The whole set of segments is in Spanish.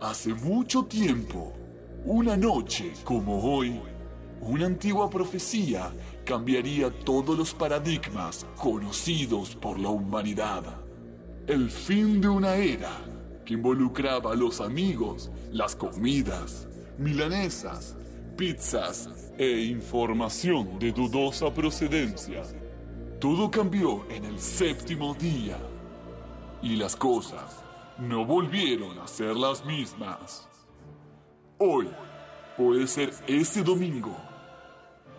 Hace mucho tiempo, una noche como hoy, una antigua profecía cambiaría todos los paradigmas conocidos por la humanidad. El fin de una era que involucraba a los amigos, las comidas, milanesas, pizzas e información de dudosa procedencia. Todo cambió en el séptimo día y las cosas no volvieron a ser las mismas. Hoy puede ser ese domingo,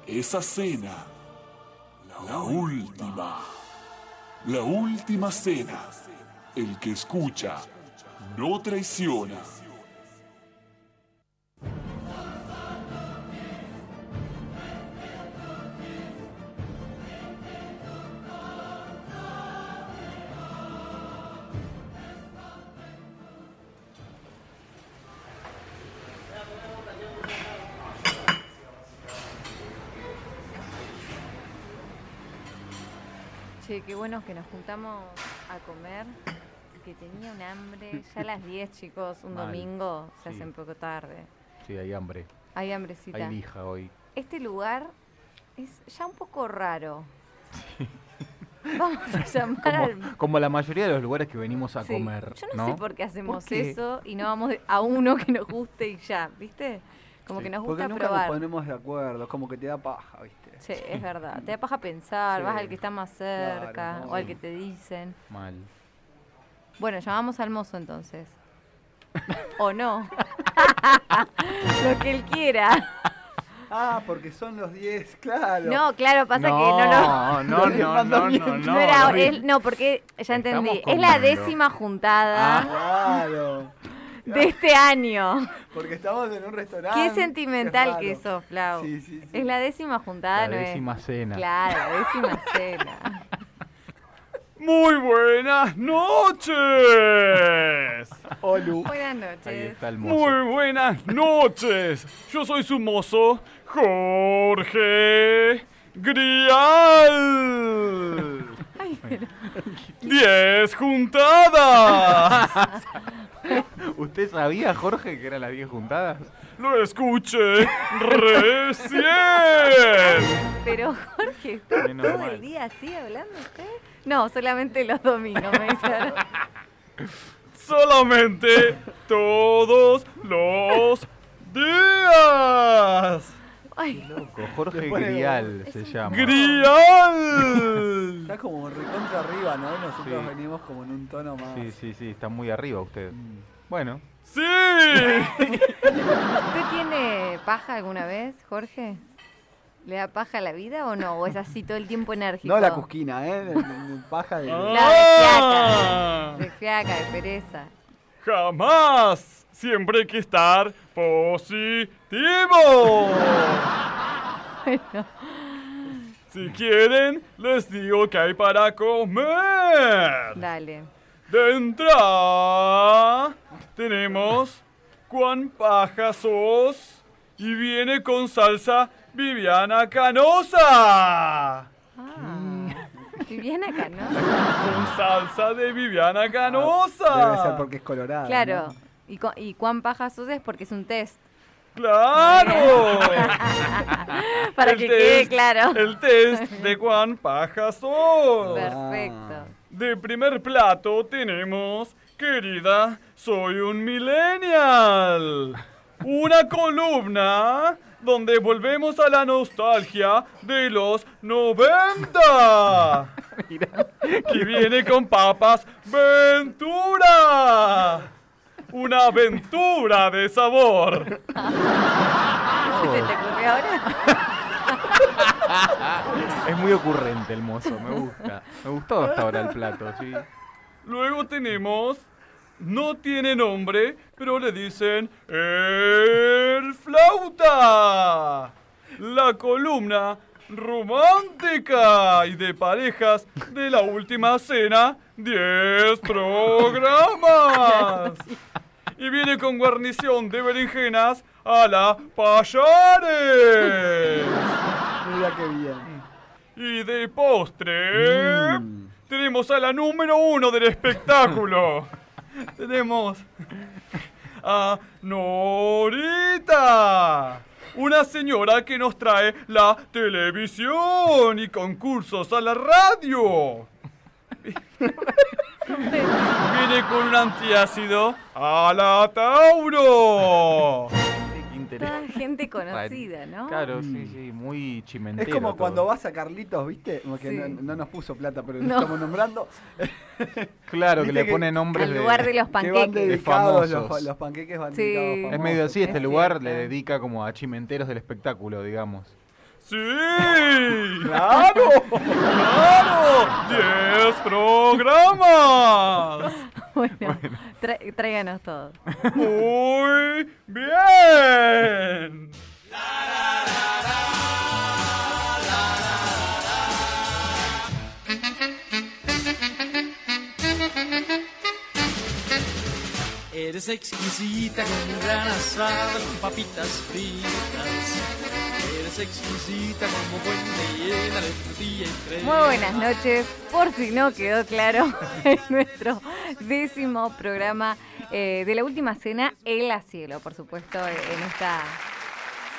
esa cena, la, la última, la última cena. El que escucha no traiciona. Che, qué bueno que nos juntamos a comer. Que tenía un hambre. Ya a las 10, chicos, un Mal. domingo se hace Sí. un poco tarde. Sí, hay hambre. Hay hambrecita. Hay lija hoy. Este lugar es ya un poco raro. Vamos a llamar al. Como, como la mayoría de los lugares que venimos a Sí. comer. Yo no, no, sé por qué hacemos qué? eso y no vamos a uno que nos guste y ya, ¿viste? Como Sí. que nos Porque gusta nunca probar. nos ponemos de acuerdo, como que te da paja, ¿viste? Che, es verdad. Te da paja pensar, vas Sí. al que está más Claro, cerca no, o al sí. que te dicen. Mal. Bueno, llamamos al mozo entonces. ¿O no? Lo que él quiera. Ah, porque son los 10, claro. Ah, No, claro, pasa que no lo... no, no, Los no, no, no, mandamientos. no, No, era- no. es- no, porque ya entendí. Estamos Ah. Es la comiendo. décima juntada Claro. de este año. Porque estamos en un restaurante. Qué sentimental que es raro. sos, Flau. Sí, sí, sí. Es la décima juntada, La ¿no es? décima cena. Claro, la décima cena. Muy buenas noches. Olu. Buenas Ahí noches. está el mozo. Muy buenas noches. Yo soy su mozo, Jorge Grial. Diez juntadas. ¿Usted sabía, Jorge, que eran las 10 juntadas? Lo escuché recién. Pero Jorge, ¿está Menos todo mal. el día así hablando usted? No, solamente los domingos me dijeron. Solamente todos los días. Ay, Con Jorge Después de- Grial se llama. Grial. Está como recontra arriba, ¿no? Nosotros Sí. venimos como en un tono más. Sí, sí, sí, está muy arriba usted. Mm. Bueno, Sí. ¿usted tiene paja alguna vez, Jorge? ¿Le da paja a la vida o no? ¿O es así todo el tiempo enérgico? No la cusquina, ¿eh? Del- del- del paja Ah. de. La De fiaca, de pereza. ¡Jamás! Siempre hay que estar positivo. Si quieren, les digo que hay para comer. Dale. De entrada, tenemos cuán paja sos y viene con salsa Viviana Canosa. Ah, Viviana acá, ¿no? Con salsa de Viviana Canosa. Ah, Debe ser porque es colorada. Claro. ¿no? ¿Y, cu- y cuán paja sos es porque es un test? ¡Claro! Para El que test- quede claro. El test de Juan Pajasol. Perfecto. De primer plato tenemos, querida, soy un millennial. Una columna donde volvemos a la nostalgia de los 90. que viene con papas Ventura. Una aventura de sabor. ¿Se te ocurrió ahora? es muy ocurrente el mozo, me gusta. Me gustó hasta ahora el plato, sí. Luego tenemos. No tiene nombre, pero le dicen. ¡El flauta! La columna romántica y de parejas de la última cena. 10 programas. Y viene con guarnición de berenjenas a la Payares. Mira qué bien. Y de postre Mm. tenemos a la número uno del espectáculo. tenemos a Norita. Una señora que nos trae la televisión y concursos a la radio. Viene con un antiácido a la Tauro. Qué interesante. Toda gente conocida, ¿no? Claro, sí, sí, muy Mm. Es chimentero. como todo. cuando vas a Carlitos, ¿viste? Como que Sí. no, no nos puso plata, pero lo No. estamos nombrando. Claro, que viste le que ponen nombres Al de... lugar de los Que van panqueques. dedicados, famosos. los, los panqueques van Sí. dedicados a Es Es famosos. medio así, este Es lugar cierto. le dedica como a chimenteros del espectáculo, digamos. ¡Sí! ¡Claro! ¡Claro! ¡Diez programas! Bueno, tra- tráiganos todos. Muy bien. Eres exquisita con un gran asado, con papitas fritas. Eres exquisita como buen rellena de frutilla y crema. Muy buenas noches, por si no quedó claro, en nuestro décimo programa eh, de la última cena, El a Cielo, por supuesto, eh, en esta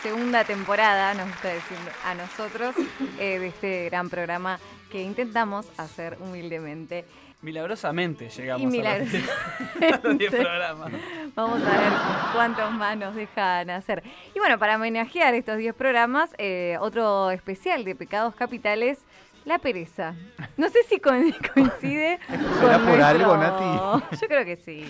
segunda temporada, nos gusta decir a nosotros, eh, de este gran programa que intentamos hacer humildemente. Milagrosamente llegamos Y a los 10 milagros. programas. Vamos a ver cuántos más nos dejan hacer. Y bueno, para homenajear estos 10 programas, eh, otro especial de Pecados Capitales, la pereza. No sé si con- coincide ¿Será con por algo, nuestro- Yo creo que sí.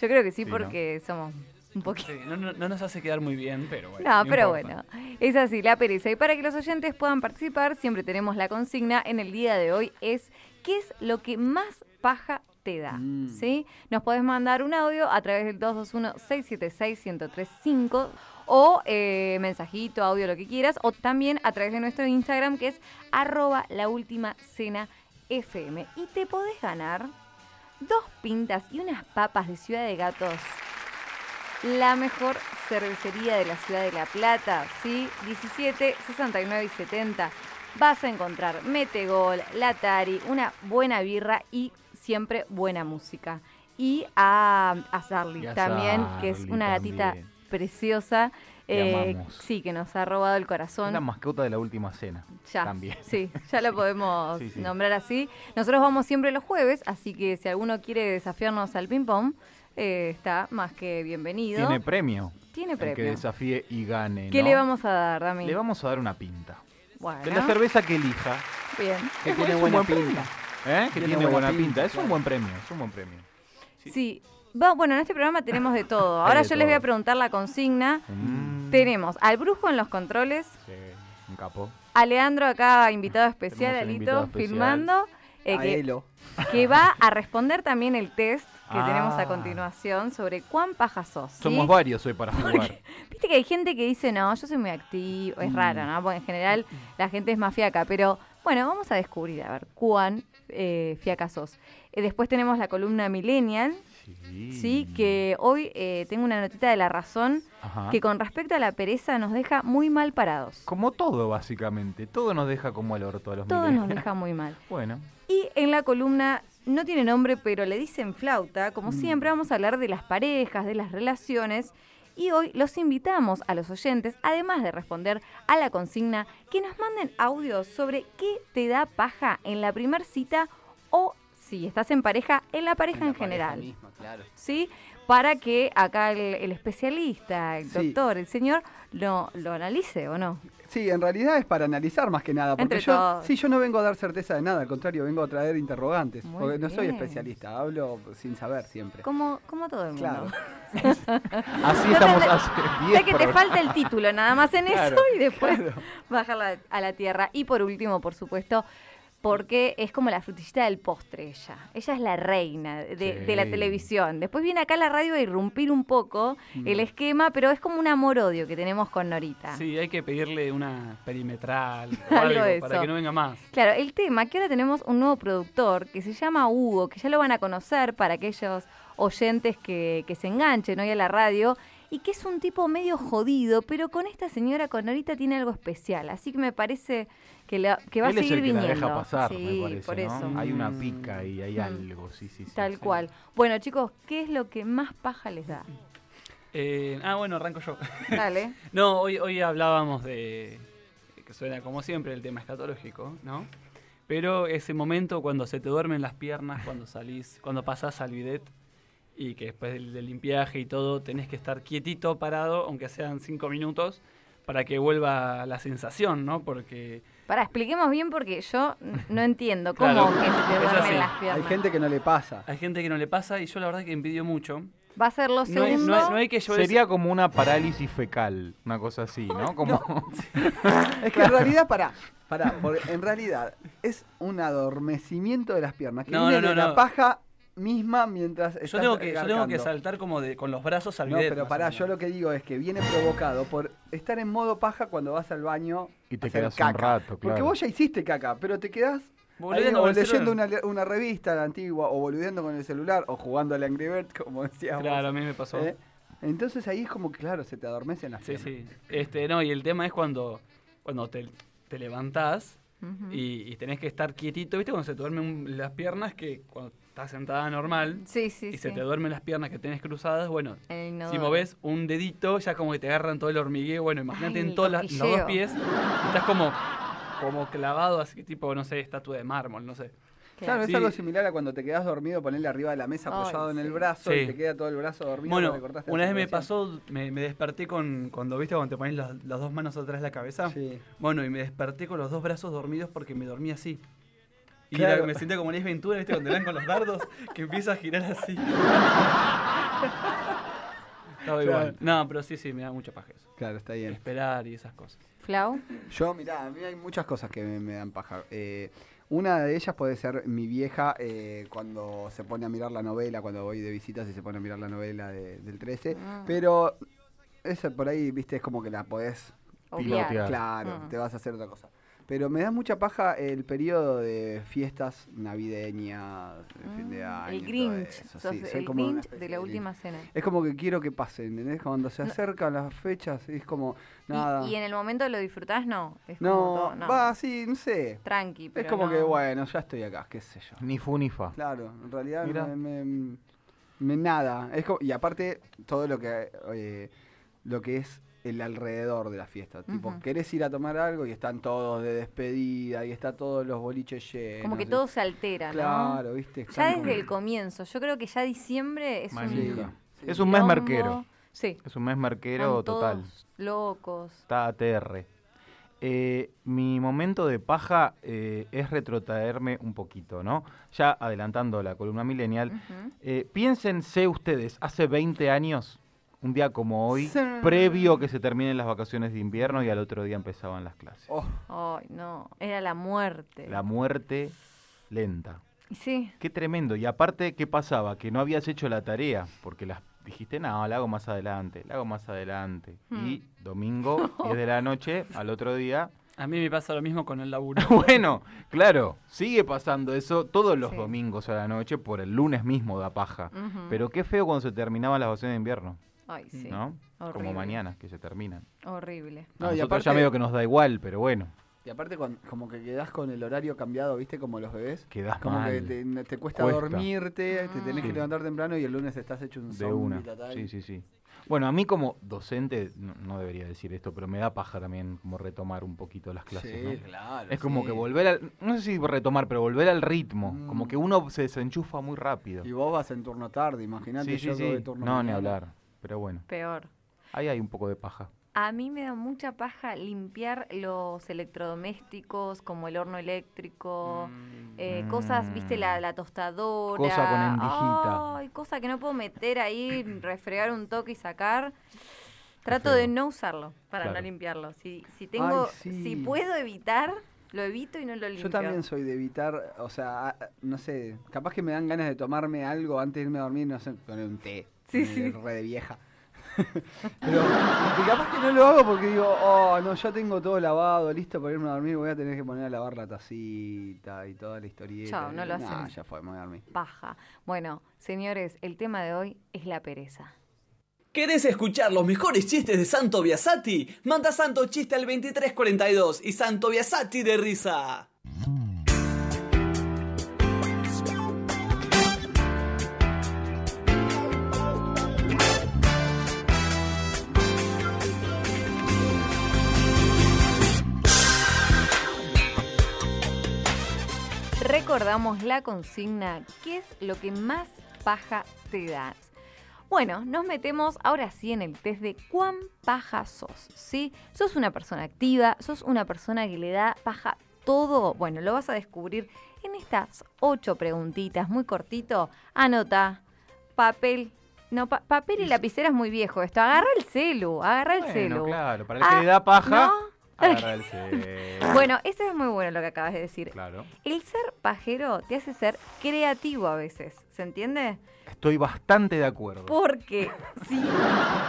Yo creo que sí, Sí, ¿no? porque somos un poquito... Sí, no, no- no nos hace quedar muy bien, pero bueno. No, pero importa. bueno, es así, la pereza. Y para que los oyentes puedan participar, siempre tenemos la consigna en el día de hoy, es ¿qué es lo que más paja te da? Mm. ¿Sí? Nos podés mandar un audio a través del 221-676-1035 o eh, mensajito, audio, lo que quieras, o también a través de nuestro Instagram que es arroba la última cena FM. Y te podés ganar dos pintas y unas papas de Ciudad de Gatos. La mejor cervecería de la ciudad de La Plata, ¿sí? 17, 69 y 70. Vas a encontrar Metegol, Latari, una buena birra y siempre buena música. Y a, a Sarli Y a también, que es Sarli una gatita también. preciosa. eh, Que amamos. sí, que nos ha robado el Es la corazón. mascota de la última cena. Ya, También. sí, ya lo podemos Sí, sí. nombrar así. Nosotros vamos siempre los jueves, así que si alguno quiere desafiarnos al ping-pong, eh, está más que bienvenido. Tiene premio. Tiene el premio. que desafíe y gane. ¿Qué ¿no? le vamos a dar, Dami? Le vamos a dar una pinta. Bueno, De la cerveza que elija, bien. Que tiene buena pinta. ¿eh? que Tiene tiene buena buena pinta. pinta, Es un claro. buen premio, es un buen premio. Sí. Va- bueno, en este programa tenemos de todo. Hay Ahora de yo les voy a todo. preguntar la consigna. Mm, Tenemos al brujo en los controles, sí, un capo. a Leandro acá, invitado especial, Tenemos un Alito, invitado especial. filmando, eh, A que, Elo. que va a responder también el test que Ah. tenemos a continuación sobre cuán paja sos. ¿sí? Somos varios hoy para jugar. Viste que hay gente que dice, no, yo soy muy activo, es Mm. raro, ¿no? Porque en general la gente es más fiaca, pero bueno, vamos a descubrir, a ver, cuán eh, fiaca sos. Eh, después tenemos la columna Millennial, ¿sí? Que hoy eh, tengo una notita de la razón Mm. Ajá. que con respecto a la pereza nos deja muy mal parados. Como todo, básicamente. Todo nos deja como el orto a los Todo nos millennials. deja muy mal. Bueno, Y en la columna, no tiene nombre, pero le dicen flauta, como siempre vamos a hablar de las parejas, de las relaciones. Y hoy los invitamos a los oyentes, además de responder a la consigna, que nos manden audios sobre qué te da paja en la primer cita o si estás en pareja, en la pareja en, general. ¿Sí? Para que acá el, el especialista, el Sí. doctor, el señor, lo, lo analice o no. Sí, en realidad es para analizar más que nada. Porque Entre yo, todos. sí, yo no vengo a dar certeza de nada, al contrario, vengo a traer interrogantes. Muy porque no soy bien. especialista, hablo sin saber siempre. Como, como todo el mundo. Claro. así No, estamos no, no. hace 10 Sé que te programas. falta el título, nada más en Claro, eso y después bajarlo a- a la tierra. Y por último, por supuesto, porque es como la frutillita del postre ella. Ella es la reina de, de la Sí. televisión. Después viene acá la radio a irrumpir un poco Mm. el esquema, pero es como un amor-odio que tenemos con Norita. Sí, hay que pedirle una perimetral o Algo algo, de eso. para que no venga más. Claro, el tema que ahora tenemos un nuevo productor que se llama Hugo, que ya lo van a conocer para aquellos oyentes que, que se enganchen hoy a la radio, y que es un tipo medio jodido, pero con esta señora, con Norita, tiene algo especial. Así que me parece que, la- que va Él a es seguir el que la viniendo. deja pasar, sí, me parece. por ¿no? eso. Hay una pica y hay Mm. algo, sí, sí. sí, Tal sí. cual. Bueno, chicos, ¿qué es lo que más paja les da? Eh, ah, bueno, arranco yo. Dale. No, hoy, hoy hablábamos de. que suena como siempre el tema escatológico, ¿no? Pero ese momento cuando se te duermen las piernas, cuando salís, cuando pasás al bidet y que después del, del limpiaje y todo tenés que estar quietito, parado, aunque sean cinco minutos, para que vuelva la sensación, ¿no? Porque. Para, expliquemos bien porque yo n- no entiendo cómo Claro. que se te Es así. duermen las Hay piernas. gente que no le pasa. Hay gente que no le pasa y yo la verdad que envidio mucho. Va a ser lo No, es- segundo. no, es- no hay que yo Sería como una parálisis fecal, una cosa así, ¿no? Como Es que en realidad, pará, pará, porque en realidad es un adormecimiento de las piernas que No, viene no, no, de no. la paja misma mientras Yo estás tengo, que, yo tengo que garcando. saltar como de, con los brazos al No, bidet, pero más pará, o menos. yo lo que digo es que viene provocado por estar en modo paja cuando vas al baño Y te a hacer quedas un caca. rato, Porque claro. vos ya hiciste caca, pero te quedás Boludeando ahí con o el leyendo una, celular. una revista la antigua, o boludeando con el celular, o jugando al Angry Bird, como decíamos. ¿Eh? Claro, a mí me pasó. Entonces ahí es como que, claro, se te adormecen las Sí, piernas. sí. Este, no, y el tema es cuando, cuando te, te levantás Ujú. y, y tenés que estar quietito, ¿viste? Cuando se te duermen un- las piernas, que cuando estás sentada normal Sí, sí, y sí. se te duermen las piernas que tenés cruzadas, bueno, En el si inodoro. movés un dedito, ya como que te agarran todo el hormigueo, bueno, imagínate Ay, en el todos la- los dos cosquilleo. pies, estás como, como clavado, así tipo, no sé, estatua de mármol, no sé. Claro, Sí. es algo similar a cuando te quedás dormido, ponerle arriba de la mesa Ay, apoyado en sí. el brazo Sí. y te queda todo el brazo dormido. Bueno, porque cortaste la una vez me circulación. pasó, me, me desperté con, cuando, ¿viste? Cuando te pones las, las dos manos atrás de la cabeza. Sí. Bueno, y me desperté con los dos brazos dormidos porque me dormí así. Y Claro. era- me sentía como en Ventura, ¿viste? Cuando eran con los dardos, que empieza a girar así. Estaba igual. No, pero sí, sí, me da mucha paja eso. Claro, está bien. Esperar y esas cosas. Flau. Yo, mirá, a mí hay muchas cosas que me, me dan paja. Eh, una de ellas puede ser mi vieja eh, cuando se pone a mirar la novela, cuando voy de visitas y se pone a mirar la novela de- del 13. Ah. Pero eso por ahí, viste, es como que la podés Obviar. Pilotear. Claro, Mm. te vas a hacer otra cosa. Pero me da mucha paja el periodo de fiestas navideñas, de fin de Mm, año. el todo Grinch. eso. Sos Sí, soy el como una Grinch especie de la Grinch. última cena. Es como que quiero que pase, ¿entendés? Cuando se acercan las fechas es como, Y- nada. Y, en el momento lo disfrutás, no. Es como no, todo, no. va, sí, no sé. Tranqui, pero es como no. que, bueno, ya estoy acá, qué sé yo. ni fu ni fa. Claro, en realidad Mirá. me, me- me nada. Es co- y aparte, todo lo que eh, lo que es el alrededor de la fiesta. Tipo, Ujú. querés ir a tomar algo y están todos de despedida y está todos los boliches llenos. Como que y- todo se altera, Claro, viste. ¿no? Están Ya como- desde el comienzo. Yo creo que ya diciembre es Magnífico. un. Sí. Es un mes quilombo. marquero. Sí. Es un mes marquero Están total. todos Locos. Está ATR. Eh, mi momento de paja eh, es retrotraerme un poquito, ¿no? Ya adelantando la columna millennial. Ujú. Eh, piénsense ustedes, hace 20 años, un día como hoy, Sí. previo que se terminen las vacaciones de invierno y al otro día empezaban las clases. Oh, Ay, no. Era la muerte. La muerte lenta. Y Sí. Qué tremendo. Y aparte, ¿qué pasaba? Que no habías hecho la tarea, porque las dijiste, no, la hago más adelante, la hago más adelante. Hmm. Y domingo, 10 de la noche, al otro día. A mí me pasa lo mismo con el laburo. Bueno, claro, sigue pasando eso todos los Sí. domingos a la noche, por el lunes mismo da paja. Ujú. Pero qué feo cuando se terminaban las vacaciones de invierno, Ay, sí. ¿no? Horrible. Como mañana, que se terminan. Horrible. A No, y nosotros aparte- ya medio que nos da igual, pero bueno, y aparte, cuan- como que quedás con el horario cambiado, viste, como los bebés. quedás Como mal. que te, te cuesta, Cuesta. dormirte, te tenés Sí. que levantar temprano y el lunes estás hecho un De zombie una. total. Sí, sí, sí. Bueno, a mí como docente, no, no debería decir esto, pero me da paja también como retomar un poquito las clases. Sí, ¿no? claro. Es como sí. que volver al, no sé si retomar, pero volver al ritmo. Mm. Como que uno se desenchufa muy rápido. Y vos vas en turno tarde, imagínate. Sí, sí, yo sí. voy de turno No, ni mañana. hablar. Pero bueno, Peor. ahí hay un poco de paja. A mí me da mucha paja limpiar los electrodomésticos, como el horno eléctrico, eh, cosas, viste, la, la tostadora. Cosa con endijita. Ay, cosa que no puedo meter ahí, refregar un toque y sacar. Trato feo. de no usarlo para no Claro. limpiarlo. Si, si tengo, sí. si puedo evitar, lo evito y no lo limpio. Yo también soy de evitar, o sea, a- no sé, capaz que me dan ganas de tomarme algo antes de irme a dormir, no sé, poner un té. Sí, me- sí. Re de vieja. Pero, y capaz que no lo hago porque digo, oh, no, ya tengo todo lavado, listo para irme a dormir, voy a tener que poner a lavar la tacita y toda la historieta. Chao, no lo Nah, haces. ya fue, me voy a dormir. Paja. Bueno, señores, el tema de hoy es la pereza. ¿Querés escuchar los mejores chistes de Santo Biasati? Manda Santo Chiste al 2342 y Santo Biasati de risa. recordamos la consigna, ¿qué es lo que más paja te da? Bueno, nos metemos ahora sí en el test de cuán paja sos, ¿sí? ¿Sos una persona activa? ¿Sos una persona que le da paja todo? Bueno, lo vas a descubrir en estas ocho preguntitas, muy cortito. Anota, papel, no, pa- papel y lapicera es muy viejo esto. Agarra el celu, agarra el Bueno, celu. claro, para el que Ah, le da paja, ¿no? agarra el celu. Bueno, eso es muy bueno lo que acabas de decir. Claro. El ser pajero te hace ser creativo a veces, ¿se entiende? Estoy bastante de acuerdo. Porque sí,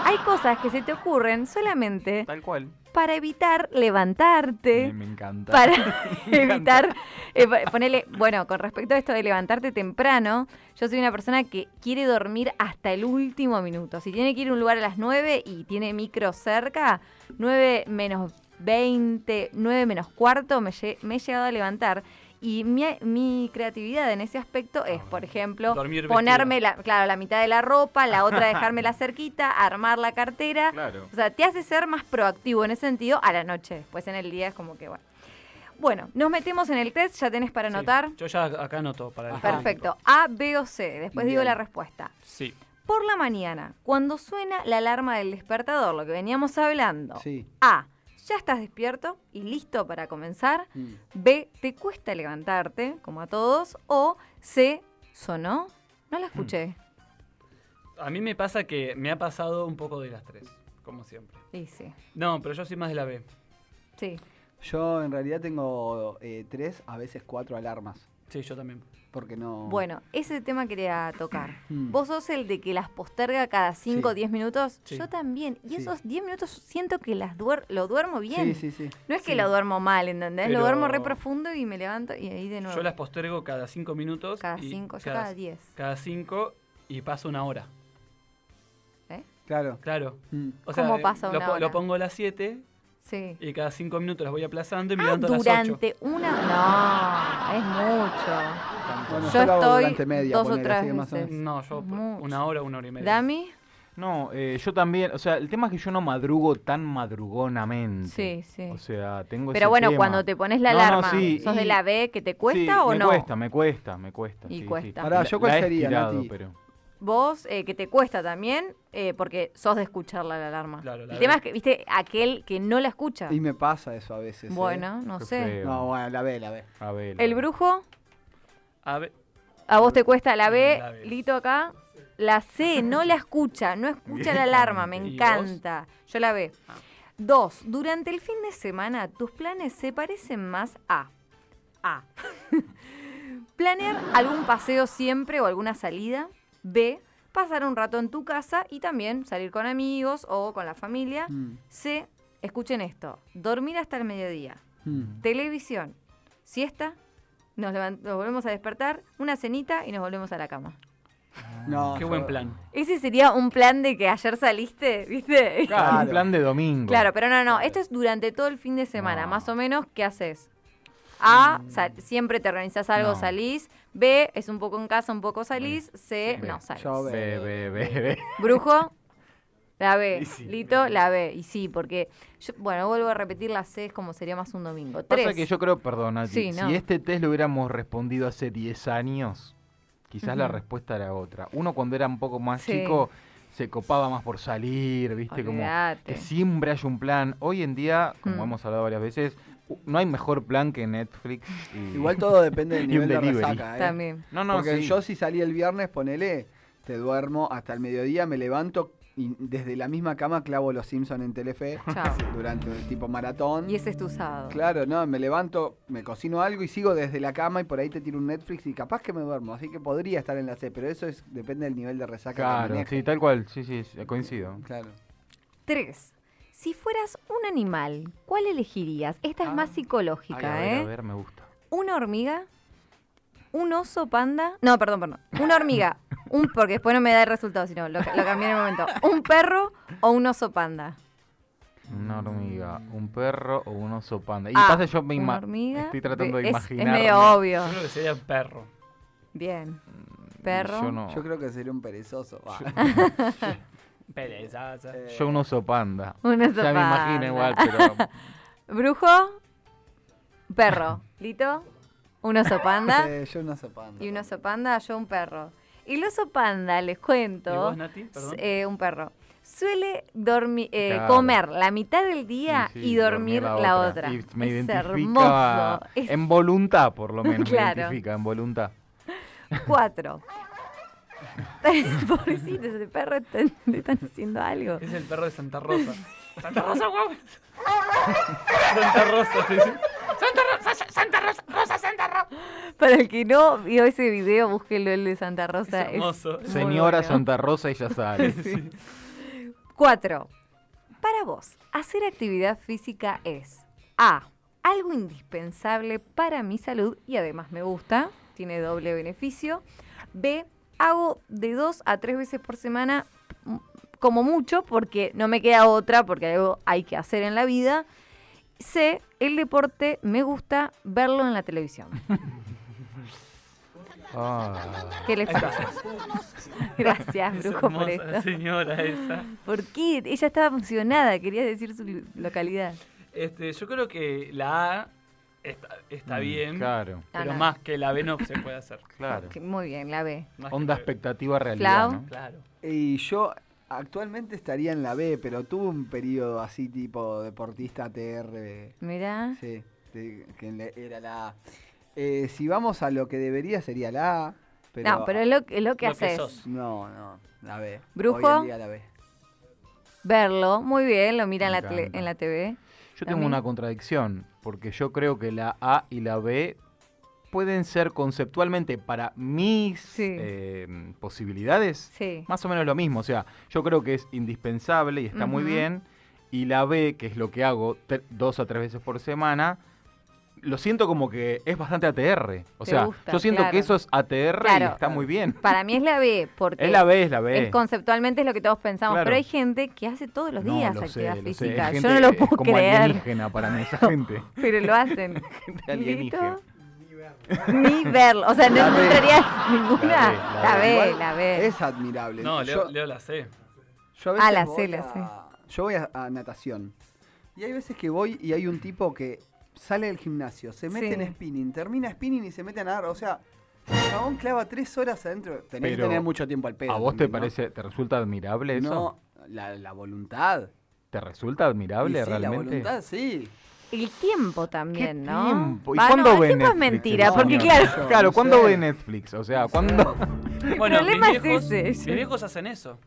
hay cosas que se te ocurren solamente Tal cual. para evitar levantarte, Me, me encanta. para Me encanta. evitar eh, pa- ponele, bueno, con respecto a esto de levantarte temprano, yo soy una persona que quiere dormir hasta el último minuto. Si tiene que ir a un lugar a las 9 y tiene micro cerca, 9 menos 20, 9 menos cuarto, me, lle- me he llegado a levantar. Y mi, mi creatividad en ese aspecto Ah, es, por ejemplo, Dormir ponerme la, claro, la mitad de la ropa, la otra dejármela cerquita, armar la cartera. Claro. O sea, te hace ser más proactivo en ese sentido a la noche. Después en el día es como que, bueno. Bueno, nos metemos en el test, ya tenés para Sí, anotar. Yo ya acá anoto para el Perfecto. A, B o C. Después digo la respuesta. Sí. Por la mañana, cuando suena la alarma del despertador, lo que veníamos hablando. Sí. A, ya estás despierto y listo para comenzar. Mm. Mm. B, te cuesta levantarte, como a todos. O C, sonó. No la escuché. A mí me pasa que me ha pasado un poco de las tres, como siempre. Y sí. No, pero yo soy más de la B. Sí. Yo en realidad tengo eh, tres, a veces cuatro alarmas. Sí, yo también. Porque no. Bueno, ese tema quería tocar. Mm. Vos sos el de que las posterga cada 5 o Sí. 10 minutos. Sí. Yo también. Y Sí. esos 10 minutos siento que las duer- lo duermo bien. Sí, sí, sí. No es que Sí. lo duermo mal, ¿entendés? Lo Pero- duermo re profundo y me levanto y ahí de nuevo. Yo las postergo cada cinco minutos. Cada y 5, yo cada 10. Cada cinco y paso una hora. Claro. Claro. Mm. O sea, ¿Eh? ¿Cómo eh, pasa lo, una po- hora? lo pongo a las 7 Sí. y cada cinco minutos las voy aplazando y Ah, mirando a las 8. durante una... No, es mucho. Bueno, Yo yo, lo hago estoy durante media, dos o ponele, tres así que más o veces. menos. No, yo Es por mucho. una hora, una hora y media. ¿Dami? No, eh, yo también. O sea, el tema es que yo no madrugo tan madrugonamente. Sí, sí. O sea, tengo ese Pero bueno, tema. cuando te pones la No, no, alarma, sí, ¿sos y- de la B que te cuesta Sí, o no? Me cuesta, me cuesta, me cuesta. Y sí, sí. cuesta. Pará, ¿yo cuál he sería, estirado, Nati? pero- Vos, eh, que te cuesta también, eh, porque sos de escucharla la alarma. Claro, la de- el tema es que, viste, aquel que no la escucha. Y me pasa eso a veces. ¿eh? Bueno, no Qué sé. feo. No, bueno, la ve, la ve. A ver, El brujo, A ver, a vos te cuesta la B, La B. Lito acá. La C, no la escucha, no escucha la alarma, me ¿Y vos? encanta. Yo la B. Ah. Dos, durante el fin de semana tus planes se parecen más a... A. Planear algún paseo siempre o alguna salida. B. Pasar un rato en tu casa y también salir con amigos o con la familia. Mm. C. Escuchen esto. Dormir hasta el mediodía. Mm. Televisión. Siesta. Nos, levan- nos volvemos a despertar. Una cenita y nos volvemos a la cama. No, qué yo- buen plan. Ese sería un plan de que ayer saliste, ¿viste? Claro, Claro. un plan de domingo. Claro, pero no, no. Esto es durante todo el fin de semana. No. Mm. Más o menos, ¿qué haces? A, sal- siempre te organizás algo, No. salís. B, es un poco en casa, un poco salís. C, B. no salís. Yo ve. Ve, ve, ve, ve. Brujo, la B. Y sí. Lito, la B. Y sí, porque, yo- bueno, vuelvo a repetir, la C es como sería más un domingo. Tres. Pasa que yo creo, perdón, Nati, Sí, no. si este test lo hubiéramos respondido hace 10 años, quizás la Ujú. respuesta era otra. Uno cuando era un poco más Sí. chico se copaba más por salir, ¿viste? Olvídate. Como que siempre hay un plan. Hoy en día, como Mm. hemos hablado varias veces, u- no hay mejor plan que Netflix. y- Igual todo depende del Y un nivel de delivery. resaca, ¿eh? También. No, no, Porque sí. yo si salí el viernes, ponele, te duermo hasta el mediodía, me levanto y desde la misma cama clavo los Simpson en Telefe Chao. durante el tipo maratón. Y ese es tu sábado. Claro, no, me levanto, me cocino algo y sigo desde la cama y por ahí te tiro un Netflix y capaz que me duermo, así que podría estar en la C, pero eso es, depende del nivel de resaca que Claro, maneje. sí, tal cual, sí, sí, sí, coincido. Claro. Tres. Si fueras un animal, ¿cuál elegirías? Esta es más Ay, psicológica, a ver, ¿eh? a ver, me gusta. ¿Una hormiga? ¿Un oso panda? No, perdón, perdón. Una hormiga. Un, porque después no me da el resultado, sino lo, lo cambié en el momento. ¿Un perro o un oso panda? Una hormiga, un perro o un oso panda. Y A, pasa yo me Ah, una ima- hormiga. estoy tratando B, de es- imaginar. Es medio obvio. Yo creo que sería perro. Bien. Perro. Mm, Yo no. Yo creo que sería un perezoso. va. Perezaza. Yo un oso panda. Un oso ya me panda. imagino igual, pero Brujo. Perro. Lito. Un oso panda. Eh, yo no sopando. y un oso panda, yo un perro. Y el oso panda, les cuento. ¿Y vos, Nati? Perdón. eh, un perro. Suele dormi- eh, Claro. comer la mitad del día Sí, sí, y dormir, la, otra. Y me Em- es identifica hermoso. Es en voluntad, por lo menos. Claro. Me identifica en voluntad. cuatro. Pobrecito, ese perro está- le están haciendo algo. Es el perro de Santa Rosa. ¡Santa Rosa, guau! Santa Rosa, sí, sí. Para el que no vio ese video, búsquelo el de Santa Rosa. Es hermoso. muy Señora bueno. Santa Rosa, ella sale. Cuatro. Para vos, hacer actividad física es A. Algo indispensable para mi salud y además me gusta, tiene doble beneficio. B. Hago de dos a tres veces por semana m- como mucho porque no me queda otra, porque algo hay que hacer en la vida. C. El deporte me gusta verlo en la televisión. Ah, ¿Qué les pasa? Gracias, Es brujo, por hermosa esto. señora esa. ¿Por qué? Ella estaba emocionada, quería decir su lo- localidad. Este, yo creo que la A está, está bien, Mm, Claro, Ah, pero no. más que la B no se puede hacer. claro. Ok, Muy bien, la B. Más que Onda la B. expectativa realidad. Flau. ¿no? Claro. Y yo actualmente estaría en la B, pero tuve un periodo así tipo deportista TR. Mirá. Sí, sí, que le- era la A. Eh, si vamos a lo que debería sería la A, pero... no, pero es lo, es lo que Lo que haces. sos. No, no, la B. ¿Brujo? Hoy en día la B. Verlo, muy bien, lo mira en Me la, tele- encanta. en la TV. Yo A tengo mí- una contradicción, porque yo creo que la A y la B pueden ser conceptualmente para mis Sí. eh, posibilidades Sí. más o menos lo mismo. O sea, yo creo que es indispensable y está muy Ujú. bien. Y la B, que es lo que hago te- dos a tres veces por semana, lo siento como que es bastante ATR. O Te sea, gusta, yo siento claro. que eso es ATR y Claro. está muy bien. Para mí es la B, porque Es la B, es la B. es conceptualmente es lo que todos pensamos, Claro. pero hay gente que hace todos los No, días lo sé, actividad lo sé. Es física. gente- Yo no lo es puedo como creer, alienígena para mí esa gente. pero lo hacen. alienígena. ¿Listo? Ni verlo. O sea, no La B. encontrarías ninguna. La La B, B, Igual la B. Es admirable. No, leo, yo, leo la C. yo a Ah, veces la voy C, la a- Yo voy a, a natación. Y hay veces que voy y hay un tipo que sale del gimnasio, se mete Sí. en spinning, termina spinning y se mete a nadar. O sea, el chabón clava tres horas adentro. Tenés Pero, que tener mucho tiempo al pedo. ¿A vos te también, parece, te resulta admirable ¿no? eso? No, la, la voluntad. ¿Te resulta admirable Y sí, realmente? La voluntad, sí. El tiempo también, ¿Qué ¿no? tiempo? ¿Y Va, cuándo no, ve el tiempo es Netflix, mentira, señor? porque claro, Yo Claro, no ¿cuándo sé. ve Netflix? O sea, ¿cuándo...? El problema es viejos, ese. Mis viejos hacen eso.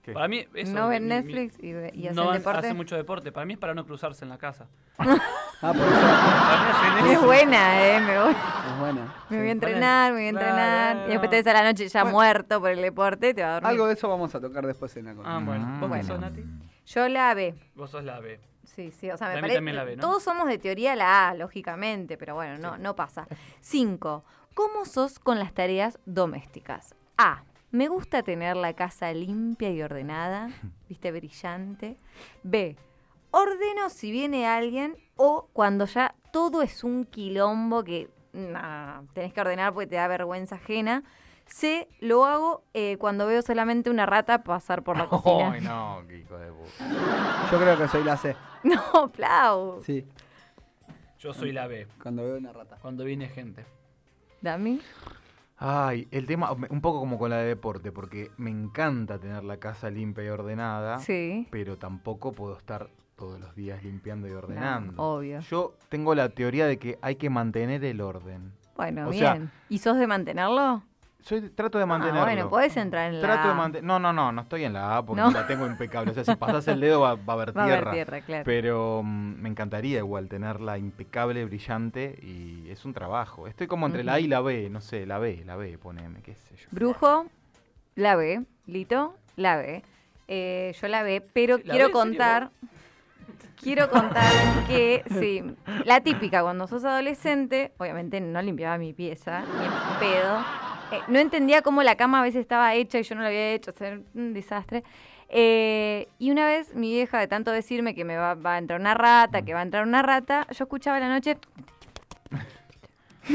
¿Qué? Para mí, eso, no ven mi- mi- Netflix y, ve- y hacen no deporte. hacen mucho deporte. Para mí es para no cruzarse en la casa. Ah, por eso Para mí hacen Es eso. buena, ¿eh? Me voy, es bueno. me voy Sí. a entrenar, me voy a entrenar. Claro. Y después te ves a la noche ya Bueno. muerto por el deporte y te va a dormir. Algo de eso vamos a tocar después en la Ah, columna. bueno. ¿Vos Bueno. qué sos, Nati? Yo la B. Vos sos la B. Sí, sí, o sea, Para me mí parece. también la B, ¿no? Todos somos de teoría la A, lógicamente, pero bueno, no, no pasa. Cinco. ¿Cómo sos con las tareas domésticas? A. Me gusta tener la casa limpia y ordenada, viste, brillante. B. Ordeno si viene alguien o cuando ya todo es un quilombo que nah, tenés que ordenar porque te da vergüenza ajena. C. Lo hago eh, cuando veo solamente una rata pasar por la cocina. Ay, no, qué hijo de puta. Yo creo que soy la C. No, Plau. Sí, Yo soy la B. cuando veo una rata. Cuando viene gente. Dami. Ay, el tema, un poco como con la de deporte, porque me encanta tener la casa limpia y ordenada, Sí. pero tampoco puedo estar todos los días limpiando y ordenando. obvio. Yo tengo la teoría de que hay que mantener el orden. Bueno, O sea- bien. ¿Y sos de mantenerlo? Yo trato de Ah, mantenerlo. bueno, podés entrar en la... Trato de mantener. No, no, no, no estoy en la A porque No. la tengo impecable. O sea, si pasas el dedo va, va a haber Va a tierra. haber tierra, claro. Pero mm, me encantaría igual tenerla impecable, brillante y es un trabajo. Estoy como entre la A y la B, no sé, la B, la B, poneme, qué sé yo. Brujo, la B. Lito, la B. Eh, yo la B, pero ¿La quiero B? ¿En serio? contar... Quiero contar que, sí, la típica, cuando sos adolescente, obviamente no limpiaba mi pieza, ni en pedo. Eh, no entendía cómo la cama a veces estaba hecha y yo no la había hecho, o sea, era un desastre. Eh, y una vez mi vieja, de tanto decirme que me va, va a entrar una rata, que va a entrar una rata, yo escuchaba a la noche.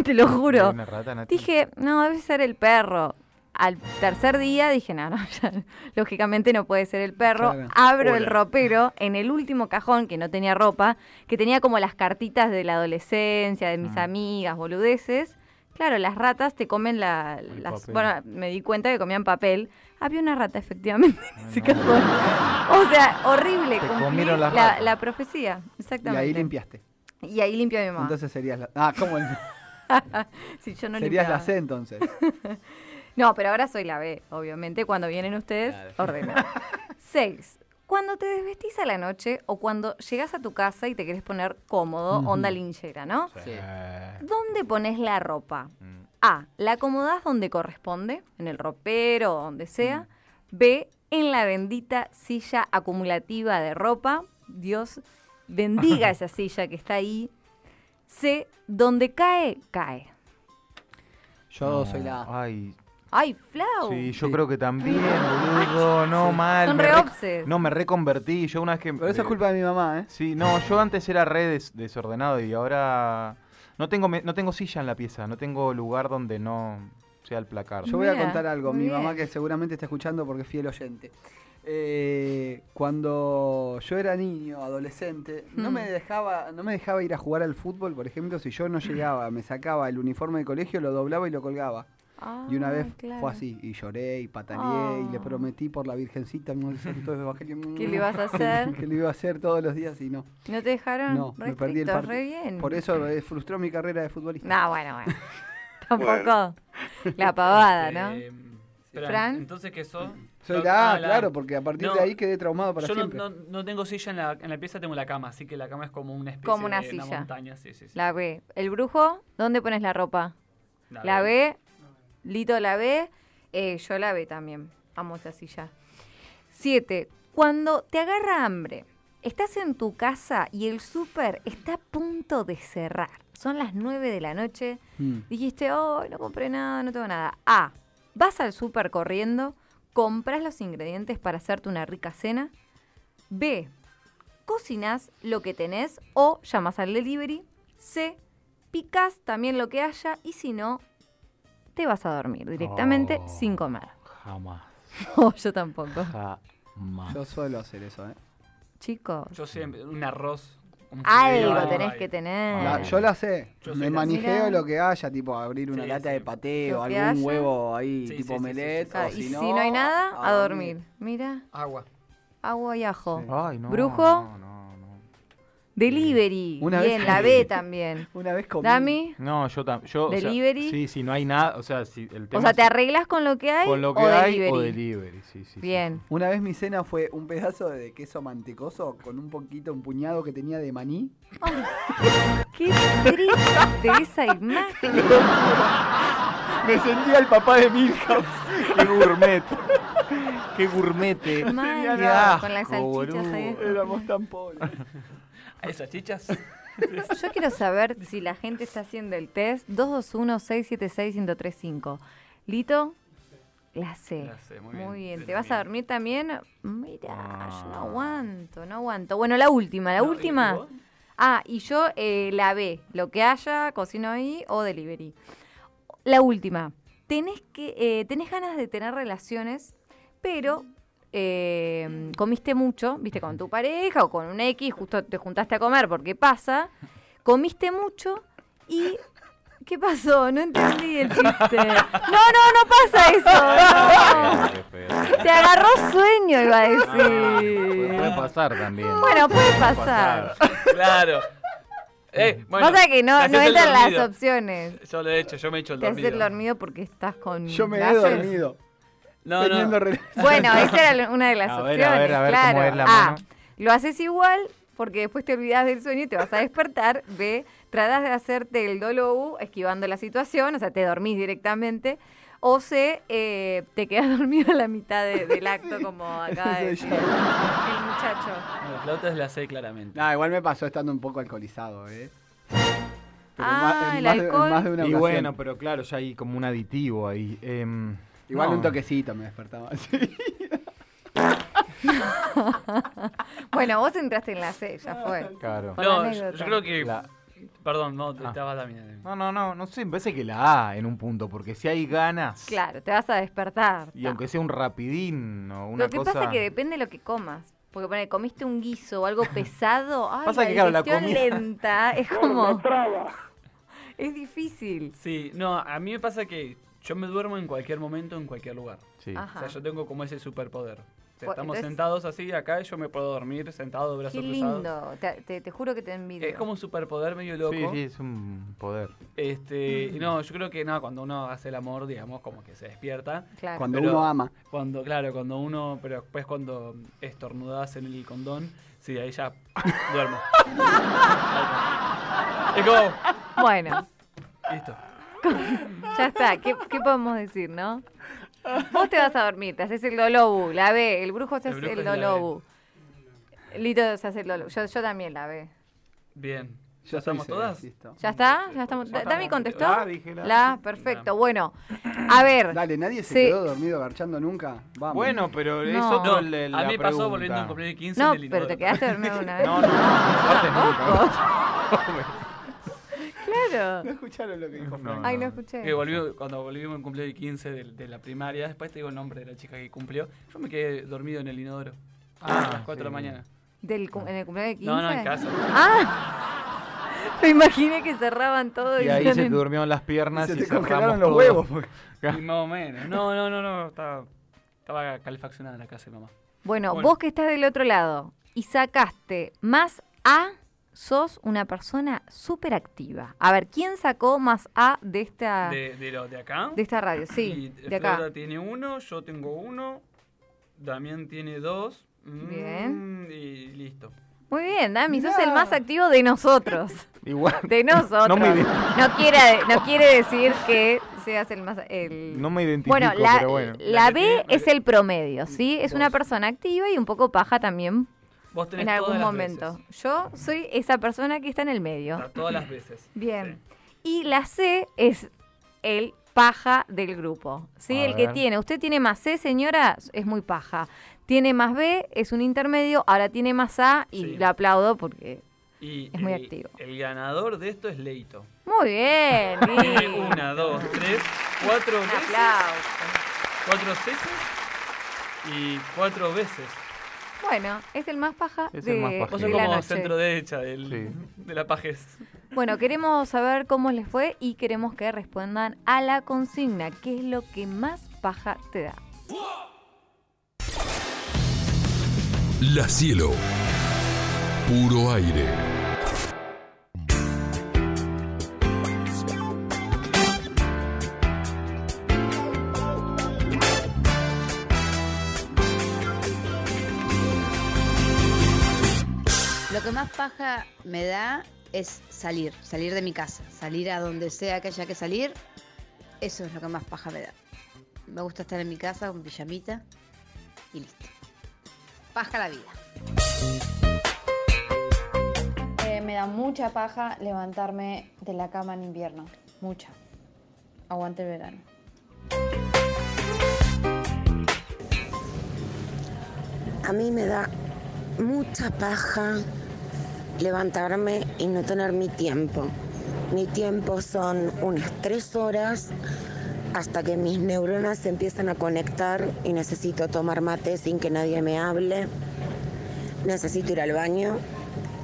Te lo juro. Una rata, Nati. Dije, no, debe ser el perro. Al tercer día dije, no, no, ya, lógicamente no puede ser el perro. Claro. Abro el ropero en el último cajón que no tenía ropa, que tenía como las cartitas de la adolescencia, de mis amigas, boludeces. Claro, las ratas te comen la, El las... papel. Bueno, me di cuenta que comían papel. Había una rata, efectivamente, en ese no. cajón. O sea, horrible. Te cumplí comieron las la, ratas. la profecía, Y exactamente. ahí limpiaste. Y ahí limpio a mi mamá. Entonces serías la. Ah, ¿cómo? si yo no serías la limpiaba. C entonces. No, pero ahora soy la B, obviamente. Cuando vienen ustedes, ordeno. 6. Cuando te desvestís a la noche o cuando llegas a tu casa y te querés poner cómodo, onda linchera, ¿no? Eh, ¿Dónde pones la ropa? Mm. A. La acomodás donde corresponde, en el ropero o donde Mm. sea. B. En la bendita silla acumulativa de ropa. Dios bendiga esa silla que está ahí. C. Donde cae, cae. Yo no. soy la A. Ay, ¡Ay, Flau! sí, yo creo que también, boludo. No, mal. Son me re re- obses. No, me reconvertí. Yo una vez que. Pero eso es culpa de mi mamá, ¿eh? Sí, no, yo antes era re des- desordenado y ahora. No tengo, me- no tengo silla en la pieza, no tengo lugar donde no sea el placar. Yo voy a Mira, contar algo. muy Mi mamá, bien. que seguramente está escuchando porque es fiel oyente. Eh, cuando yo era niño, adolescente, no Hmm. me dejaba, no me dejaba ir a jugar al fútbol, por ejemplo, si yo no llegaba, me sacaba el uniforme de colegio, lo doblaba y lo colgaba. Y una Ah, vez claro. fue así, y lloré, y pataleé, y le Ah. prometí por la Virgencita, mi santo evangelio, ¿Qué le ibas a hacer? que le iba a hacer todos los días y no. ¿No te dejaron? No, me perdí el Restricto, re partido. bien. Por eso eh, frustró mi carrera de futbolista. No, bueno, bueno. Tampoco. La pavada, Eh, ¿no? espera, Fran. Entonces, ¿qué soy? Soy Yo- la A, ah, la- claro, porque a partir No, de ahí quedé traumado para Yo no, siempre. no- no tengo silla en la, en la pieza, tengo la cama, así que la cama es como una especie Como una de silla. montaña. Sí, sí, sí. La B. ¿El brujo? ¿Dónde pones la ropa? La La B. B. Lito la B. Eh, yo la B también. Amo esa silla. Siete. Cuando te agarra hambre, estás en tu casa y el súper está a punto de cerrar. Son las 9 de la noche. Mm. Dijiste, oh, no compré nada, no tengo nada. A. Vas al súper corriendo, compras los ingredientes para hacerte una rica cena. B. Cocinas lo que tenés o llamas al delivery. C. Picas también lo que haya y si no, te vas a dormir directamente Oh. sin comer. Jamás. No, yo tampoco. Jamás. Yo suelo hacer eso, ¿eh? Chicos, Yo siempre, un arroz. un algo fideo, tenés ay. que tener. La- Ah. yo la sé. Yo me soy la- manijeo Mirá. lo que haya, tipo abrir una Sí, lata sí. de pateo, Lo que algún haya. huevo ahí, tipo Sí, sí, sí, sí, omelet. sí. Ah, o y si no hay nada, a dormir. Mira, Agua. agua y ajo. Ay, no. Brujo. No, no, no. Delivery. Una vez Bien, la comí. B también. Una vez comí. Dami. No, yo también. Yo, o sea, Delivery. sí, sí, no hay nada. O sea, si el tema O sea, es ¿te arreglas con lo que hay? Con lo que o hay delivery? o delivery. Sí, sí, sí. Bien. Una vez mi cena fue un pedazo de queso mantecoso con un poquito, un puñado que tenía de maní. Qué triste esa imagen. Me sentía el papá de Milhouse. Qué gourmet. Qué gourmete. Mario, Qué asco, con las salchichas ahí. boludo. Éramos tan pobres. ¿Hay salchichas? Yo quiero saber si la gente está haciendo el test. 221-676-1035. ¿Lito? La C. La C, muy muy, bien. bien. Yo ¿Te vas a también. dormir también? Mm. Mira, yo no Ah. aguanto, no aguanto. Bueno, la última, la No, ¿y- y última. vos? Ah, y yo eh, la B, lo que haya, cocino ahí o delivery. La última, tenés, que, eh, tenés ganas de tener relaciones, pero eh, comiste mucho, viste, con tu pareja o con un X, justo te juntaste a comer porque pasa, comiste mucho y... ¿Qué pasó? No entendí el chiste. No, no, no pasa eso. no. Qué feo. Te agarró sueño, iba a Puede puede decir. pasar también. Bueno, puede pasar. Claro. Eh, bueno, Pasa que no, te no haces el entran las dormido. opciones. Yo lo he hecho, yo me he hecho el Te haces dormido. el dormido porque estás con. Yo me he gases. dormido. No, teniendo no. relaciones. Bueno, esa era la- una de las A ver, opciones. a ver, a ver cómo claro. es la A, mano. Lo haces igual porque después te olvidas del sueño y te vas a despertar. B, tratas de hacerte el W esquivando la situación, o sea, te dormís directamente. O C, eh, te quedas dormido a la mitad de- del acto, como acaba de soy decir yo. el muchacho. La flauta es la C, claramente. Nah, igual me pasó estando un poco alcoholizado, ¿eh? Pero en Ah, más- en el más de- en alcohol. más de una Y ocasión. bueno, pero claro, ya hay como un aditivo ahí. em, Igual no. un toquecito me despertaba. sí. Bueno, vos entraste en la C, ya fue. Claro. Con No, la yo, anécdota. yo creo que. La- Perdón, no, te Ah. estaba también. No, no, no, no sé, me parece que la A en un punto, porque si hay ganas, Claro, te vas a despertar. y ta. aunque sea un rapidín o una lo que cosa... pasa es que depende de lo que comas. Porque ponele, comiste un guiso o algo pesado, ay, Pasa la que, claro, la digestión comida- lenta es como... Es difícil. Sí, no, a mí me pasa que yo me duermo en cualquier momento, en cualquier lugar. Sí. O Ajá. sea, yo tengo como ese superpoder. O sea, Bueno, estamos entonces- sentados así acá y yo me puedo dormir sentado, Qué brazos cruzados. lindo. Te, te- te juro que te envidio. Es como un superpoder medio loco. Sí, sí, es un poder. Este, y no, yo creo que no, cuando uno hace el amor, digamos, como que se despierta. Claro. Cuando Pero- uno ama. Cuando, claro, cuando uno, pero después cuando estornudas en el condón, sí, ahí ya duermo. es como, Eh, Bueno, listo. ya está. ¿Qué, qué podemos decir, no? Vos te vas a dormir, te haces el dolobu, la B. El brujo se El hace brujo el es la B. dolobu. Lito se hace el dolobu. Yo, yo también la B. Bien. ¿Ya Yo estamos hice, todas? listo. ¿Ya está? ¿Ya estamos? Da- ¿Dami contestó? Ah, dije la- perfecto. Bueno, a ver. Dale, nadie se Sí. quedó dormido garchando nunca. Vamos. Bueno, pero es No. otro No, el de la a mí me pasó pregunta. volviendo a cumplir 15 No, en el pero te inodoro. quedaste dormido una vez. No, no, no. Claro. No escucharon lo que dijo No, Frank. Ay, no Que escuché. volvió, cuando volvimos en cumplir el 15 de, de la primaria, después te digo el nombre de la chica que cumplió, yo me quedé dormido en el inodoro. Ah, a las 4 de la sí. mañana. Del, cum- ¿En el cumpleaños de 15? No, no, en casa. Ah, me imaginé que cerraban todo y, Y ahí iban se te en- durmieron las piernas Se y te cerramos congelaron los todo. huevos. porque- Y más o menos. No, no, no, no. Estaba, estaba calefaccionada la casa de mamá. Bueno, Bueno. vos que estás del otro lado y sacaste más A, sos una persona súper activa. A ver, ¿quién sacó más A de esta, Ah. de, De, de, lo, de acá. esta radio? Y Sí, de Flora acá. tiene uno, yo tengo uno, Damián tiene dos. mm, Bien. Y listo. Muy bien, Dami, sos el más activo de nosotros. Igual. De nosotros. No No, me ide- quiere, no quiere decir que seas el más... El... No me identifico, bueno, la, pero bueno. la La que B tiene- es el promedio, ¿sí? Es una Vos. persona activa y un poco paja también Vos tenés en todas algún las momento. veces. Yo soy esa persona que está en el medio. A Todas las veces. Bien. Y la C es el paja del grupo. ¿Sí? A el que ver. tiene. Usted tiene más C, señora, es muy paja. Tiene más B, es un intermedio. Ahora tiene más A y Sí. lo aplaudo porque. Sí. Y eh, Es muy el- activo. El ganador de esto es Leito. Muy bien. Tiene Lili. una, dos, tres, cuatro Un veces. aplauso. Cuatro ceses y cuatro veces. Bueno, es el más paja Es de, el más paja. Vos de sos la como noche. centro derecha del, Sí. de la Pajes. Bueno, queremos saber cómo les fue y queremos que respondan a la consigna. ¿Qué es lo que más paja te da? La cielo. Puro aire. Lo que más paja me da es salir, salir de mi casa, salir a donde sea que haya que salir. Eso es lo que más paja me da. Me gusta estar en mi casa con pijamita y listo. Paja la vida. Eh, me da mucha paja levantarme de la cama en invierno. Mucha. Aguante el verano. A mí me da mucha paja levantarme y no tener mi tiempo. Mi tiempo son unas tres horas hasta que mis neuronas se empiezan a conectar y necesito tomar mate sin que nadie me hable. Necesito ir al baño,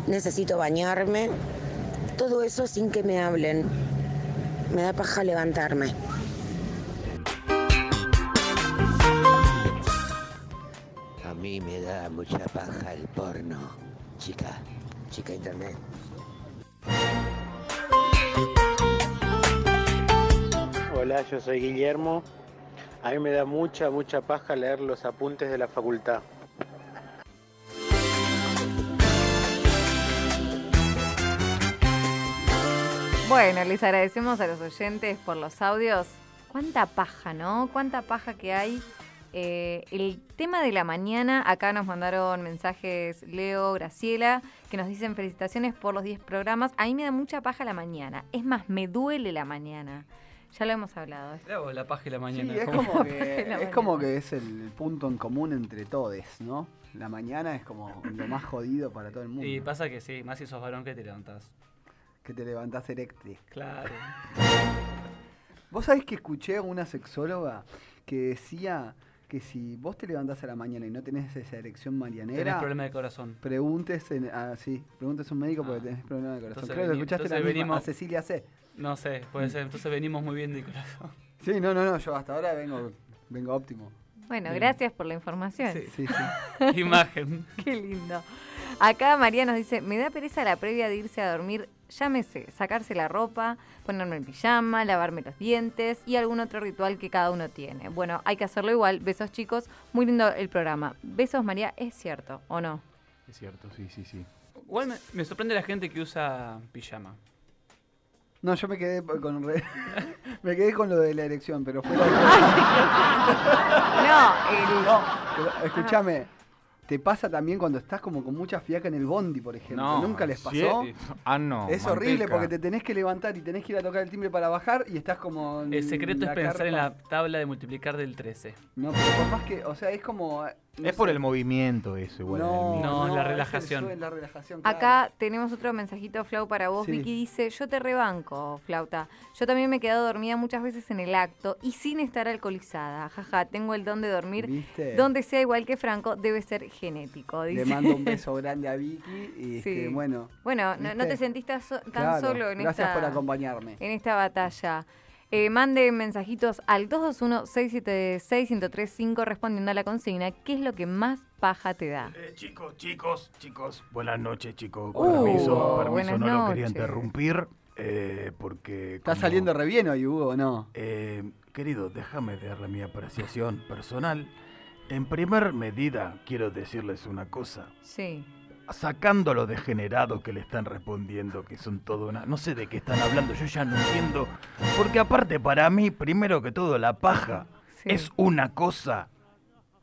necesito bañarme. Todo eso sin que me hablen. Me da paja levantarme. A mí me da mucha paja el porno. Chica, chica internet. Hola, yo soy Guillermo. A mí me da mucha, mucha paja leer los apuntes de la facultad. Bueno, les agradecemos a los oyentes por los audios. Cuánta paja, ¿no? Cuánta paja que hay. Eh, el tema de la mañana, acá nos mandaron mensajes Leo, Graciela, que nos dicen felicitaciones por los 10 programas. A mí me da mucha paja la mañana. Es más, me duele la mañana. Ya lo hemos hablado. Mirá vos, la paja y la Sí, mañana. es ¿Cómo? como, de la que, es mañana. como que es el punto en común entre todos, ¿no? La mañana es como lo más jodido para todo el mundo. Y pasa que sí, más si sos varón que te levantás. que te levantás erecte. Claro. Vos sabés que escuché a una sexóloga que decía que si vos te levantás a la mañana y no tenés esa erección Tenés marianera, problema de corazón. preguntes en- ah, sí, preguntes a un médico porque Ah. tenés problema de corazón. Entonces Claro, lo veni- escuchaste la entonces misma, a venimos- Cecilia C. No sé, puede ser. Entonces venimos muy bien de corazón. Sí, no, no, no, yo hasta ahora vengo, vengo óptimo. Bueno, Bien. gracias por la información. Sí, sí, Qué imagen. Qué lindo. Acá María nos dice, me da pereza la previa de irse a dormir, llámese, sacarse la ropa, ponerme el pijama, lavarme los dientes y algún otro ritual que cada uno tiene. Bueno, hay que hacerlo igual. Besos chicos, muy lindo el programa. Besos María, es cierto, ¿o no? Es cierto, sí, sí, sí. Igual me, me sorprende la gente que usa pijama. No, yo me quedé con re- me quedé con lo de la erección, pero fue la- Ah, No, No, pero escúchame. ¿Te pasa también cuando estás como con mucha fiaca en el bondi, por ejemplo? No, ¿Nunca les sí, pasó? eh, ah, no, Es horrible manteca. porque te tenés que levantar y tenés que ir a tocar el timbre para bajar y estás como... en El secreto Mm, es la pensar en carpa. la tabla de multiplicar del 13. No, pero por más que... O sea, es como... eh, no es por sé. el movimiento eso, igual. No, el- no, es la es el relajación. sue- la relajación, claro. Acá tenemos otro mensajito, Flau, para vos. Sí. Vicky dice, yo te rebanco, Flauta. Yo también me he quedado dormida muchas veces en el acto y sin estar alcoholizada. Jaja, tengo el don de dormir. ¿Viste? Donde sea igual que Franco, debe ser genético. Dice. Le mando un beso grande a Vicky y este, Sí. bueno. Bueno, no, no ¿viste? te sentiste so- tan Claro, solo en Gracias esta... por acompañarme. en esta batalla. Eh, mande mensajitos al 221-676-1035 respondiendo a la consigna, ¿qué es lo que más paja te da? Eh, chicos, chicos, chicos. Buenas noches, chicos. Uh, permiso, permiso, buenas no lo quería noches. interrumpir. eh, porque. Está como- saliendo re bien hoy, Hugo, ¿no? Eh, querido, déjame darle mi apreciación personal. En primer medida, quiero decirles una cosa. Sí. Sacando los degenerados que le están respondiendo, que son todo una... No sé de qué están hablando, yo ya no entiendo. Porque aparte para mí, primero que todo, la paja es una cosa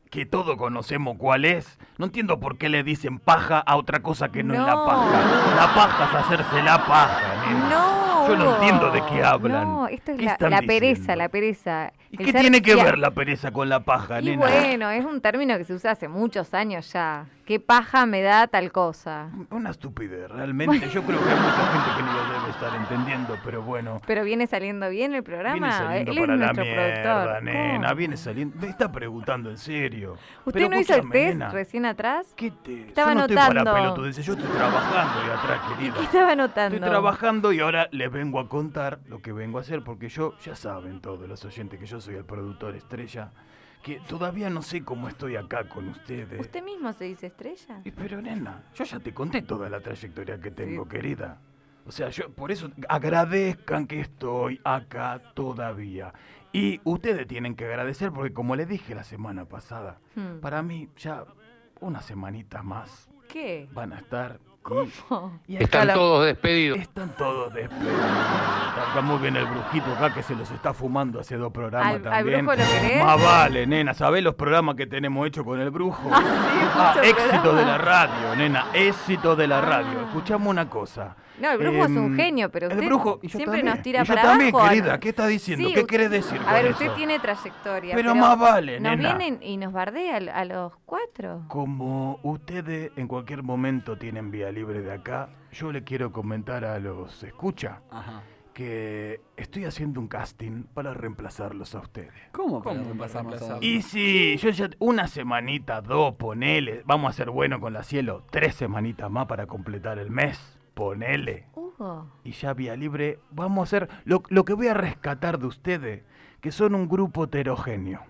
que todos conocemos cuál es. No entiendo por qué le dicen paja a otra cosa que no, es la No. paja. La paja es hacerse la paja, nena. No, Yo no Hugo. entiendo de qué hablan. No, esto es ¿Qué la, están la diciendo? pereza, la pereza. ¿Y El qué ser tiene que fia- ver la pereza con la paja, Y nena? bueno, es un término que se usa hace muchos años ya. ¿Qué paja me da tal cosa? Una estupidez, realmente. Yo creo que hay mucha gente que no lo debe estar entendiendo, pero bueno. Pero viene saliendo bien el Viene programa. saliendo Él es para la nuestro mierda, productor. nena. ¿Cómo? Viene saliendo. Me está preguntando en serio. ¿Usted Pero no hizo el escúchame, test nena, recién atrás? yo Estaba no estoy para anotando. pelotudeces, yo estoy trabajando ahí atrás, querida. ¿Qué estaba anotando? Estoy trabajando y ahora les vengo a contar lo que vengo a hacer, porque yo, ya saben todos los oyentes que yo soy el productor estrella, que todavía no sé cómo estoy acá con ustedes. ¿Usted mismo se dice estrella? Pero nena, yo ya te conté toda la trayectoria que tengo, querida. O sea, yo por eso agradezcan que estoy acá todavía. Y ustedes tienen que agradecer porque como les dije la semana pasada, Hmm. para mí ya unas semanitas más ¿Qué? van a estar. y- y acá Están la- todos despedidos. Están todos despedidos. Está muy bien el brujito acá que se los está fumando hace dos programas ¿Al- al también. brujo lo querés? Más vale, nena. ¿Sabés los programas que tenemos hechos con el brujo? Ah, mucho éxito programa. de la radio, nena. Éxito de Ah. la radio. Escuchamos una cosa. No, el brujo es un Em, genio, pero el usted brujo, y yo siempre también, nos tira y yo para también, abajo. querida, ¿qué está diciendo? ¿Qué u- querés decir A con ver, usted eso? tiene trayectoria. Pero más vale, Nos nena. vienen y nos bardea al- a, los cuatro. Como ustedes en cualquier momento tienen vía libre de acá, yo le quiero comentar a los escucha que estoy haciendo un casting para reemplazarlos a ustedes. ¿Cómo? ¿Cómo para para reemplazarnos a reemplazar? vos? Y sí, yo ya una semanita, dos, ponele. Vamos a ser bueno con la cielo. Tres semanitas más para completar el mes. Ponele. Hugo. Y ya vía libre, vamos a hacer lo, lo que voy a rescatar de ustedes, que son un grupo heterogéneo.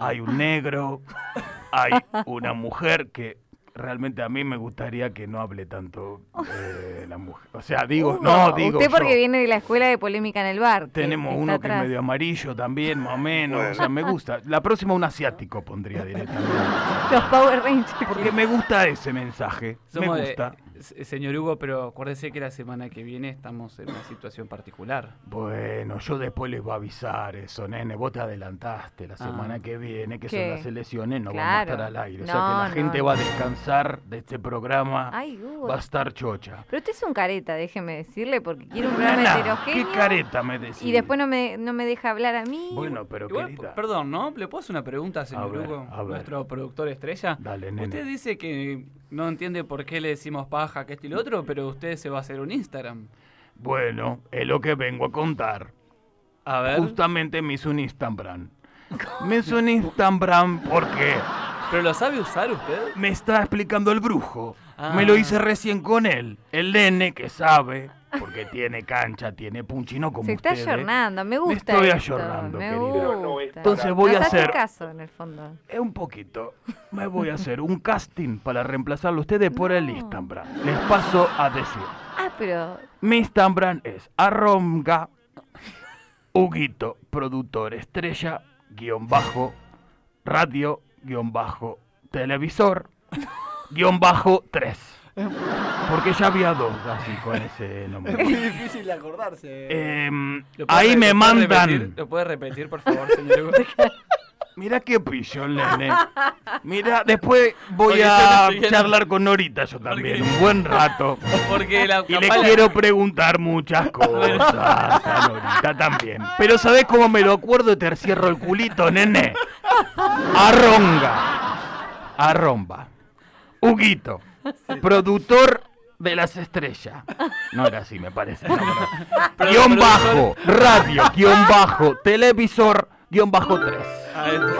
Hay un negro, hay una mujer que realmente a mí me gustaría que no hable tanto eh, la mujer. O sea, digo, Hugo, no, digo. Uh, Usted porque yo. viene de la escuela de polémica en el bar. que Tenemos está uno que es atrás. medio amarillo también, más o menos. O sea, me gusta. La próxima un asiático pondría directamente. Los Power Rangers. Porque me gusta ese mensaje. Somos me de- gusta. se- señor Hugo, pero acuérdese que la semana que viene estamos en una situación particular. Bueno, yo después les voy a avisar eso, nene. Vos te adelantaste la Ah. semana que viene, que ¿Qué? son las elecciones, no vamos a Claro. estar al aire. No, o sea que la no, gente no. va a descansar de este programa. Ay, Hugo. va a estar chocha. Pero usted es un careta, déjeme decirle, porque quiere un programa Nena, heterogéneo. ¿Qué careta me decís? Y después no me, no me deja hablar a mí. Bueno, pero Igual, querida. Perdón, ¿no? ¿Le puedo hacer una pregunta, señor ver, Hugo? a ver. Nuestro productor estrella. Dale, nene. Usted dice que no entiende por qué le decimos paja, que esto y lo otro, pero usted se va a hacer un Instagram. Bueno, es lo que vengo a contar. A ver. Justamente me hizo un Instagram. Me hizo un Instagram porque... ¿Pero lo sabe usar usted? Me está explicando el brujo. Ah. Me lo hice recién con él. El nene que sabe Porque tiene cancha, tiene punchino como Se está ustedes. ayornando, me Me gusta. estoy esto, ayornando, me querida. gusta. Entonces voy Nos a hace hacer- caso, en el fondo. Es un poquito. Me voy a hacer un casting para reemplazarlo a ustedes por el Instagram. Les paso a decir. Ah, pero. Mi Instagram es arronga, Huguito, productor estrella, guión bajo, radio, guión bajo, televisor, guión bajo 3. Porque ya había dos así con ese Es nombre. muy difícil de acordarse. Eh, Em, ¿Lo puede ahí re- me lo puede mandan. repetir? ¿Lo puede repetir, por favor, señor Hugo? Mira qué pillo, nene. Mira, después voy Porque yo no a estoy viendo. charlar con Norita yo también, un buen rato. Porque la Y le capaz la- quiero preguntar muchas cosas a Norita también. Pero ¿sabés cómo me lo acuerdo? Te cierro el culito, nene. Arronga. Arromba. Huguito. Productor de las estrellas. No era así, me parece. no, pero- guión bajo, radio, guión bajo, televisor, guión bajo 3. Muy bien,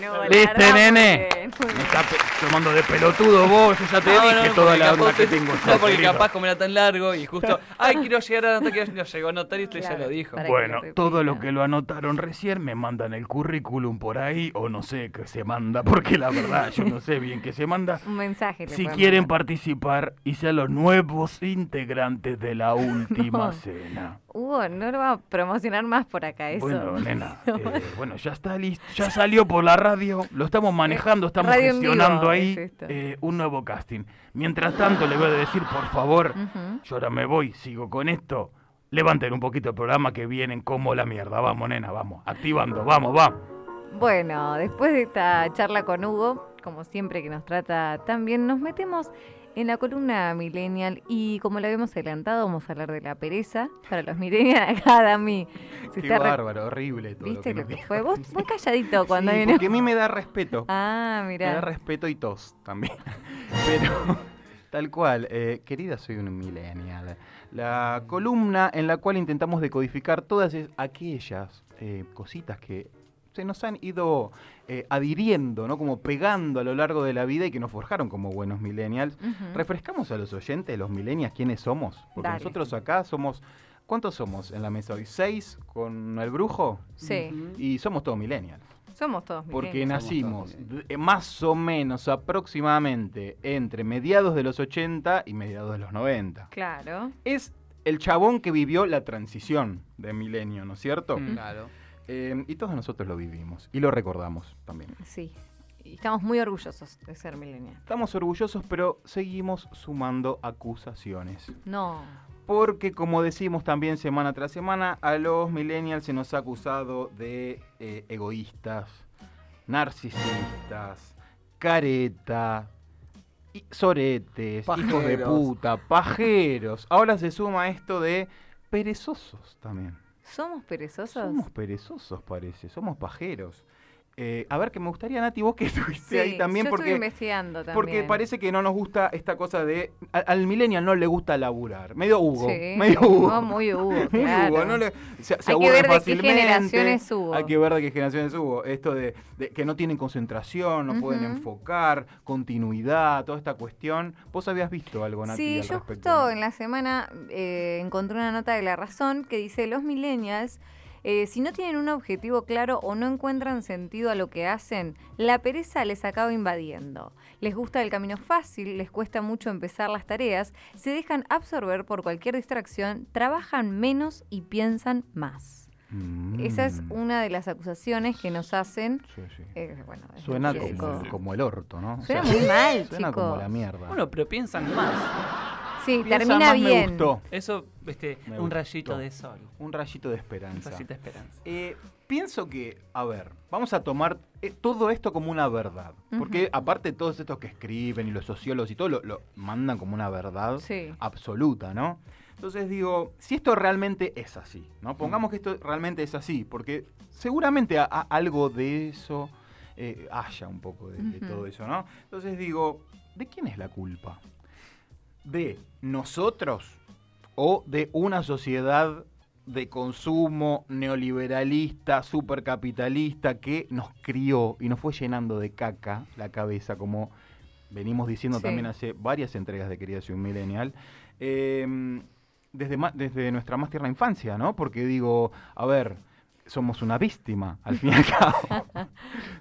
Hugo, la ¿Viste, verdad, muy nene? bien. Me está pe- tomando de pelotudo vos, yo ya te No, dije no, toda Ah, porque la capaz onda que usted- tengo. yo, No, porque querido. capaz como era tan largo y justo, ay, quiero llegar a notar, quiero... no llegó a notar y usted ya lo dijo. Bueno, todo lo que lo anotaron recién me mandan el currículum por ahí o no sé qué se manda, porque la verdad yo no sé bien qué se manda. Un mensaje. le Si podemos quieren mandar. participar y sean los nuevos integrantes de la última No. cena. Hugo, no lo va a promocionar más por acá, eso. Bueno, nena, eh, bueno, ya está listo, ya salió por la radio, lo estamos manejando, estamos radio en vivo gestionando ahí es esto. eh, un nuevo casting. Mientras tanto, le voy a decir, por favor, Ujú. Yo ahora me voy, sigo con esto. Levanten un poquito el programa que vienen como la mierda. Vamos, nena, vamos. Activando, vamos, vamos. Bueno, después de esta charla con Hugo, como siempre que nos trata tan bien, nos metemos en la columna Millennial y como lo habíamos adelantado, vamos a hablar de la pereza para los Millennial acá, Dami. Qué está re- bárbaro, horrible todo. ¿Viste lo lo que que fue? Vos, vos calladito cuando viene. Porque a mí me da respeto. Ah, Me da mirá. respeto y tos también. Pero, tal cual, eh, querida, soy un millennial. La columna en la cual intentamos decodificar todas es- aquellas eh, cositas que se nos han ido eh, adhiriendo, ¿no? Como pegando a lo largo de la vida y que nos forjaron como buenos millennials. Ujú. Refrescamos a los oyentes, los millennials, quiénes somos. Porque Dale. nosotros acá somos... ¿Cuántos somos en la mesa hoy? ¿Seis con el brujo? Sí. Y somos todos millennials. Somos todos Porque millennials. nacimos de- eh, más o menos aproximadamente entre mediados de los 80 y mediados de los 90. Claro. Es el chabón que vivió la transición de milenio, ¿no es cierto? Claro. y todos nosotros lo vivimos y lo recordamos también. Sí. Y estamos muy orgullosos de ser Millennial. Estamos orgullosos, pero seguimos sumando acusaciones. No. Porque como decimos también semana tras semana, a los millennials se nos ha acusado de eh, egoístas, narcisistas, careta, y- soretes, hijos de Pajeros. puta, pajeros. Ahora se suma esto de perezosos también. ¿Somos perezosos? Somos perezosos parece, somos pajeros. Eh, a ver, que me gustaría, Nati, vos que estuviste Sí, ahí también, yo estuve porque investigando también. porque parece que no nos gusta esta cosa de. a- Al, millennial no le gusta laburar. Medio Hugo. Sí. Medio Hugo. No, muy Hugo, Muy claro. Hugo, no le- se, se Hay que aburre ver de qué fácilmente. generaciones Hugo. Hay que ver de qué generaciones Hugo. Esto de, de que no tienen concentración, no pueden Ujú. enfocar, continuidad, toda esta cuestión. ¿Vos habías visto algo, Nati, Sí, al yo respecto? justo en la semana eh, encontré una nota de La Razón que dice, los millennials, eh, si no tienen un objetivo claro o no encuentran sentido a lo que hacen, la pereza les acaba invadiendo. Les gusta el camino fácil, les cuesta mucho empezar las tareas, se dejan absorber por cualquier distracción, trabajan menos y piensan más. Esa Mm. es una de las acusaciones que nos hacen. Sí, sí. eh, bueno, desde Suena chico. como, como el orto, ¿no? Suena muy mal, Suena como chicos. la mierda. Bueno, pero piensan más. Sí, Piensan termina más, bien. Eso, este, Me un gustó. rayito de sol. Un rayito de esperanza. Un rayito de esperanza. Eh, pienso que, a ver, vamos a tomar eh, todo esto como una verdad. Porque aparte todos estos que escriben y los sociólogos y todo lo, lo mandan como una verdad Sí. absoluta, ¿no? Entonces digo, si esto realmente es así, ¿no? Pongamos que esto realmente es así, porque seguramente a- a- algo de eso eh, haya un poco de, de Ujú. todo eso, ¿no? Entonces digo, ¿de quién es la culpa? ¿De nosotros o de una sociedad de consumo neoliberalista, supercapitalista, que nos crió y nos fue llenando de caca la cabeza, como venimos diciendo Sí. también hace varias entregas de Querida Soy un Millennial? Eh, desde, ma- desde nuestra más tierna infancia, ¿no? Porque digo, a ver, somos una víctima, al fin y al cabo.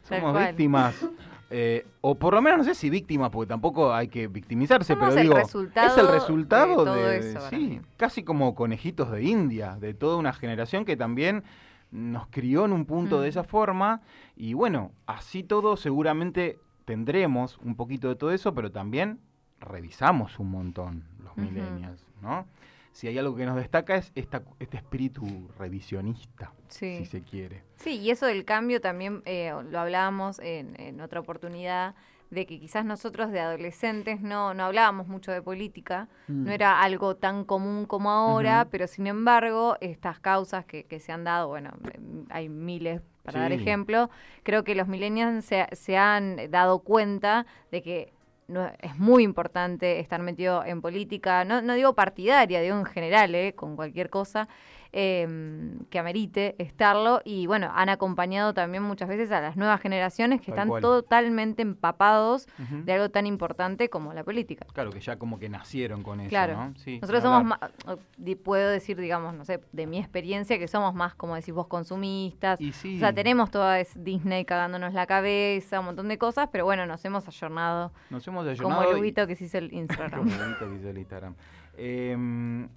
somos cual. víctimas. eh, o por lo menos no sé si víctimas, porque tampoco hay que victimizarse, Somos pero el digo, resultado es el resultado de todo de- eso, para sí, mí. casi como conejitos de India, de toda una generación que también nos crió en un punto de Mm. esa forma y bueno, así todo seguramente tendremos un poquito de todo eso, pero también revisamos un montón los Ujú. millennials, ¿no? Si hay algo que nos destaca es esta, este espíritu revisionista, Sí. si se quiere. Sí, y eso del cambio también eh, lo hablábamos en, en otra oportunidad, de que quizás nosotros de adolescentes no, no hablábamos mucho de política, Mm. no era algo tan común como ahora, Ujú. pero sin embargo, estas causas que, que se han dado, bueno, em, hay miles para dar Sí. ejemplo, creo que los millennials se, se han dado cuenta de que no- es muy importante estar metido en política, no, no digo partidaria, digo en general, eh, con cualquier cosa eh, que amerite estarlo. Y bueno, han acompañado también muchas veces a las nuevas generaciones que Tal están cual. totalmente empapados Ujú. de algo tan importante como la política. Claro, que ya como que nacieron con eso, Claro, ¿no? Sí, nosotros ni somos hablar. más, o- di- puedo decir, digamos, no sé, de mi experiencia, que somos más, como decís vos, consumistas. O sea, sí. tenemos toda es- Disney cagándonos la cabeza, un montón de cosas, pero bueno, nos hemos ayornado. Nos hemos Como ayornado el y- lubito que se hizo el Como Instagram. el lobito que hizo el Instagram. Eh,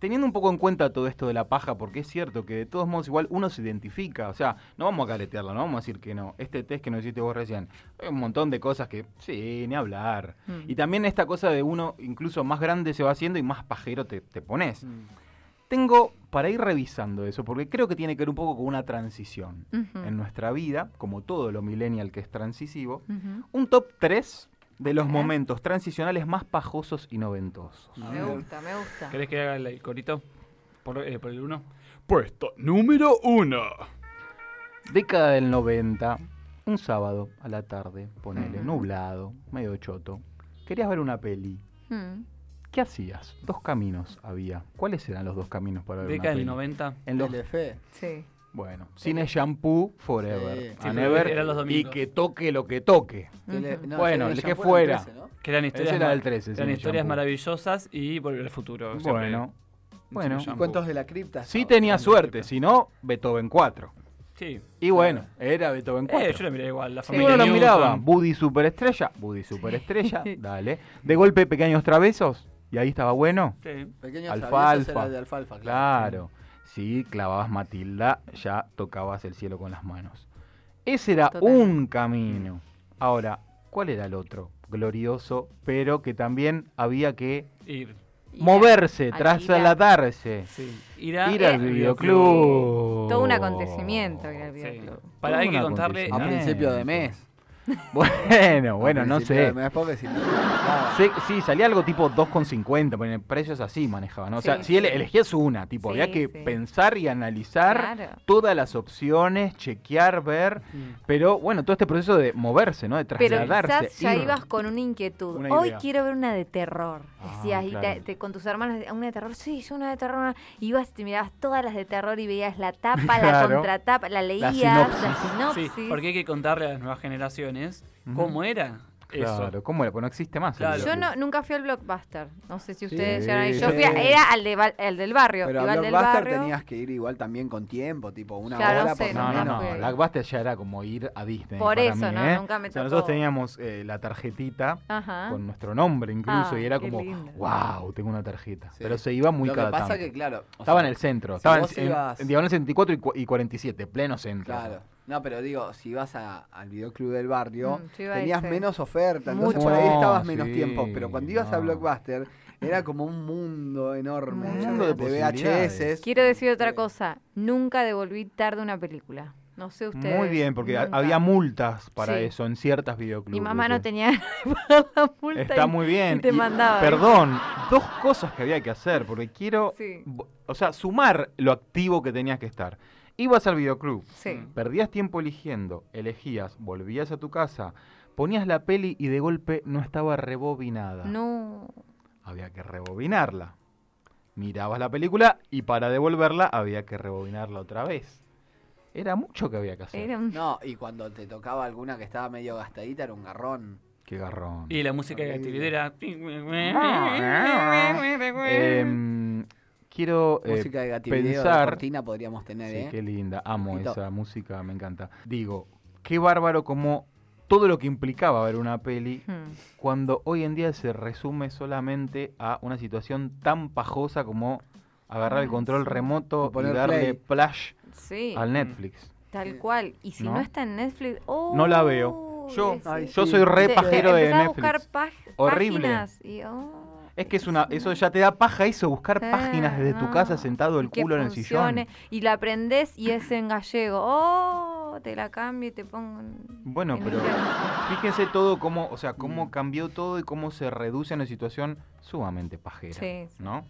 teniendo un poco en cuenta todo esto de la paja, porque es cierto que de todos modos igual uno se identifica, o sea, no vamos a caretearla, no vamos a decir que no. Este test que nos hiciste vos recién, hay un montón de cosas que, sí, ni hablar. Mm. Y también esta cosa de uno incluso más grande se va haciendo y más pajero te, te pones. Mm. Tengo para ir revisando eso, porque creo que tiene que ver un poco con una transición Ujú. en nuestra vida, como todo lo millennial que es transisivo, Ujú. un top 3 de los momentos transicionales más pajosos y noventosos. Me gusta, me gusta. Ah, ¿Querés que haga el, el corito? Por, eh, por el 1. Puesto número 1. Década del 90, un sábado a la tarde, ponele, Ujú. nublado, medio choto. Querías ver una peli. Mm. ¿Qué hacías? Dos caminos había. ¿Cuáles eran los dos caminos para ver Década una del peli? 90. En los Sí. Bueno, cine shampoo forever. Sí, a pero never, eran los y domingos. que toque lo que toque. Tele- no, bueno, Cine el que Shampoo fuera. era el 13, ¿no? Que eran historias Ese era ma- del 13. eran Cine historias Shampoo. maravillosas y volver al futuro. siempre. Bueno, bueno. Cine Shampoo. Cuentos de la cripta. Sí tenía suerte, si no, Beethoven 4. Sí. Y bueno, era Beethoven 4. Eh, yo lo miré igual, la Sí. familia Uno lo Newton. miraba, Buddy Superestrella, Buddy Superestrella, dale. De golpe, Pequeños Travesos, y ahí estaba bueno. Sí. Pequeños alfalfa. Travesos era de Alfalfa, claro. Si clavabas Matilda, ya tocabas el cielo con las manos. Ese era Total. un camino. Ahora, ¿cuál era el otro? Glorioso, pero que también había que Ir. moverse, Ir a- trasladarse. Sí. Ir a- al Eh, videoclub. Todo un acontecimiento ir al videoclub. Para, Todo hay un que contarle. acontecimiento. mes. Bueno, bueno, no principio sé. de mes, porque si no- Sí, sí, salía algo tipo 2,50, pero en precios así manejaba, ¿no? O sea, Sí, si él sí. elegías una, tipo, Sí, había que sí. pensar y analizar Claro. todas las opciones, chequear, ver, pero bueno, todo este proceso de moverse, ¿no? De Pero trasladarse. quizás ya ir. ibas con una inquietud. Una Hoy idea. quiero ver una de terror. Ah, Decías, y te- claro. te- con tus hermanos, una de terror. Sí, yo una de terror. una- Ibas, te mirabas todas las de terror y veías la tapa, la Claro. contratapa, la leías, la sinopsis. Sí, porque hay que contarle a las nuevas generaciones cómo era Claro, eso. ¿cómo era? Pues no existe más. el Claro. Yo videoclub. no, nunca fui al Blockbuster. No sé si Sí. ustedes llegaron ahí. Yo Sí. fui a- era al, de, ba- al del barrio. Pero iba a al del Blockbuster barrio. tenías que ir igual también con tiempo, tipo una Claro, hora sé, por lo No, no, menos. no. fue. Blackbuster ya era como ir a Disney. Por para eso, mí, no, ¿eh? nunca me O sea, tocó. nosotros teníamos eh, la tarjetita Ajá. con nuestro nombre incluso Ah, y era qué como, lindo. wow, tengo una tarjeta. Pero se iba muy Lo que cada pasa tanto. que, claro, o estaba sea, en el centro, si estaba en, vos en- ibas- en diagonal 74 y, cu- y 47, pleno centro. Claro. No, pero digo, si vas a- al videoclub del barrio, Mm, yo iba a tenías ese. menos oferta, entonces Mucho. por ahí estabas No, menos sí, tiempo. Pero cuando ibas a no. Blockbuster, era como un mundo enorme mundo de posibilidades. VHS. Quiero decir otra cosa. Nunca devolví tarde una película. No sé ustedes. Muy bien, porque ha- nunca. había multas para Sí. eso en ciertas ¿eh? videoclubs. Mi mamá no ¿viste? tenía para la multa. Está y- muy bien. Y te Y, mandaba. Perdón, dos cosas que había que hacer, porque quiero, Sí. bo- o sea, sumar lo activo que tenías que estar. Ibas al videoclub, Sí. perdías tiempo eligiendo, elegías, volvías a tu casa, ponías la peli y de golpe no estaba rebobinada. No. Había que rebobinarla. Mirabas la película y para devolverla había que rebobinarla otra vez. Era mucho que había que hacer. No, y cuando te tocaba alguna que estaba medio gastadita, era un garrón. Qué garrón. Y la música de la actividad era. Ah. Em, quiero eh, Música de gatillo de pensar. cortina podríamos tener, Sí, ¿eh? qué linda. Amo Ojito. esa música, me encanta. Digo, qué bárbaro como todo lo que implicaba ver una peli, Hmm. cuando hoy en día se resume solamente a una situación tan pajosa como agarrar el Ah, control sí. remoto Y y, poner darle play. flash Sí. Hmm. al Netflix. Tal cual. Y si no, ¿No? está en Netflix. ¡oh! No la veo. Yo, Ese. Ay, yo sí. soy re Te- pajero de empezás a Netflix. buscar paj- Horrible. páginas y, oh, Es que es una, eso ya te da paja eso, buscar páginas desde tu no. casa sentado el Ah, que culo en el sillón. funcione. Y la aprendés y es en gallego. ¡Oh! Te la cambio y te pongo. en- Mm. Bueno, en pero inglés. fíjense todo cómo, o sea, cómo cambió todo y cómo se reduce a una situación sumamente pajera, Sí, sí. ¿no?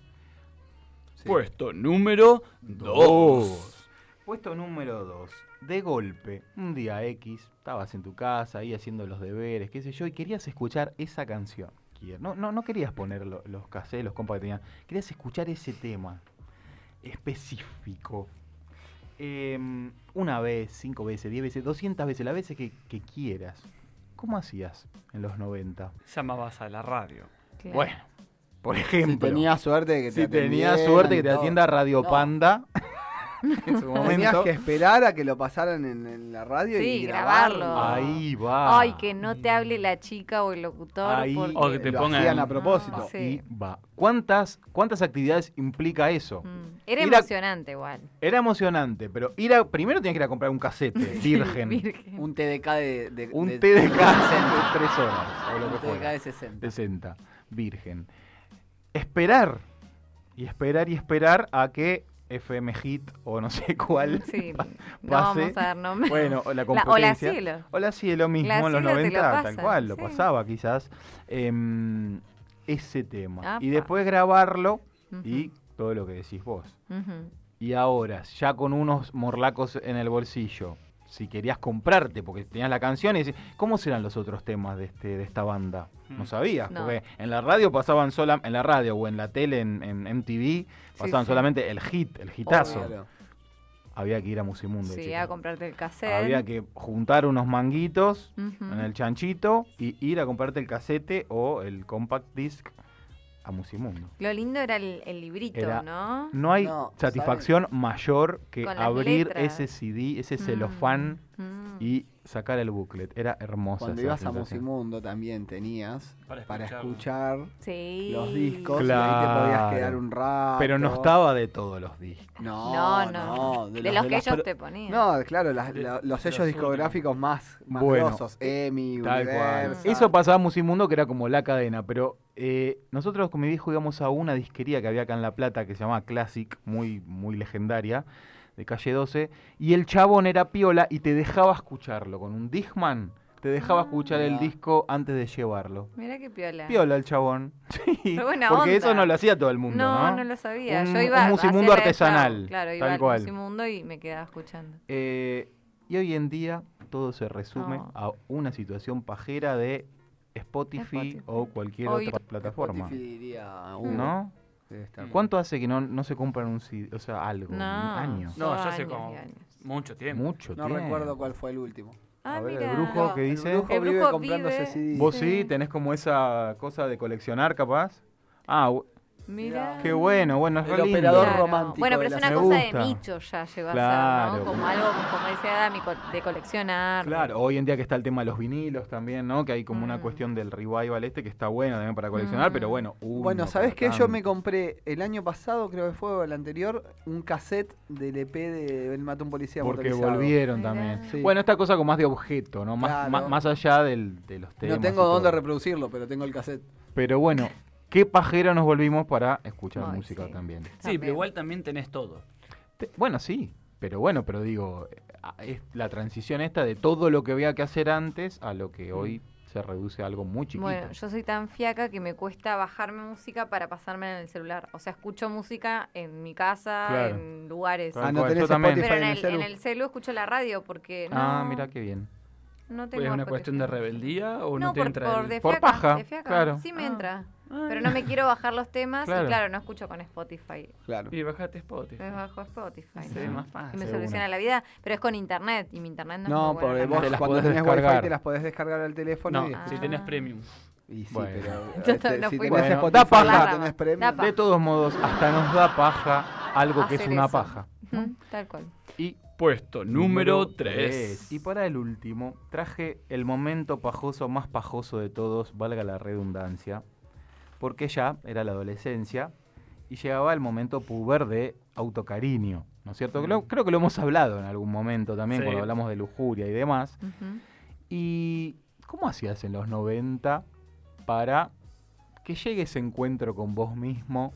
Puesto número 2. Puesto número 2. De golpe, un día X, estabas en tu casa ahí haciendo los deberes, qué sé yo, y querías escuchar esa canción. Kier. No, no, no querías poner lo- los cassettes, los compas que tenían. Querías escuchar ese tema específico. Em, una vez, cinco veces, diez veces, doscientas veces, las veces que, que quieras. ¿Cómo hacías en los 90? Llamabas a la radio. Claro. Bueno, por ejemplo. Si tenías suerte de que te Si tenías atendieran suerte que y te todo. atienda Radio No. Panda. en su Tenías momento. que esperar a que lo pasaran en, en la radio Sí, y grabarlo. grabarlo. Ahí va. Ay, que no te hable la chica o el locutor. Ah, Ahí porque- lo hacían a propósito. No, sí. Ahí va. ¿Cuántas, ¿Cuántas actividades implica eso? Mm. Era Ir a- emocionante igual. Era emocionante, pero ir a, primero tenías que ir a comprar un casete virgen. Un TDK de, de- Un de- TDK de tres horas. O lo Un que TDK fuera. de 60. 60, virgen. Esperar. Y esperar y esperar a que FM Hit o no sé cuál Sí, pa- no pase. vamos a dar nombres. Bueno, o la La- o la competencia. Cielo. O la Cielo mismo La en los Cielo te lo 90, tal pasan, cual, lo sí. pasaba quizás. Em, ese tema. Y Apa. después grabarlo y todo lo que decís vos. Ujú. Y ahora, ya con unos morlacos en el bolsillo, si querías comprarte, porque tenías la canción y decís, ¿cómo serán los otros temas de, este, de esta banda? No sabías, Mm. No. porque en la radio pasaban sola, en la radio o en la tele, en, en MTV, pasaban sí. solamente el hit, el hitazo. Obvio. Había que ir a Musimundo. Sí, chicos. a comprarte el cassette. Había que juntar unos manguitos Ujú. en el chanchito y ir a comprarte el casete o el compact disc a Musimundo. Lo lindo era el, el librito, Era- ¿no? No hay satisfacción mayor que Con las abrir letras. Mm. ese CD, ese celofán y sacar el booklet. Era hermosa. Cuando esa ibas a sensación. Musimundo también tenías Para para, escuchar Sí. los discos y ahí te podías Claro. quedar un rato. Pero no estaba de todos los discos. No, No, no, no. De los que las ellos pro- te ponían. No, claro, las- la- los sellos últimos. discográficos más, más Bueno. eh, grosos. EMI, Tal cual. Universal. Eso pasaba en Musimundo, que era como la cadena, pero eh, nosotros con mi viejo íbamos a una disquería que había acá en La Plata que se llamaba Classic, muy, muy legendaria, de calle 12, y el chabón era piola y te dejaba escucharlo con un Discman. Te dejaba escuchar el mirá. disco antes de llevarlo. Mirá Ah, qué piola. Piola el chabón. Sí, Pero buena porque onda. eso no lo hacía todo el mundo, ¿no? no, lo sabía. Un- Yo iba un a musimundo hacer la de Flau. artesanal, Claro, iba tal al cual. musimundo y me quedaba escuchando. Eh, y hoy en día todo se resume No. a una situación pajera de Spotify, Spotify. o cualquier O otra YouTube. plataforma. Spotify diría, uh, ¿No? debe estar ¿Cuánto hace que no, no se compran un CD, o sea, algo? ¿Un Mm. No. año? No, yo hace años y como años. mucho tiempo. Mucho No tiempo. recuerdo cuál fue el último. Ah, a ver, mira. el brujo que dice... brujo El vive brujo comprándose vive- CDs. ¿Vos Sí. sí tenés como esa cosa de coleccionar, capaz? Ah, bu- Mira. qué bueno, bueno. es El re lindo. operador Claro. romántico Bueno, pero de es la una Me cosa de gusta. nicho ya llegó a ser, Claro. ¿no? Como algo, como decía Dami, co- de coleccionar. Claro, hoy en día que está el tema de los vinilos también, ¿no? Que hay como Mm. una cuestión del revival este que está bueno también para coleccionar, pero bueno. uno Bueno, ¿sabés cada qué? Yo tanto. me compré el año pasado, creo que fue o el anterior, un cassette del EP de El Mató a un Policía Porque Motorizado. volvieron también. Sí. Bueno, esta cosa con más de objeto, ¿no? Más, Claro. más, más allá del- de los temas. No y tengo todo. dónde reproducirlo, pero tengo el cassette. Pero bueno, qué pajero nos volvimos para escuchar Ay, música sí. también. Sí, pero igual también tenés todo. Te- bueno, sí. Pero bueno, pero digo, eh, a- es la transición esta de todo lo que había que hacer antes a lo que hoy se reduce a algo muy chiquito. Mm. Bueno, yo soy tan fiaca que me cuesta bajarme música para pasarme en el celular. O sea, escucho música en mi casa, Claro. en lugares. Tal Ah, no cual, tenés yo también. Pero en Spotify en el el, en celu. el celu escucho la radio porque no, ah, mira qué bien. no tengo ¿Es una Spotify. cuestión de rebeldía o no, No, te por, entra por, el- de Por fiaca, paja, de fiaca. claro. Sí me entra. Pero no me quiero bajar los temas y Claro. claro, no escucho con Spotify. Claro. Y bajate Spotify. Me bajo Spotify. Se ve ¿no? más fácil. Y me De soluciona una. la vida. Pero es con internet. Y mi internet no, es No, muy bueno porque tampoco. vos Te las cuando podés tenés descargar. wifi te las podés descargar al teléfono. No, y si escuchar. tenés premium. Y sí, Bueno. pero. Yo este, no si fui tenés por- Bueno, Spotify, da no paja. tenés premio. Da paja. De todos modos, hasta nos da paja algo que es Hacer una eso. paja. Ujú, Tal cual. Y puesto número tres. 3. Y para el último, traje el momento pajoso más pajoso de todos, valga la redundancia, porque ya era la adolescencia y llegaba el momento puber de autocariño, ¿no es cierto? Que Mm. lo- creo que lo hemos hablado en algún momento también Sí. cuando hablamos de lujuria y demás. ¿Y cómo hacías en los 90 para que llegue ese encuentro con vos mismo?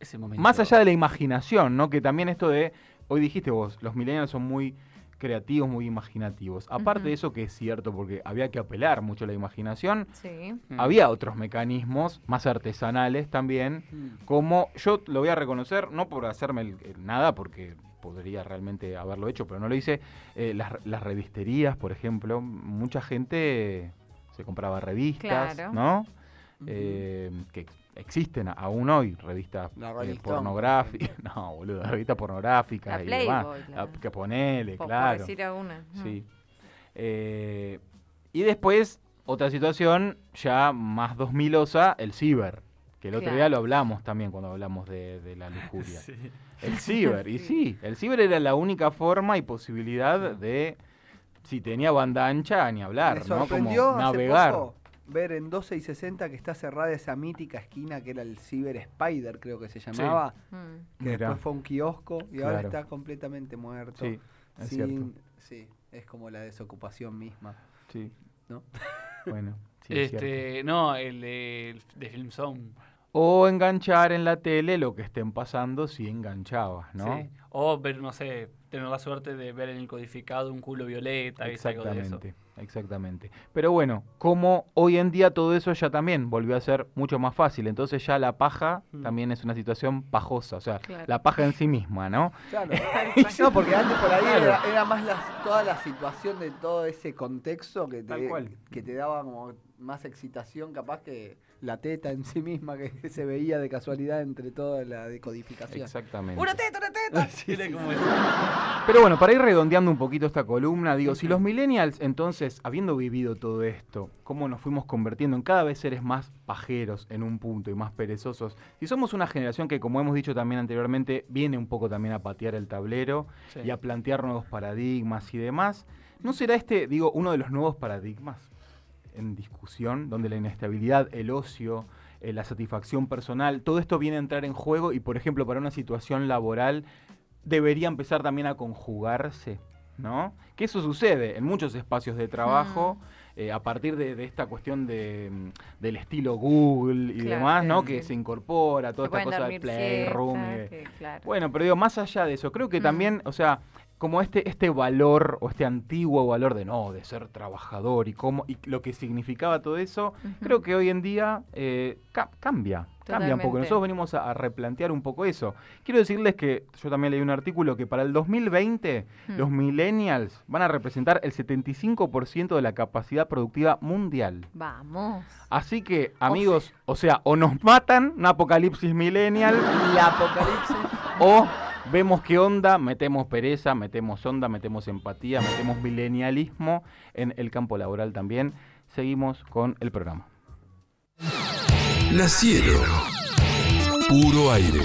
Ese momento. Más allá de la imaginación, ¿no? Que también esto de, hoy dijiste vos, los millennials son muy creativos, muy imaginativos. Aparte Ujú. de eso que es cierto, porque había que apelar mucho a la imaginación, Sí. había otros mecanismos más artesanales también, como yo lo voy a reconocer, no por hacerme el- el nada, porque podría realmente haberlo hecho, pero no lo hice. eh, las, las revisterías, por ejemplo, mucha gente se compraba revistas, Claro. ¿no? Eh, que existen aún hoy, revistas La eh, Rolling Stone, pornográficas, no, boludo, revistas pornográficas La y Playboy, demás. claro. Ah, Que ponele, Por- por claro. decir a una. Mm. Sí. Eh, y después, otra situación ya más 2000osa, el ciber. Que el otro Claro. día lo hablamos también cuando hablamos de, de la lujuria. Sí. El ciber, y sí, el ciber era la única forma y posibilidad de, si tenía banda ancha, ni hablar, Me ¿no? Como sorprendió hace navegar. poco ver en 12 y 60 que está cerrada esa mítica esquina que era el Cyber Spider, creo que se llamaba. Que Mm. Mirá. después fue un kiosco y ahora Claro. está completamente muerto. Sí, es Sin- Sí, es como la desocupación misma. Sí. ¿No? Bueno, sí, es cierto. este, no, el de, de Film Zone. O enganchar en la tele lo que estén pasando si enganchabas, ¿no? Sí. O ver, no sé, tener la suerte de ver en el codificado un culo violeta, ¿viste? Algo de eso. Exactamente, exactamente. Pero bueno, como hoy en día todo eso ya también volvió a ser mucho más fácil, entonces ya la paja también es una situación pajosa, o sea, Mm. Claro. la paja en sí misma, ¿no? Claro. no, porque antes por ahí Claro. era, era más las- toda la situación de todo ese contexto que te, que te daba como más excitación, capaz que la teta en sí misma que se veía de casualidad entre toda la decodificación. Exactamente. ¡Una teta, una teta! Era como Pero bueno, para ir redondeando un poquito esta columna, digo, si los millennials, entonces, habiendo vivido todo esto, cómo nos fuimos convirtiendo en cada vez seres más pajeros en un punto y más perezosos, si somos una generación que, como hemos dicho también anteriormente, viene un poco también a patear el tablero Sí. y a plantear nuevos paradigmas y demás, ¿no será este, digo, uno de los nuevos paradigmas en discusión, donde la inestabilidad, el ocio, eh, la satisfacción personal, todo esto viene a entrar en juego y, por ejemplo, para una situación laboral debería empezar también a conjugarse, ¿no? Que eso sucede en muchos espacios de trabajo. Mm. eh, a partir de, de esta cuestión de, mm, del estilo Google y Claro, demás, ¿no? sí, Que sí. se incorpora toda Que esta pueden cosa del dormir playroom. y siesta, de- que, claro. Mm. Bueno, pero digo, más allá de eso, creo que también, o sea, como este, este valor o este antiguo valor de no, de ser trabajador y cómo, y lo que significaba todo eso, creo que hoy en día eh, ca- cambia. Cambia un poco. Totalmente. Nosotros venimos a, a replantear un poco eso. Quiero decirles que yo también leí un artículo que para el 2020 Hmm. los millennials van a representar el 75% de la capacidad productiva mundial. Vamos. Así que, amigos, o sea, o nos matan, un apocalipsis millennial. O vemos qué onda, metemos pereza, metemos onda, metemos empatía, metemos milenialismo en el campo laboral también. Seguimos con el programa. La cielo. Puro aire.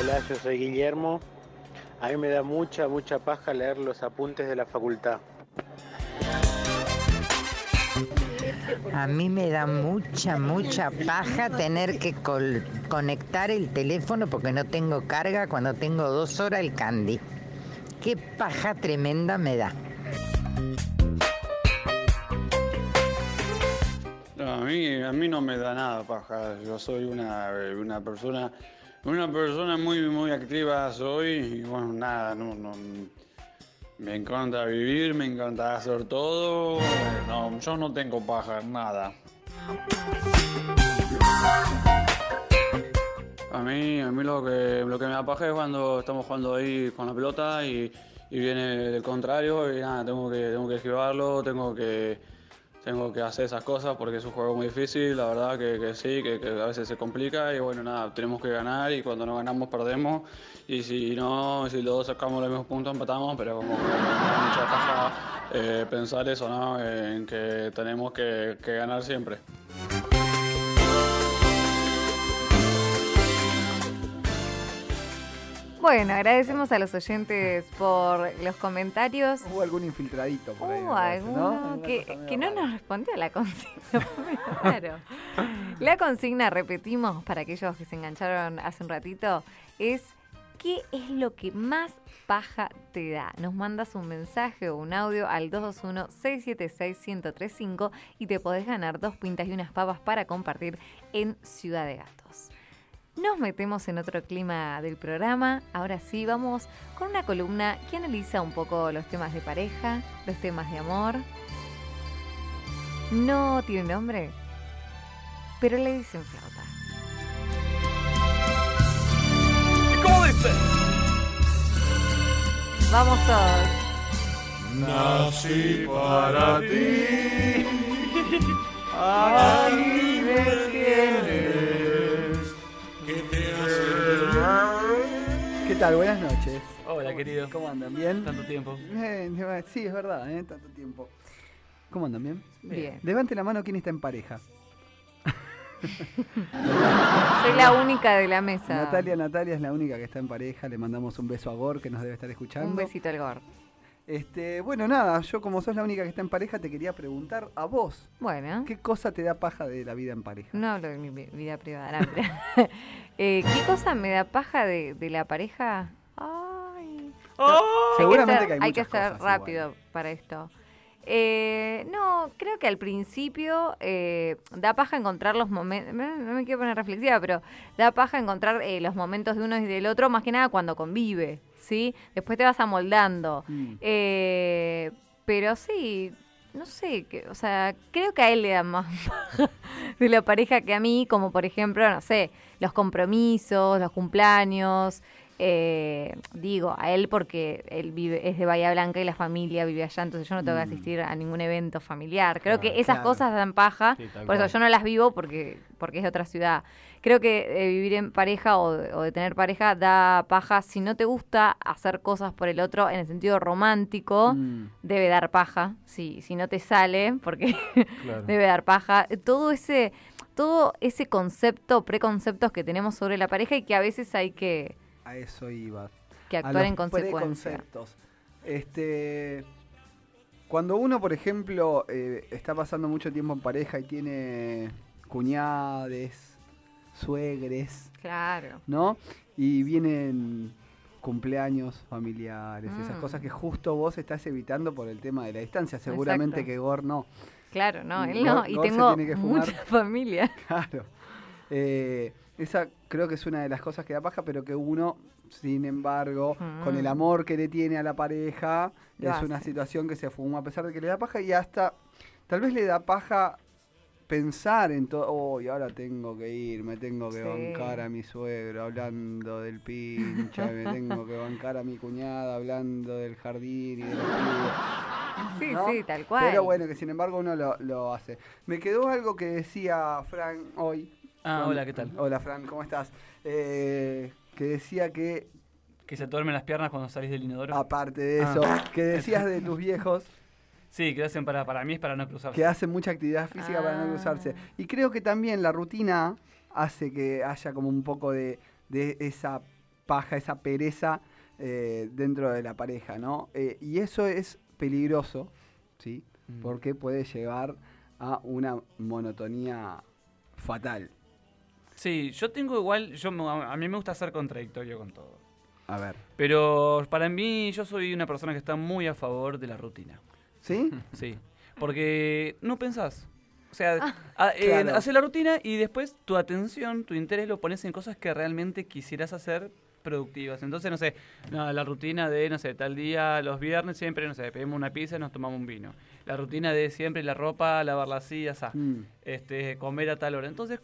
Hola, yo soy Guillermo. A mí me da mucha, mucha paja leer los apuntes de la facultad. A mí me da mucha, mucha paja tener que col- conectar el teléfono porque no tengo carga cuando tengo dos horas el candy. Qué paja tremenda me da. No, a mí, a mí no me da nada paja. Yo soy una, una persona, una persona muy, muy activa soy y bueno, nada, no, no. Me encanta vivir, me encanta hacer todo. No, yo no tengo paja, nada. A mí, a mí lo que, lo que me apaga es cuando estamos jugando ahí con la pelota y, y viene el contrario y nada, tengo que, tengo que esquivarlo, tengo que, tengo que hacer esas cosas porque es un juego muy difícil, la verdad que, que sí, que, que a veces se complica y bueno, nada, tenemos que ganar y cuando no ganamos perdemos y si no, si los dos sacamos los mismos puntos empatamos, pero como que me da mucha paja eh, pensar eso, ¿no? En que tenemos que, que ganar siempre. Bueno, agradecemos a los oyentes por los comentarios. Hubo algún infiltradito por ahí. me Hubo parece, alguno ¿no? que, que no nos respondió a la consigna. claro. La consigna, repetimos, para aquellos que se engancharon hace un ratito, es ¿qué es lo que más paja te da? Nos mandas un mensaje o un audio al 221-676-1035 y te podés ganar dos pintas y unas papas para compartir en Ciudad de Gatos. Nos metemos en otro clima del programa. Ahora sí, vamos con una columna que analiza un poco los temas de pareja, los temas de amor. No tiene nombre, pero le dicen flauta. ¿Y cómo dice? Vamos todos. Nací para ti. A mí me tienes. Que te ¿Qué tal? Buenas noches. Hola, querido. ¿Cómo andan? ¿Bien? Tanto tiempo. Eh, no, sí, es verdad, ¿eh? Tanto tiempo. ¿Cómo andan? ¿Bien? Bien. Levante la mano quien está en pareja. Soy la única de la mesa. Natalia, Natalia es la única que está en pareja. Le mandamos un beso a Gor, que nos debe estar escuchando. Un besito al Gor. Este, bueno, nada, yo como sos la única que está en pareja, te quería preguntar a vos. Bueno. ¿Qué cosa te da paja de la vida en pareja? No hablo de mi vi- vida privada. no, mentira. Eh, ¿Qué cosa me da paja de, de la pareja? Ay. Hay Seguramente ser- que hay que muchas ser cosas igual. rápido para esto. Eh, no, creo que al principio eh, da paja encontrar los momentos, no me quiero poner reflexiva, pero da paja encontrar eh, los momentos de uno y del otro, más que nada cuando convive, ¿sí? Después te vas amoldando. Mm. Mm. Eh, pero sí, no sé, que- o sea, creo que a él le da más paja de la pareja que a mí, como por ejemplo, no sé, los compromisos, los cumpleaños. eh, digo, a él porque él vive, es de Bahía Blanca y la familia vive allá, entonces yo no tengo que Mm. asistir a ningún evento familiar. Creo que Claro, esas claro. cosas dan paja, Sí, tal por eso cual. yo no las vivo porque, porque es de otra ciudad. Creo que eh, vivir en pareja o, de- o de tener pareja da paja si no te gusta hacer cosas por el otro en el sentido romántico Mm. debe dar paja, si, si no te sale, porque Claro. debe dar paja. Todo ese, todo ese concepto, preconceptos que tenemos sobre la pareja y que a veces hay que, A eso iba. que A actuar los en consecuencia. preconceptos. Este, cuando uno, por ejemplo, eh, está pasando mucho tiempo en pareja y tiene cuñades, suegres, Claro. ¿no? Y vienen cumpleaños familiares, esas Mm. cosas que justo vos estás evitando por el tema de la distancia. Seguramente Exacto. que Gor no. Claro, no, Gor- él no. Y Gor Mm, se tengo tiene que fumar. mucha familia. Claro. Eh, esa creo que es una de las cosas que da paja, pero que uno, sin embargo, con el amor que le tiene a la pareja, Mm. Lo es una hace. situación que se fuma a pesar de que le da paja y hasta tal vez le da paja pensar en todo, oh, y ahora tengo que ir, me tengo que Sí. bancar a mi suegro hablando del pincha, me tengo que bancar a mi cuñada hablando del jardín y de los pibes". Sí, ¿No? sí, tal cual. Pero bueno, que sin embargo uno lo, lo hace. Me quedó algo que decía Frank hoy. Ah, Fran- hola, ¿qué tal? Hola, Frank, ¿cómo estás? Eh, que decía que, Que se te duermen las piernas cuando salís del inodoro. aparte de eso, Ah. que decías de tus viejos Sí, que hacen para, para mí es para no cruzarse. que hacen mucha actividad física para no cruzarse. Y creo que también la rutina hace que haya como un poco de, de esa paja, esa pereza eh, dentro de la pareja, ¿no? Eh, y eso es peligroso, ¿sí? Mm. Porque puede llevar a una monotonía fatal. Sí, yo tengo igual, yo me- a mí me gusta ser contradictorio con todo. A ver. Pero para mí yo soy una persona que está muy a favor de la rutina. ¿Sí? Sí. Porque no pensás. O sea, ha- eh, claro. haces la rutina y después tu atención, tu interés lo pones en cosas que realmente quisieras hacer productivas. Entonces, no sé, no, la rutina de, no sé, tal día, los viernes siempre, no sé, pedimos una pizza y nos tomamos un vino. La rutina de siempre la ropa, lavarla así, asá. Mm. Este, comer a tal hora. Entonces,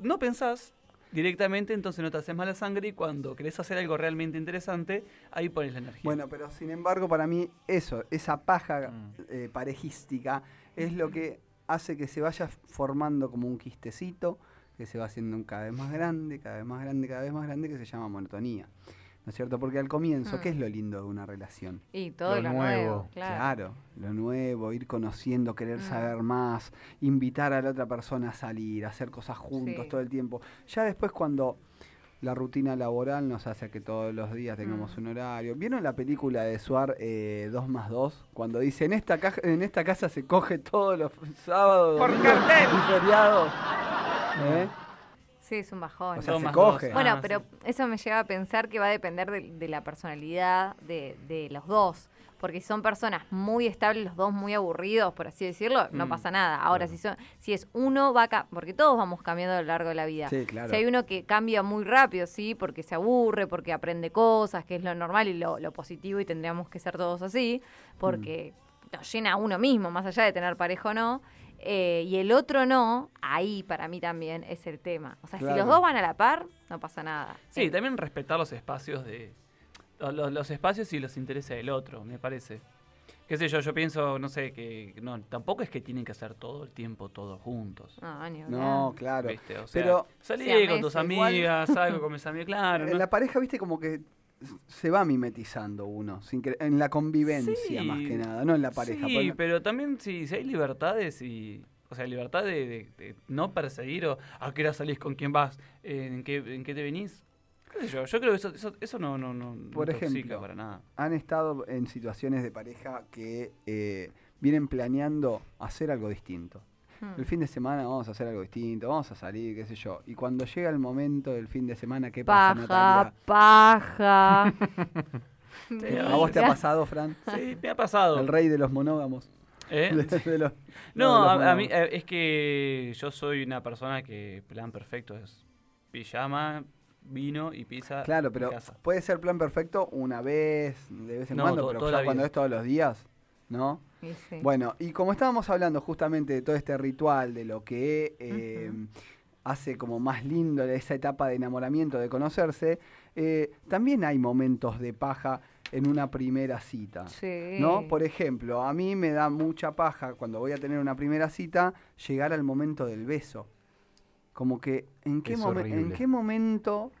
no pensás directamente, entonces no te haces mala sangre y cuando querés hacer algo realmente interesante, ahí pones la energía. Bueno, pero sin embargo, para mí, eso, esa paja eh, parejística, es lo que hace que se vaya formando como un quistecito que se va haciendo un cada vez más grande, cada vez más grande, cada vez más grande, que se llama monotonía. ¿No es cierto? Porque al comienzo, Mm. ¿qué es lo lindo de una relación? Y todo lo, nuevo, claro. Mm. Claro, lo nuevo, ir conociendo, querer saber más, invitar a la otra persona a salir, a hacer cosas juntos Sí. todo el tiempo. Ya después cuando la rutina laboral nos hace que todos los días tengamos Mm. un horario. ¿Vieron la película de Suar eh, 2 más 2? Cuando dice, en esta, caja, en esta casa se coge todos los ¿eh? sábados, domingos y feriados. ¿Eh? Ah, Sí, es un bajón. O sea, Dos se más dos. coge. Bueno, Ah, pero eso me lleva a pensar que va a depender de, de la personalidad de, de los dos. Porque si son personas muy estables, los dos muy aburridos, por así decirlo, no Mm, pasa nada. Ahora, si son, si es uno, va acá, porque todos vamos cambiando a lo largo de la vida. Sí, claro. Si hay uno que cambia muy rápido, sí, porque se aburre, porque aprende cosas, que es lo normal y lo, lo positivo, y tendríamos que ser todos así, porque Mm. nos llena a uno mismo, más allá de tener pareja o no, eh, y el otro no, ahí para mí también es el tema. O sea, si Claro. los dos van a la par, no pasa nada. Sí, también respetar los espacios de. lo- lo- Los, espacios y los intereses del otro, me parece. Qué sé yo, yo pienso, no sé, que no, tampoco es que tienen que hacer todo el tiempo todos juntos. No, Ah, ni hablar. No, claro. ¿Viste? O sea, Pero salí con tus amigas, salgo con mis amigas, claro. En ¿no? Eh, la pareja, viste, como que se va mimetizando uno, sin que- en la convivencia Sí. más que nada, no en la pareja. Sí, porque no- pero también si, si hay libertades y. O sea, libertad de, de- de no perseguir o a qué hora salís, con quién vas, en qué, en qué te venís. ¿Qué sé yo? yo creo que eso, eso, eso no, no, no, no Por intoxica ejemplo, para nada. han estado en situaciones de pareja que eh, vienen planeando hacer algo distinto. Hmm. El fin de semana vamos a hacer algo distinto, vamos a salir, qué sé yo. Y cuando llega el momento del fin de semana, ¿qué pasa, Natalia? Paja, paja. ¿A vos te ha Mira. pasado, Fran? Sí, me ha pasado. El rey de los monógamos. ¿Eh? De- de los- No, de los a, a mí monógamos. eh, es que yo soy una persona que plan perfecto es pijama, vino y pizza. Claro, y pero casa. puede ser plan perfecto una vez, de vez en No, cuando, to- pero toda ya la cuando vida. es todos los días, ¿no? Y sí. Bueno, y como estábamos hablando justamente de todo este ritual, de lo que eh, hace como más lindo esa etapa de enamoramiento, de conocerse, eh, también hay momentos de paja en una primera cita. Sí. ¿No? Por ejemplo, a mí me da mucha paja cuando voy a tener una primera cita llegar al momento del beso. Como que, ¿en qué, Es momen- ¿en horrible. qué momento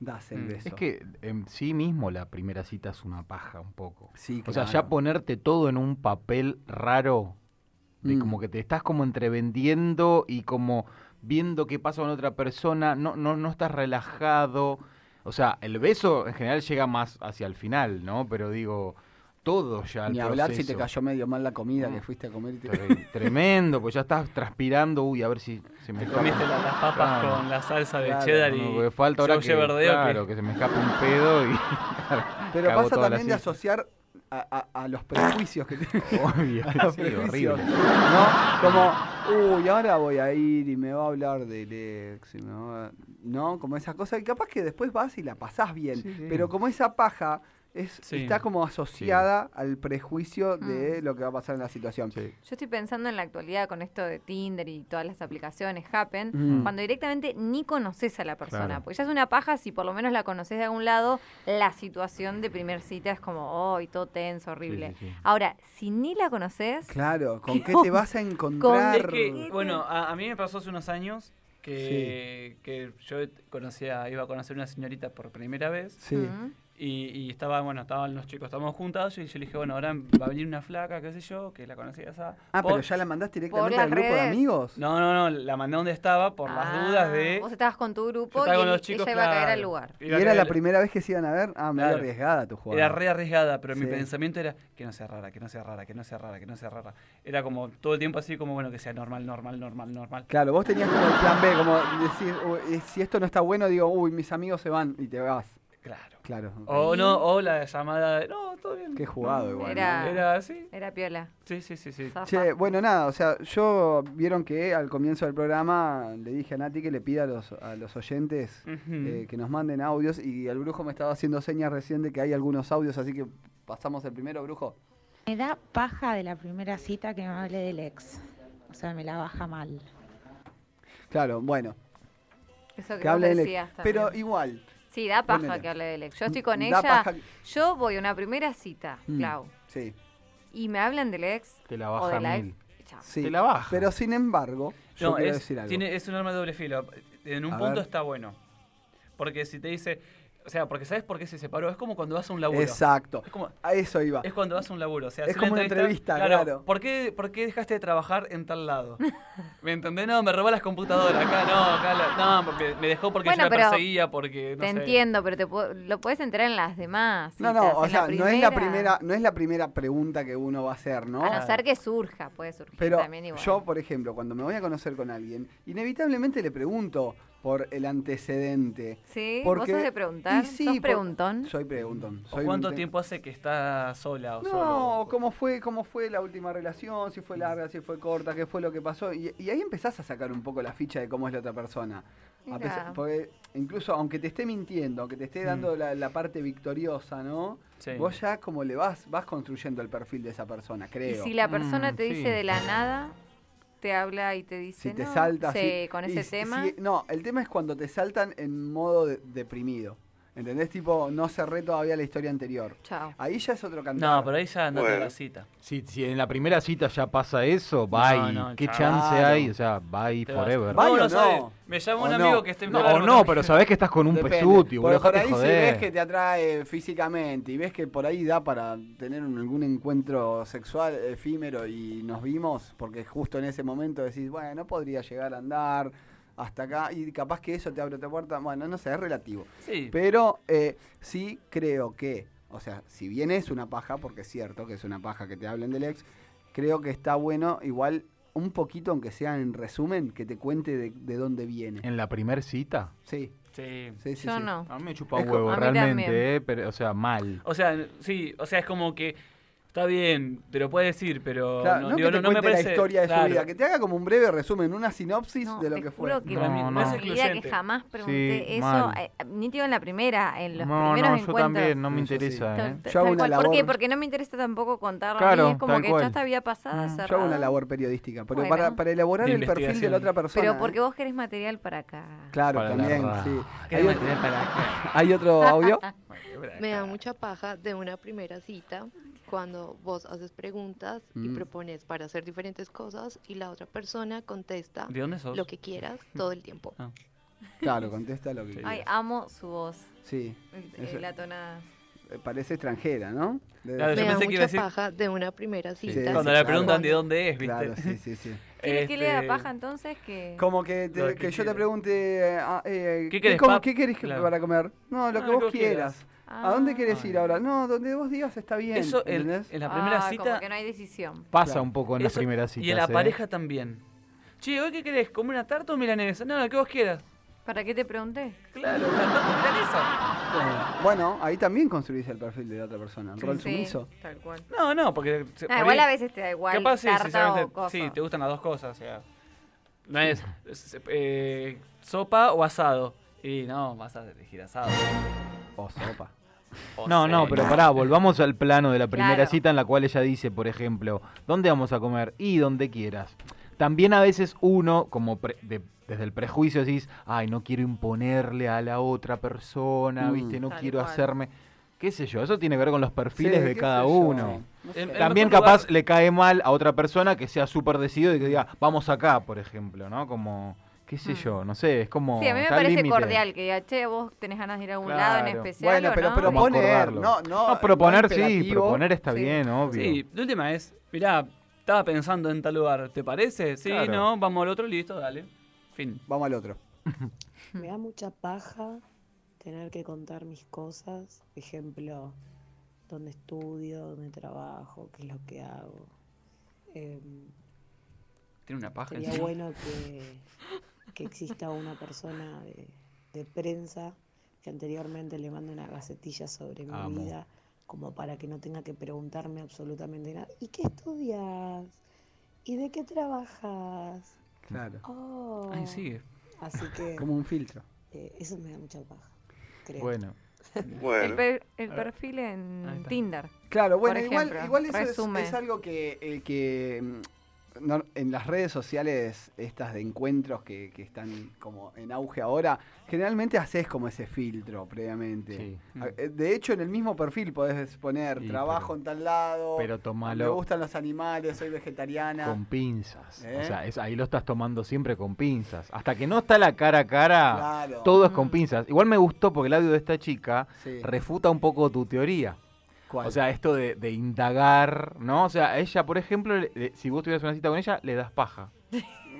das el Mm. beso? Es que en sí mismo la primera cita es una paja un poco. Sí, O sea, claro. ya ponerte todo en un papel raro, de Mm. como que te estás como entrevendiendo y como viendo qué pasa con otra persona, no, no, no estás relajado. O sea, el beso en general llega más hacia el final, ¿no? Pero digo, todo ya el Ni hablar si proceso. te cayó medio mal la comida Mm. que fuiste a comer y te... Tre- Tremendo, pues ya estás transpirando, uy, a ver si se me Te escapa. comiste la- las papas Claro. con la salsa de Claro. cheddar y No, porque falta ahora cebolla que, verdeo que- claro, que... se me escape un pedo y Pero cago pasa toda la también de siesta. asociar a, a- a los prejuicios que tiene. Obvio, a los sí, prejuicios, horrible. ¿No? Como, uy, ahora voy a ir y me va a hablar del ex. y me va a- ¿No? Como esas cosas. Y capaz que después vas y la pasás bien. sí. Pero como esa paja es, Sí. está como asociada al prejuicio de lo que va a pasar en la situación. Yo estoy pensando en la actualidad con esto de Tinder y todas las aplicaciones Happen, Mm. cuando directamente ni conoces a la persona. Claro. Porque ya es una paja si por lo menos la conoces de algún lado, la situación de primer cita es como, oh, y todo tenso, horrible. sí, sí. Ahora, si ni la conoces, Claro, ¿con qué te onda? vas a Con- encontrar? Es que, bueno, a, a mí me pasó hace unos años que, que yo conocía, iba a conocer una señorita por primera vez. Sí. Ujú. Y, y estaba, bueno, estaban los chicos, estábamos juntados y yo le dije, bueno, ahora va a venir una flaca, qué sé yo, que la conocía esa. Ah, Vos- pero ya la mandás directamente al grupo de amigos. No, no, no, la mandé donde estaba por Ah, las dudas de... Vos estabas con tu Yo grupo y estaba con él- los chicos, ella iba a caer claro. al lugar. Y Iba a era la caer- primera vez que se iban a ver. Ah, medio Claro. arriesgada tu jugada. Era re arriesgada, pero mi Sí. pensamiento era que no sea rara, que no sea rara, que no sea rara, que no sea rara. Era como todo el tiempo así como, bueno, que sea normal, normal, normal, normal. Claro, vos tenías como el plan B, como decir, "Uy, eh, si esto no está bueno, digo, uy, mis amigos se van y te vas. Claro. Claro. O no, o la llamada de, no, todo bien. Qué jugado igual. Era, ¿no? Era así. Era piola. Sí, sí, sí, sí. Che, bueno, nada, o sea, yo vieron que al comienzo del programa le dije a Nati que le pida a los, a los oyentes eh, que nos manden audios y el brujo me estaba haciendo señas recién de que hay algunos audios, así que pasamos el primero, brujo. Me da paja de la primera cita que me hable del ex. O sea, me la baja mal. Claro, bueno, Eso que, que vos hable él. decías también. Pero igual, Sí, da paja Ponele. que hable del ex. Yo estoy con Da ella. paja. Yo voy a una primera cita, Mm. Clau, sí. y me hablan del ex Te la o baja de la mil. ex. chao. Sí, Te la baja. Pero sin embargo, yo No, quiero es, decir algo. tiene- es un arma de doble filo. En un A punto ver. está bueno. Porque si te dice. O sea, porque ¿sabes por qué se separó? Es como cuando vas a un laburo. Exacto. Es como- A eso iba. Es cuando vas a un laburo. O sea, Es hacer como una entrevista, claro. ¿por, qué, ¿Por qué dejaste de trabajar en tal lado? ¿Me entendés? No, me robó las computadoras. Acá no, acá la- no, porque me dejó porque Bueno, yo la pero perseguía, porque Eh, no te sé. entiendo, pero te puedo- lo puedes enterar en las demás. No, citas, no, o en la sea, no es la primera. primera, no es la primera pregunta que uno va a hacer, ¿no? A no ser que surja, puede surgir Pero también igual. yo, por ejemplo, cuando me voy a conocer con alguien, inevitablemente le pregunto por el antecedente. Sí, vos porque- sos de preguntar, y sí, sos por- preguntón. Soy preguntón. ¿O Soy cuánto un te- tiempo hace que está sola o solo? No, cómo fue, cómo fue la última relación, si fue larga, si fue corta, qué fue lo que pasó. Y, y ahí empezás a sacar un poco la ficha de cómo es la otra persona. A Mirá. pesar- porque incluso aunque te esté mintiendo, aunque te esté dando la, la parte victoriosa, ¿no? Mm. Sí. Vos ya como le vas, vas construyendo el perfil de esa persona, Y creo. si la Mm, Mm, persona te dice de la nada, te habla y te dice. Si te no, salta sí, así- con y ese si- tema. si- no, el tema es cuando te saltan en modo de- deprimido. ¿Entendés? Tipo, no cerré todavía la historia anterior. Chao. Ahí ya es otro cantar. No, pero ahí ya andate a Bueno. la cita. Si, si en la primera cita ya pasa eso, bye. no, ¿Qué claro. chance hay? O sea, bye Te vas. forever. No, no sabe. Me llama un O amigo no. que está No, enfermo o no, también. pero sabés que estás con un Depende. pesuti, Porque boludo. Por dejate ahí si joder. ves que te atrae eh, físicamente y ves que por ahí da para tener un- algún encuentro sexual efímero y nos vimos, porque justo en ese momento decís, bueno, no podría llegar a andar hasta acá y capaz que eso te abre otra puerta. Bueno, no sé, es relativo. Sí. Pero eh, sí creo que, o sea, si bien es una paja, porque es cierto que es una paja que te hablen del ex, creo que está bueno igual un poquito, aunque sea en resumen, que te cuente de, de dónde viene. ¿En la primer cita? Sí. Sí. Sí, sí, Yo sí. no. A mí me chupa Es como- huevo, a mí también. realmente, eh, pero, o sea, mal. O sea, sí, o sea, es como que está bien, te lo puede decir, pero Claro, no, no, digo, que te no- no me cuente parece la historia de claro. su vida, que te haga como un breve resumen, una sinopsis de lo te que fue. juro que No, no. no, me olvida que Excluyente. jamás pregunté Sí, eso. mal. eh, ni te digo en la primera, en los No, primeros no, yo encuentros. también, no me Sí, yo sí. interesa, Tal- eh. tal- Yo hago una ¿Por qué? labor- Porque no me interesa tampoco contarlo. a mí, Claro, es como tal que cual. yo esta vida pasada Yo hago cerrada. una labor periodística, pero Bueno. para, para elaborar Mm. De el perfil de investigación. la otra persona. Pero porque vos querés material para acá. Claro, Para la también, radio. sí. ¿Qué Hay material otro- para acá? ¿Hay otro audio? Ah. Me da mucha paja de una primera cita cuando vos haces preguntas y Mm. propones para hacer diferentes cosas y la otra persona contesta ¿De dónde sos? lo que quieras todo el tiempo. Ah. Claro, contesta lo que Ay, quieras. amo su voz. Sí. Eh, Eso- la tonada. eh, Parece extranjera, ¿no? Debe Claro, yo ser. Me da pensé que iba mucha a decir- paja de una primera Sí, cita. Cuando sí, le claro. preguntan de dónde es, ¿viste? "Ah, Claro, sí, sí, sí. ¿Qué le da Este, paja entonces? Que... Como que, te- Lo que que yo te quieras. pregunte, eh, ah, eh, ¿Qué querés, cómo- pap? qué querés que- Claro. para comer? No, lo Ah, que vos quieras. ¿A Ah. dónde querés ir ahora? No, donde vos digas está bien. Eso en- ¿entendés? en la primera Ah, cita Como que no hay decisión. Pasa Claro. un poco en las Eso- primeras citas. y en la eh. pareja también. Che, ¿hoy qué querés? ¿Comer una tarta o milanesa? No, lo que vos quieras. ¿Para qué te pregunté? Claro, una tarta o milanesa. Bueno, ahí también construís el perfil de la otra persona. Sí, Rol sí. sumiso. Tal cual. No, no, porque... se- Ah, por igual ahí- a veces te da igual Capaz sí, tarta sinceramente, o cosa. sí, te gustan las dos cosas, o sea. No es es- eh, sopa o asado. Y no, vas a elegir asado. O sopa. No, no, pero pará, volvamos al plano de la primera Claro. cita en la cual ella dice, por ejemplo, ¿dónde vamos a comer? Y donde quieras. También a veces uno, como pre- de- desde el prejuicio, decís, ay, no quiero imponerle a la otra persona, Mm. ¿viste? No Tal quiero cual. hacerme. ¿Qué sé yo? Eso tiene que ver con los perfiles Sí, de qué cada sé yo. uno. No sé. El- el También mejor capaz le cae mal a otra persona que sea súper decidido y que diga, vamos acá, por ejemplo, ¿no? Como, qué sé yo, no sé, es como... Mm. Sí, a mí me está al parece límite. cordial que diga, che, vos tenés ganas de ir a algún lado en Claro. especial. Bueno, o pero no? Como proponer, acordarlo. no- no- proponer no sí, imperativo. proponer está Sí. bien, obvio. Sí, el última es, mirá, estaba pensando en tal lugar, ¿te parece? Sí, Claro. no, vamos al otro, listo, dale. Fin. Vamos al otro. Hmm. Me da mucha paja tener que contar mis cosas, por ejemplo, dónde estudio, dónde trabajo, qué es lo que hago. Em, Tiene una paja sería encima. bueno que, que exista una persona de, de prensa que anteriormente le mande una gacetilla sobre mi Amo. vida, como para que no tenga que preguntarme absolutamente nada. ¿Y qué estudias? ¿Y de qué trabajas? Claro. Oh. Ahí sigue. Así que Como un filtro. eh, eso me da mucha paja. Creo. Bueno. El, per- el perfil en Tinder. Claro, por bueno, igual, ejemplo. igual eso es- Resume. es, algo que, eh, que mm, no- en las redes sociales, estas de encuentros que, que están como en auge ahora, generalmente haces como ese filtro previamente. Ah, eh, De hecho, en el mismo perfil podés poner Y, trabajo en tal lado, pero tomalo- me gustan los animales, soy vegetariana. Con pinzas. ¿Eh? O sea, es- ahí lo estás tomando siempre con pinzas. Hasta que no está la cara a cara, Claro. todo es con pinzas. Igual me gustó porque el audio de esta chica Sí. refuta un poco tu teoría. O sea, esto de, de indagar, ¿no? O sea, ella, por ejemplo, le- le- si vos tuvieras una cita con ella, le das paja.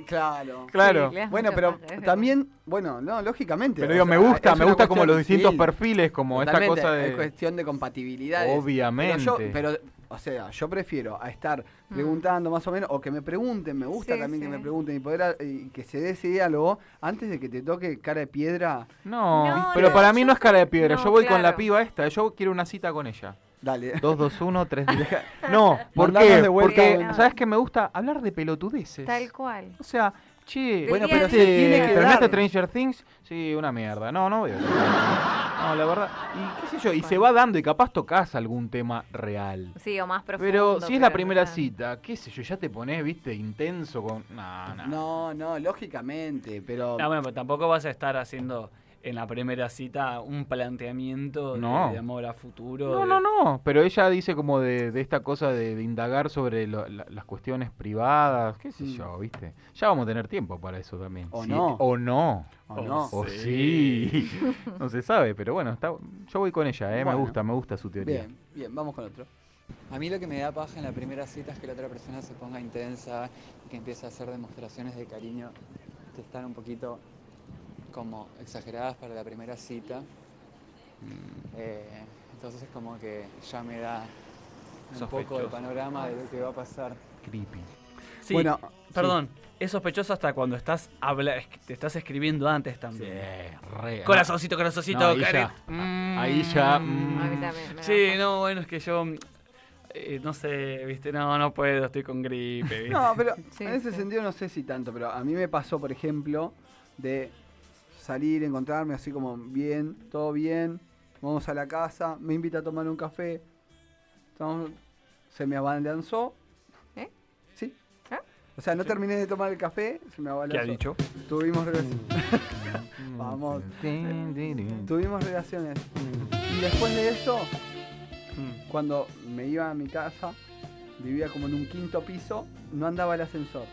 Claro. Claro. Sí, le das bueno, mucha pero paja, es verdad. también, bueno, no, lógicamente. Pero o digo, me sea, gusta, es me una gusta como cuestión- los distintos sí, perfiles, como totalmente, esta cosa de... Es cuestión de compatibilidades. Obviamente. Pero, yo- pero, o sea, yo prefiero a estar Mm. preguntando más o menos, o que me pregunten, me gusta Sí, también sí. que me pregunten y poder, a- y que se dé ese diálogo antes de que te toque cara de piedra. No, ¿viste? pero para mí no es cara de piedra. No, yo voy con la claro. piba esta. Yo quiero una cita con ella. Dale. 2, 2, 1, 3, No, ¿por Mandanos qué? de vuelta Porque, un- ¿sabes qué me gusta? Hablar de pelotudeces. Tal cual. O sea, che, Bueno, ¿viste- pero se tiene que ¿terminaste dar. este, Stranger Things? Sí, una mierda. No, no veo. No, la verdad. Y qué sé yo, y se va dando y capaz tocas algún tema real. Sí, o más profundo. Pero si es la pero primera total. cita, qué sé yo, ya te pones, viste, intenso con... No, no. No, no, lógicamente, pero. No, Ah, bueno, pero tampoco vas a estar haciendo en la primera cita un planteamiento de- No. de, amor a futuro. No, de- no, no. Pero ella dice como de, de esta cosa de, de indagar sobre lo- la- las cuestiones privadas, qué sé yo, ¿viste? Ya vamos a tener tiempo para eso también. Mm. O Sí, no. O no. O no. O sí. no se sabe, pero bueno, está, yo voy con ella, ¿eh? Bueno. Me gusta, me gusta su teoría. Bien, bien, vamos con otro. A mí lo que me da paja en la primera cita es que la otra persona se ponga intensa y que empiece a hacer demostraciones de cariño que están un poquito como exageradas para la primera cita. Mm. Eh, entonces es como que ya me da un poco el Sospechoso. panorama de lo que va a pasar. Creepy. Sí, Bueno, perdón. Es sospechoso hasta cuando estás habla, es- te estás escribiendo antes también. re- corazoncito, corazoncito. No, ahí caret- ya. Ahí ya, mm. A mí también me Sí, no, bueno, es que yo. mm, eh, no sé, viste, no, no puedo, estoy con gripe. ¿viste? No, pero Sí, en ese sentido no sé si tanto, pero a mí me pasó, por ejemplo, de salir, encontrarme así como bien, todo bien, vamos a la casa, me invita a tomar un café, estamos- se me abalanzó. ¿Eh? ¿Ah? Sí. O sea, no terminé de tomar el café, se me abalanzó. ¿Qué ha dicho? Tuvimos Mm. relaciones. Vamos. Tuvimos relaciones. Mm. Y después de eso, cuando me iba a mi casa, vivía como en un quinto piso, no andaba el ascensor.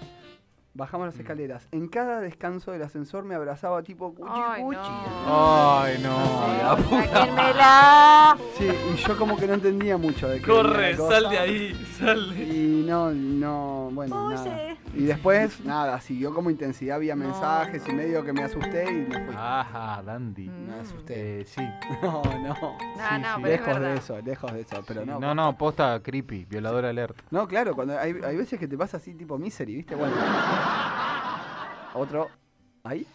Bajamos Mm. las escaleras. En cada descanso del ascensor me abrazaba tipo cuchi Ay, cuchi. Ay, no. la puta. ¡Sáquenmela! Sí, y yo como que no entendía mucho de qué venía Corre, la cosa. sal de ahí, sal de Y no, no, bueno, nada. Y después, nada, siguió como intensidad, había mensajes y medio que me asusté y me fui. Ajá, Dandy. Eh, Me asusté. sí. No, no. Mm. No, no, pero es lejos de verdad. eso, lejos de eso, pero no. No, no, posta creepy, violador alert. No, claro, cuando hay, hay veces que te pasa así tipo misery, ¿viste? Bueno. Otro. Ahí.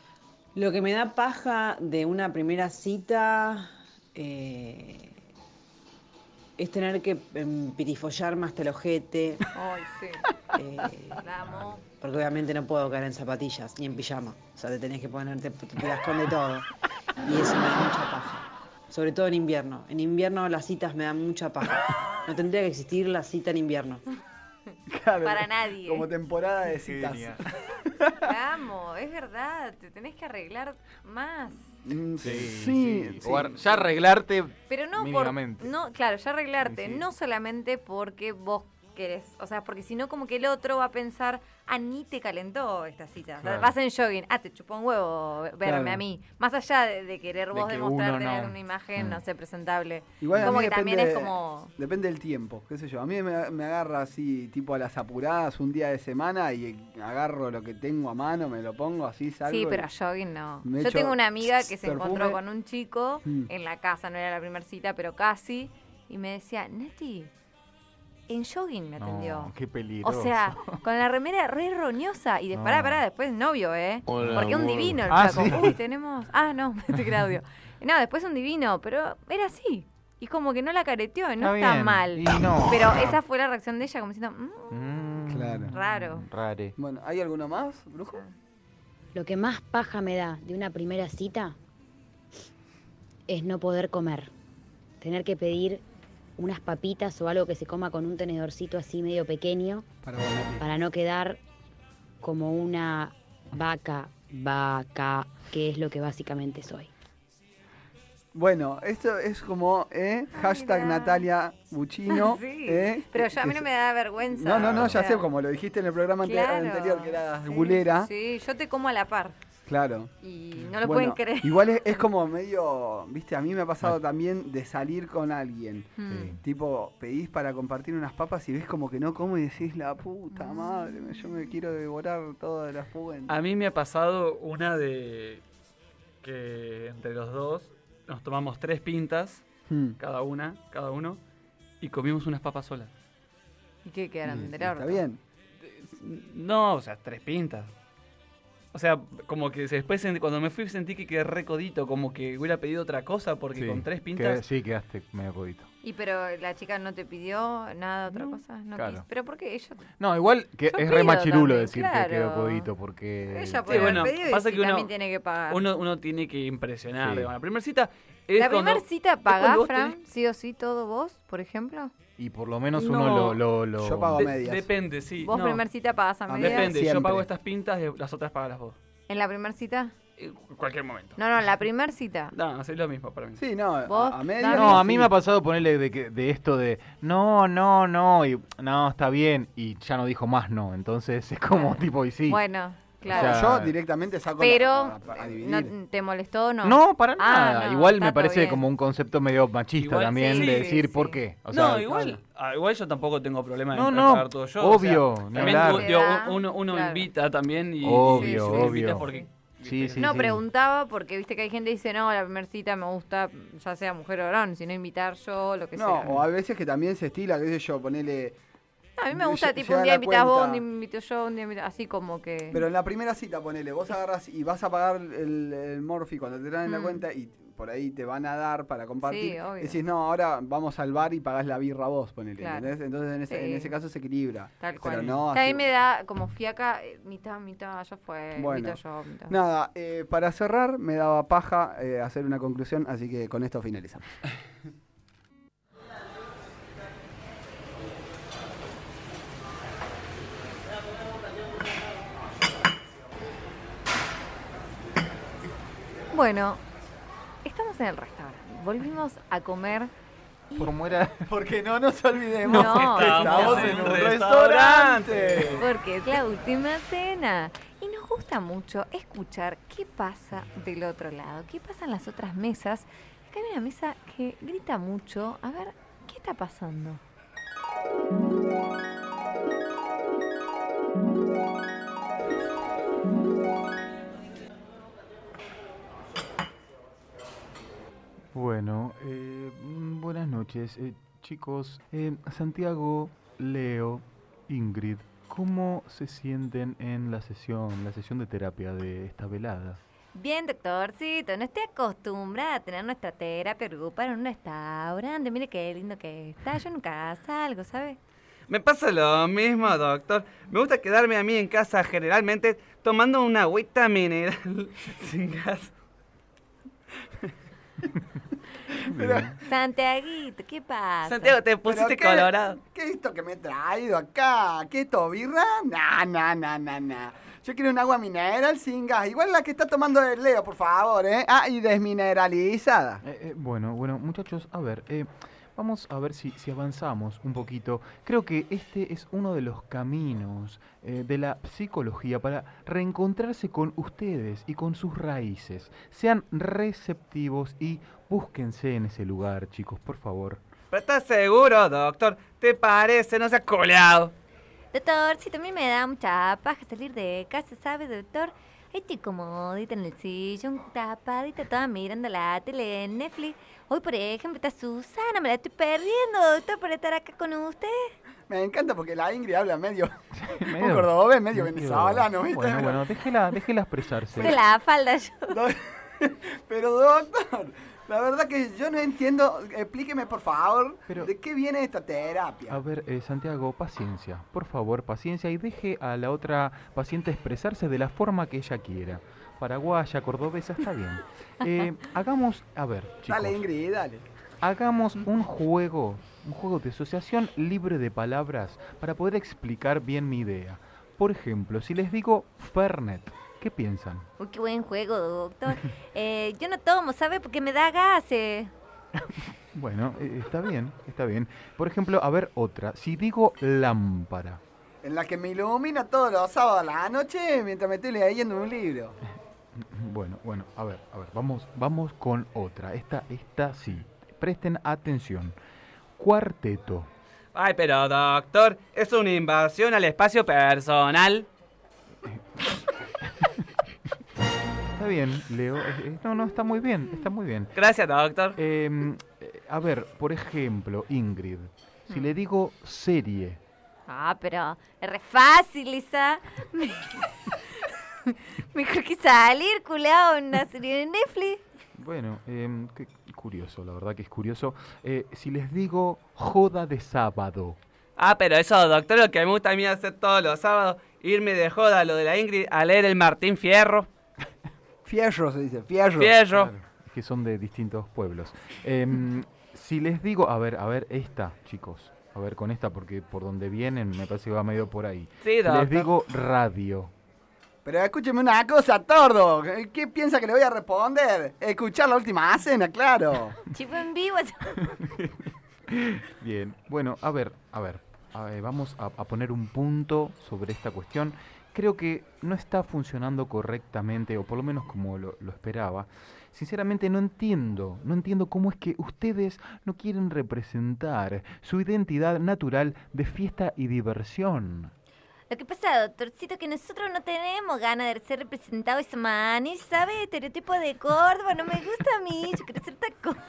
Lo que me da paja de una primera cita eh, es tener que em, pirifollar más hasta el ojete, Ay, sí. Eh. La amo. porque obviamente no puedo caer en zapatillas ni en pijama. O sea, te tenés que ponerte, te das con de todo. Y eso me da mucha paja. Sobre todo en invierno. En invierno las citas me dan mucha paja. No tendría que existir la cita en invierno. Para nadie. Como temporada de citas. La amo, es verdad. Te tenés que arreglar más. Mm, Sí. O ar- Ya arreglarte Pero no por. mínimamente. No, claro, ya arreglarte. Sí, sí. No solamente porque vos querés. O sea, porque si no, como que el otro va a pensar, ah, ni te calentó esta cita. Claro. Vas en jogging, ah, te chupó un huevo verme Claro. a mí. Más allá de, de querer De vos que demostrar uno tener no. una imagen, Mm. no sé, presentable. Igual a como mí que también depende- es como. Depende del tiempo, qué sé yo. A mí me, me agarra así, tipo a las apuradas, un día de semana y agarro lo que tengo a mano, me lo pongo así, salgo. Sí, y- pero a jogging no. me Yo echo tengo una amiga que se perfume. encontró con un chico Mm. en la casa, no era la primera cita, pero casi, y me decía, Nati, en jogging me atendió. No, qué o peligroso. sea, con la remera re roñosa y de No. pará, pará, después novio, ¿eh? Hola, Porque un amor. divino el Ah, flaco. ¿sí? Uy, tenemos. Ah, no, pensé que era audio. No, después un divino, pero era así. Y como que no la careteó, Está no está, bien. mal. Y no. Pero esa fue la reacción de ella, como diciendo, "Mm, Claro. raro. Rare. Bueno, ¿hay alguno más, brujo? Lo que más paja me da de una primera cita es no poder comer. Tener que pedir unas papitas o algo que se coma con un tenedorcito así medio pequeño Para volar. para no quedar como una vaca, vaca, que es lo que básicamente soy. Bueno, esto es como ¿eh? hashtag Natalia Buchino. Sí, ¿eh? pero ya a mí no me da vergüenza. No, no, no, O ya sea, sé, como lo dijiste en el programa ante- claro, anterior, que era sí, gulera. Sí, yo te como a la par Claro. y no lo Bueno, pueden creer. Igual es, es como medio, viste, a mí me ha pasado también de salir con alguien. Mm. Tipo, pedís para compartir unas papas y ves como que no como y decís, la puta Ah. madre, yo me quiero devorar todas las fuentes. A mí me ha pasado una de que entre los dos nos tomamos tres pintas, Hmm. cada una, cada uno, y comimos unas papas solas. ¿Y qué quedaron? Mm, del está orto. bien. No, o sea, tres pintas. O sea, como que después sent- cuando me fui sentí que quedé recodito, como que hubiera pedido otra cosa porque Sí, con tres que- pintas... sí, quedaste medio codito. Y pero la chica no te pidió nada, otra cosa. No claro. quiso. Pero ¿por qué ella? No, igual que Yo es re pido machirulo también, decir claro. que quedó codito porque... Ella puede bueno, haber pedido y pasa sí, que uno- también tiene que pagar. Uno, uno tiene que impresionar. Sí. digamos. La primera cita es la cuando- primera cita es cuando pagá, vos Fran, sí o sí, todo vos, por ejemplo. Y por lo menos No. uno lo... lo, lo- De- Depende, sí. Vos no. Ah, primer cita pagás a medias. Depende, yo Siempre. pago estas pintas, y las otras pagas las vos. ¿En la primera cita? En cualquier momento. No, no, en la primera cita. Eh, No, es lo mismo para mí. Sí, no, a- Vos, a medias. dame- No, a mí me ha pasado ponerle de, que- de esto de no, no, no, y no, está bien, y ya no dijo más no, entonces es como tipo, y sí. Bueno, O sea, claro. Yo directamente saco la- Pero, eh, a- a- a dividir. no, ¿te molestó o no? No, para Ah, nada. no, Igual me está todo parece bien. como un concepto medio machista Igual, también sí, de sí, decir sí. por qué. O no, sea, igual, ah, igual yo tampoco tengo problema en No, en no, pagar todo yo. obvio, o sea, ni también hablar. u- digo, Claro. uno, uno Claro. invita también y... y- Obvio, y invita obvio. porque- Sí, sí, no, sí. preguntaba porque viste que hay gente que dice, no, la primera cita me gusta, ya sea mujer o varón, sino invitar yo, lo que No, sea. o a veces que también se estila, qué sé yo, ponele. No, a mí me yo- gusta, tipo, llega un día la invitas vos, un cuenta. día invito yo, un día invito... Así como que... Pero en la primera cita, ponele, vos agarras y vas a pagar el, el Morphy cuando te traen la Mm. cuenta y por ahí te van a dar para compartir. Sí, obvio. Decís, no, ahora vamos al bar y pagás la birra vos, ponele. Claro. ¿entendés? Entonces en ese, en Sí. ese caso se equilibra. Tal Pero cual. no, O sea, a así- mí me da como fiaca, eh, mitad, mitad, ya fue, Bueno. mitad yo, mitad. Nada, eh, para cerrar me daba paja eh, hacer una conclusión, así que con esto finalizamos. Bueno, estamos en el restaurante, volvimos a comer. Por muera. Porque no nos olvidemos No, que estamos estamos en en un un restaurante. Porque es la última cena. Y nos gusta mucho escuchar qué pasa del otro lado, qué pasa en las otras mesas. Acá hay una mesa que grita mucho. A ver, ¿qué está pasando? Bueno, eh, mm, buenas noches, eh, chicos. Eh, Santiago, Leo, Ingrid, ¿cómo se sienten en la sesión, la sesión de terapia de esta velada? Bien, doctorcito, no estoy acostumbrada a tener nuestra terapia grupal en un restaurante. Mire qué lindo que está. Yo nunca salgo, ¿sabes? Me pasa lo mismo, doctor. Me gusta quedarme a mí en casa generalmente tomando una agüita mineral sin gas. Santiaguito, ¿qué pasa? Santiago, te pusiste Pero, ¿qué- colorado. ¿Qué es esto que me he traído acá? ¿Qué esto, birra? Nah, nah, nah, nah, nah. Yo quiero un agua mineral sin gas. Igual la que está tomando el Leo, por favor, ¿eh? Ah, y desmineralizada. Eh, eh, bueno, bueno, muchachos, a ver, eh, vamos a ver si, si avanzamos un poquito. Creo que este es uno de los caminos eh, de la psicología para reencontrarse con ustedes y con sus raíces. Sean receptivos y búsquense en ese lugar, chicos, por favor. Pero estás seguro, doctor. ¿Te parece? No se ha coleado. Doctor, si también me da mucha paja salir de casa, ¿sabe, doctor? Ahí estoy comodita en el sillón, tapadita, toda mirando la tele en Netflix. Hoy, por ejemplo, está Susana, me la estoy perdiendo, doctor, por estar acá con usted. Me encanta porque la Ingrid habla medio. Medio- un cordobés, medio venezolano, ¿viste? Eh, Bueno, bueno, déjela, déjela expresarse. De la falda yo. Pero, doctor, la verdad que yo no entiendo. Explíqueme, por favor, ¿de qué viene esta terapia? A ver, eh, Santiago, paciencia, por favor, paciencia y deje a la otra paciente expresarse de la forma que ella quiera. Paraguaya, cordobesa, está bien. Eh, hagamos, a ver, chicos, Dale, Ingrid, dale. hagamos un juego un juego de asociación libre de palabras para poder explicar bien mi idea. Por ejemplo, si les digo Fernet, ¿qué piensan? Uy, qué buen juego, doctor. Eh, yo no tomo, ¿sabe? Porque me da gases. Bueno, eh, está bien, está bien. Por ejemplo, a ver otra. Si digo lámpara, En la que me ilumina todos los sábados a la noche mientras me estoy leyendo un libro. Bueno, bueno, a ver, a ver, vamos, vamos con otra. Esta, esta sí. Presten atención. Cuarteto. Ay, pero doctor, es una invasión al espacio personal. Está bien, Leo. eh, eh, No, no, está muy bien, está muy bien. Em, eh, Gracias, doctor. a ver, por ejemplo, Ingrid. Si Mm. le digo serie, Ah, pero es re fácil, Lisa. Mejor que salir, culeado, en una serie de Netflix. bueno, em, qué curioso, la verdad que es curioso. Eh, si les digo joda de sábado. Ah, pero eso, doctor, lo que me gusta a mí hacer todos los sábados, irme de joda a lo de la Ingrid a leer el Martín Fierro. Fierro se dice, fierro. Fierro. que son de distintos pueblos. Em, si les digo, a ver, a ver, esta, chicos, a ver con esta, porque por donde vienen me parece que va medio por ahí. Sí, Si doctor. les digo radio. Pero escúcheme una cosa, tordo. ¿Qué piensa que le voy a responder? Escuchar la última cena, claro. Chivo en vivo. Bien, bueno, a ver, a ver, a ver, vamos a, a poner un punto sobre esta cuestión. Creo que no está funcionando correctamente, o por lo menos como lo, lo esperaba. Sinceramente no entiendo, no entiendo cómo es que ustedes no quieren representar su identidad natural de fiesta y diversión. Lo que pasa, doctorcito, que nosotros no tenemos ganas de ser representados esa manera, ¿sabe? Estereotipo de Córdoba, no me gusta a mí, yo quiero ser tal cosa.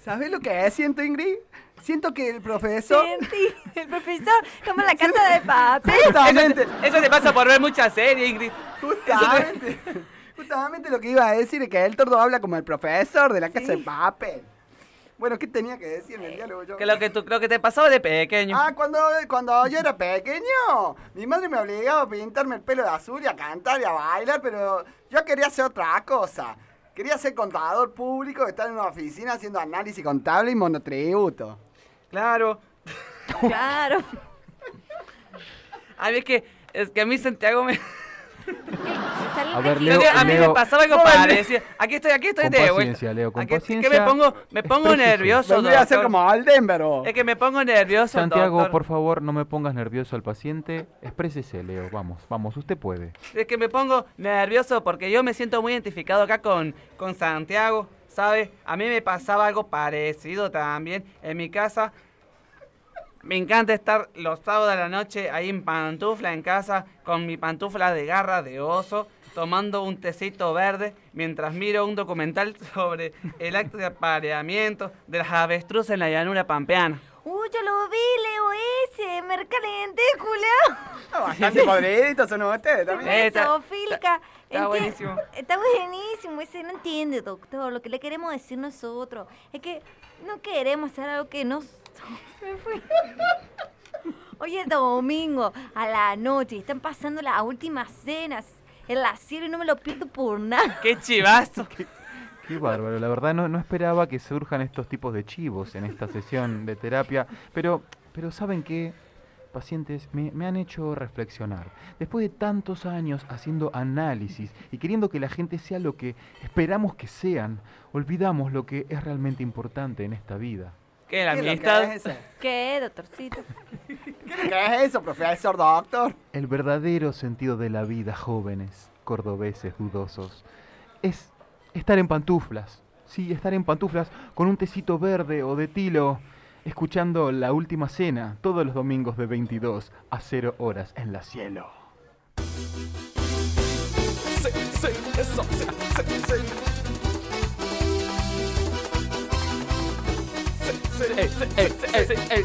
¿Sabes lo que siento, Ingrid? Siento que el profesor... el profesor toma la casa de papel. Justamente. Eso te pasa por ver muchas series, Ingrid. Justamente. Justamente lo que iba a decir es que el tordo habla como el profesor de la casa de papel. Bueno, ¿qué tenía que decir en Eh, el diálogo yo? Que lo que, tú, lo que te pasó de pequeño. Ah, cuando, cuando yo era pequeño, mi madre me obligaba a pintarme el pelo de azul y a cantar y a bailar, pero yo quería hacer otra cosa. Quería ser contador público, estar en una oficina haciendo análisis contable y monotributo. Claro. Claro. A mí es que, es que a mí Santiago me... A ver, Creo Leo, que a mí me Leo, pasaba algo Joven. parecido. Aquí estoy, aquí estoy Con de paciencia, vuelta. Leo, con Aquí- es que me paciencia. pongo, me pongo Exprese su- nervioso, Vendría a ser doctor. como Aldenbero. Es que me pongo nervioso, Santiago, doctor. por favor, no me pongas nervioso al paciente. Exprésese, Leo, vamos, vamos, usted puede. Es que me pongo nervioso porque yo me siento muy identificado acá con, con Santiago, ¿sabes? A mí me pasaba algo parecido también en mi casa. Me encanta estar los sábados de la noche ahí en pantufla en casa con mi pantufla de garra de oso tomando un tecito verde mientras miro un documental sobre el acto de apareamiento de las avestruces en la llanura pampeana. Uy, yo lo vi, Leo ese, me recalenté, culeado. Bastante podriditos son ustedes también. Mesofílica. está Enti- buenísimo. Está buenísimo. Ese no entiende, doctor. Lo que le queremos decir nosotros es que no queremos hacer algo que no. Me fui. Hoy es domingo a la noche. Están pasando las últimas cenas en la cielo y no me lo pierdo por nada. ¡Qué chivazo! Qué bárbaro, la verdad no, no esperaba que surjan estos tipos de chivos en esta sesión de terapia, pero, pero ¿saben qué? Pacientes, me, me han hecho reflexionar. Después de tantos años haciendo análisis y queriendo que la gente sea lo que esperamos que sean, olvidamos lo que es realmente importante en esta vida. ¿Qué, la ¿Qué es lo que amistad? es eso? ¿Qué, doctorcito? ¿Qué es eso, profesor doctor? El verdadero sentido de la vida, jóvenes cordobeses dudosos, es estar en pantuflas. Sí, estar en pantuflas con un tecito verde o de tilo, escuchando La Última Cena todos los domingos de 22 a 0 horas en la cielo. Sí, sí, eso, sí, sí, sí. Sí, sí, sí, sí, sí, sí.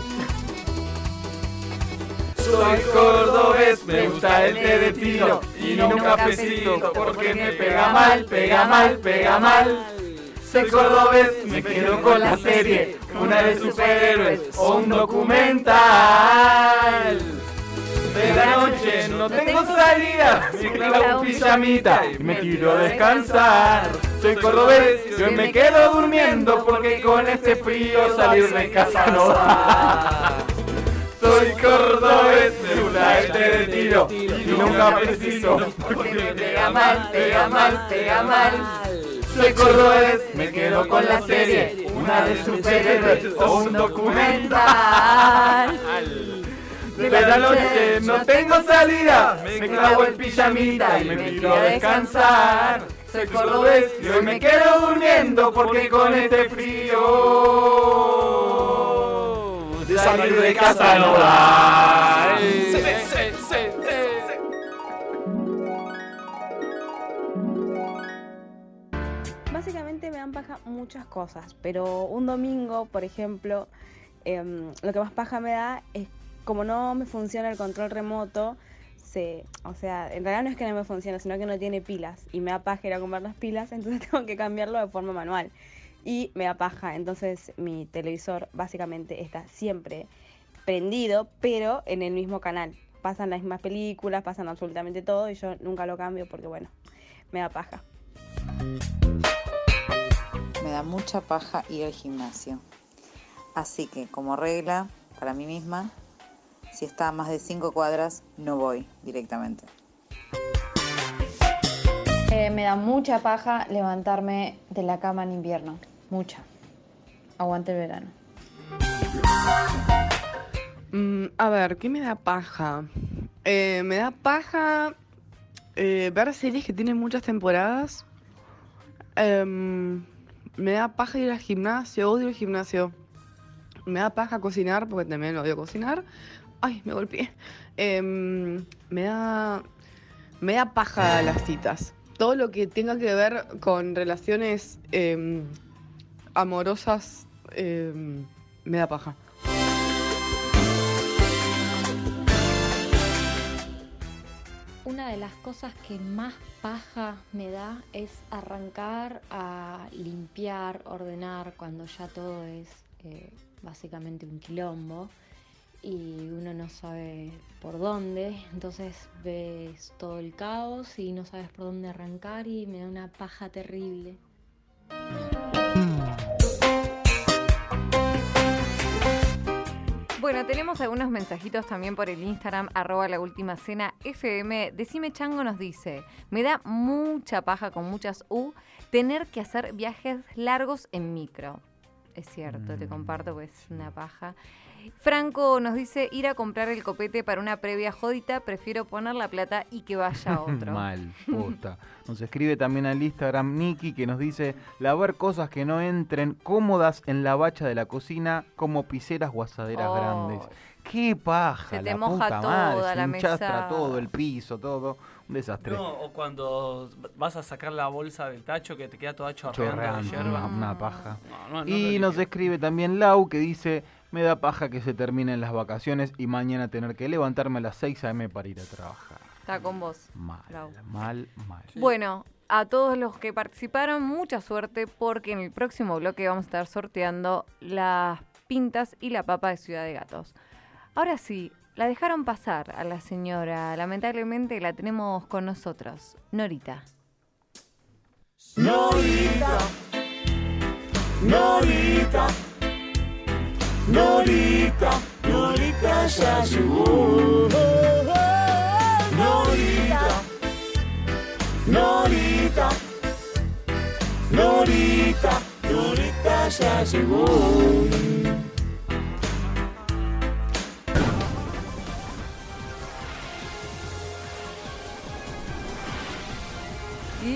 Soy cordobés, me gusta el té de tiro y no un cafecito porque me pega mal, pega mal, pega mal. Soy cordobés, me quedo con la serie, una de superhéroes o un documental. De la noche no tengo salida, me clavo un pijamita y me quiero descansar. soy cordobés y hoy me quedo durmiendo porque con este frío salir de casa no va. Soy cordobés, me gusta este de tiro y nunca preciso porque me pega mal, pega mal, pega mal. Soy cordobés, me quedo con la serie, una de superhéroes o un documental. De la noche no tengo salida, me clavo en pijamita y me tiro a descansar. Soy cordobés y hoy me quedo durmiendo porque con este frío de salir de casa no da. Básicamente me dan paja muchas cosas, pero un domingo, por ejemplo, em, lo que más paja me da es como no me funciona el control remoto, se, o sea, en realidad no es que no me funciona, sino que no tiene pilas y me da paja ir a comprar las pilas, entonces tengo que cambiarlo de forma manual y me da paja, entonces mi televisor básicamente está siempre prendido, pero en el mismo canal. Pasan las mismas películas, pasan absolutamente todo y yo nunca lo cambio porque bueno, me da paja. Me da mucha paja ir al gimnasio. Así que como regla para mí misma, si está a más de 5 cuadras, no voy directamente. Eh, me da mucha paja levantarme de la cama en invierno. Mucha. Aguante el verano. Mm, a ver, ¿qué me da paja? Eh, me da paja eh, ver series que tienen muchas temporadas. Em, me da paja ir al gimnasio, odio el gimnasio. Me da paja cocinar, porque también odio cocinar. Ay, me golpeé. Em, me da. Me da paja las citas. Todo lo que tenga que ver con relaciones em, amorosas em, me da paja. Una de las cosas que más paja me da es arrancar a limpiar, ordenar, cuando ya todo es eh, básicamente un quilombo y uno no sabe por dónde, entonces ves todo el caos y no sabes por dónde arrancar y me da una paja terrible. Bueno, tenemos algunos mensajitos también por el Instagram, arroba la última cena FM. Decime Chango nos dice, me da mucha paja con muchas U tener que hacer viajes largos en micro. Es cierto, te comparto, pues es una paja. Franco nos dice, ir a comprar el copete para una previa jodita, prefiero poner la plata y que vaya otro. Mal, puta. Nos escribe también al Instagram Nikki que nos dice lavar cosas que no entren cómodas en la bacha de la cocina como piseras o asaderas Oh. grandes. ¡Qué paja! Se te la moja puta madre, toda se la hinchastra mesa. todo, el piso, todo. Un desastre. No, o cuando vas a sacar la bolsa del tacho que te queda toda chorreando de Chorreando, una, yerba. una paja. no, no y nos escribe también Lau que dice, me da paja que se terminen las vacaciones y mañana tener que levantarme a las 6 a.m. para ir a trabajar. Está con vos. Mal, Lau. mal, mal. Bueno, a todos los que participaron, mucha suerte porque en el próximo bloque vamos a estar sorteando las pintas y la papa de Ciudad de Gatos. Ahora sí, la dejaron pasar a la señora. Lamentablemente la tenemos con nosotros, Norita. Norita, Norita, Norita, Norita ya llegó. Norita, Norita, Norita, Norita ya llegó.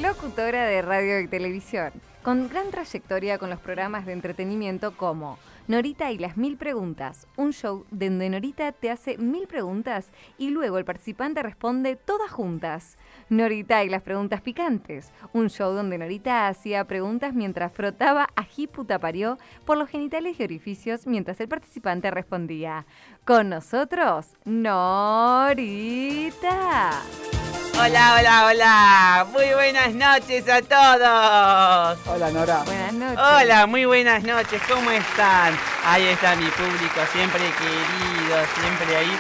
Locutora de radio y televisión, con gran trayectoria con los programas de entretenimiento como Norita y las mil preguntas, un show donde Norita te hace mil preguntas y luego el participante responde todas juntas. Norita y las preguntas picantes, un show donde Norita hacía preguntas mientras frotaba ají puta parió por los genitales y orificios mientras el participante respondía. Con nosotros, Norita. Hola, hola, hola. Muy buenas noches a todos. Hola, Nora. Buenas noches. Hola, muy buenas noches. ¿Cómo están? Ahí está mi público, siempre querido, siempre ahí.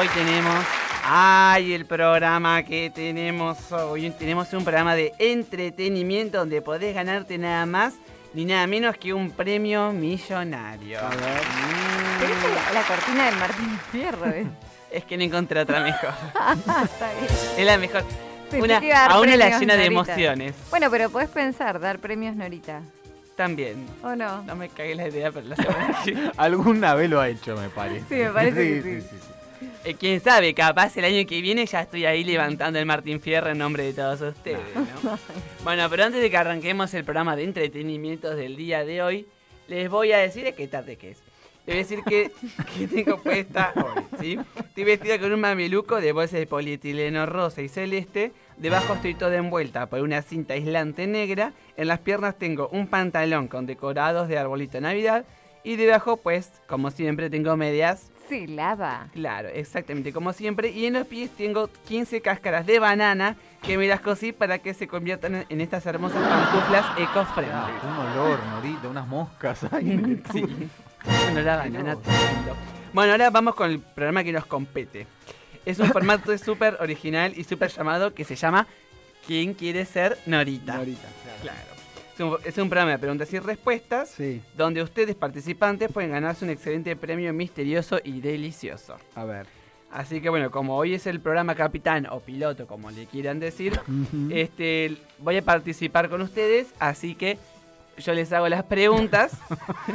Hoy tenemos Ay, el programa que tenemos hoy. Tenemos un programa de entretenimiento donde podés ganarte nada más ni nada menos que un premio millonario. A ver. Pero esa es la, la cortina del Martín Fierro, ¿eh? Es que no encontré otra mejor. Está bien. es la mejor. Pensé Una- que iba a dar a una la premios llena de Norita. emociones. Bueno, pero podés pensar, dar premios Norita. También. ¿O no? No me cagué la idea, pero la semana que- Alguna vez lo ha hecho, me parece. Sí, me parece que sí, sí. Eh, Quién sabe, capaz el año que viene ya estoy ahí levantando el Martín Fierro en nombre de todos ustedes. ¿no? bueno, pero antes de que arranquemos el programa de entretenimientos del día de hoy, les voy a decir es que tarde que es. Les voy a decir que, que tengo puesta hoy, ¿sí? Estoy vestida con un mameluco de bolsa de polietileno rosa y celeste. Debajo estoy toda envuelta por una cinta aislante negra. En las piernas tengo un pantalón con decorados de arbolito de Navidad. Y debajo, pues, como siempre, tengo medias Sí, lava. Claro, exactamente, como siempre. Y en los pies tengo 15 cáscaras de banana que me las cosí para que se conviertan en- en estas hermosas pantuflas eco-friendly. Ah, Un olor, Norita, unas moscas. Ay, sí. Bueno, la banana, tremendo. Bueno, ahora vamos con el programa que nos compete. Es un formato súper original y súper llamado que se llama ¿Quién quiere ser Norita? Norita, claro. Es un, es un programa de preguntas y respuestas donde ustedes, participantes, pueden ganarse un excelente premio misterioso y delicioso. A ver. Así que bueno, como hoy es el programa capitán o piloto, como le quieran decir, Ujú. este, voy a participar con ustedes, así que yo les hago las preguntas.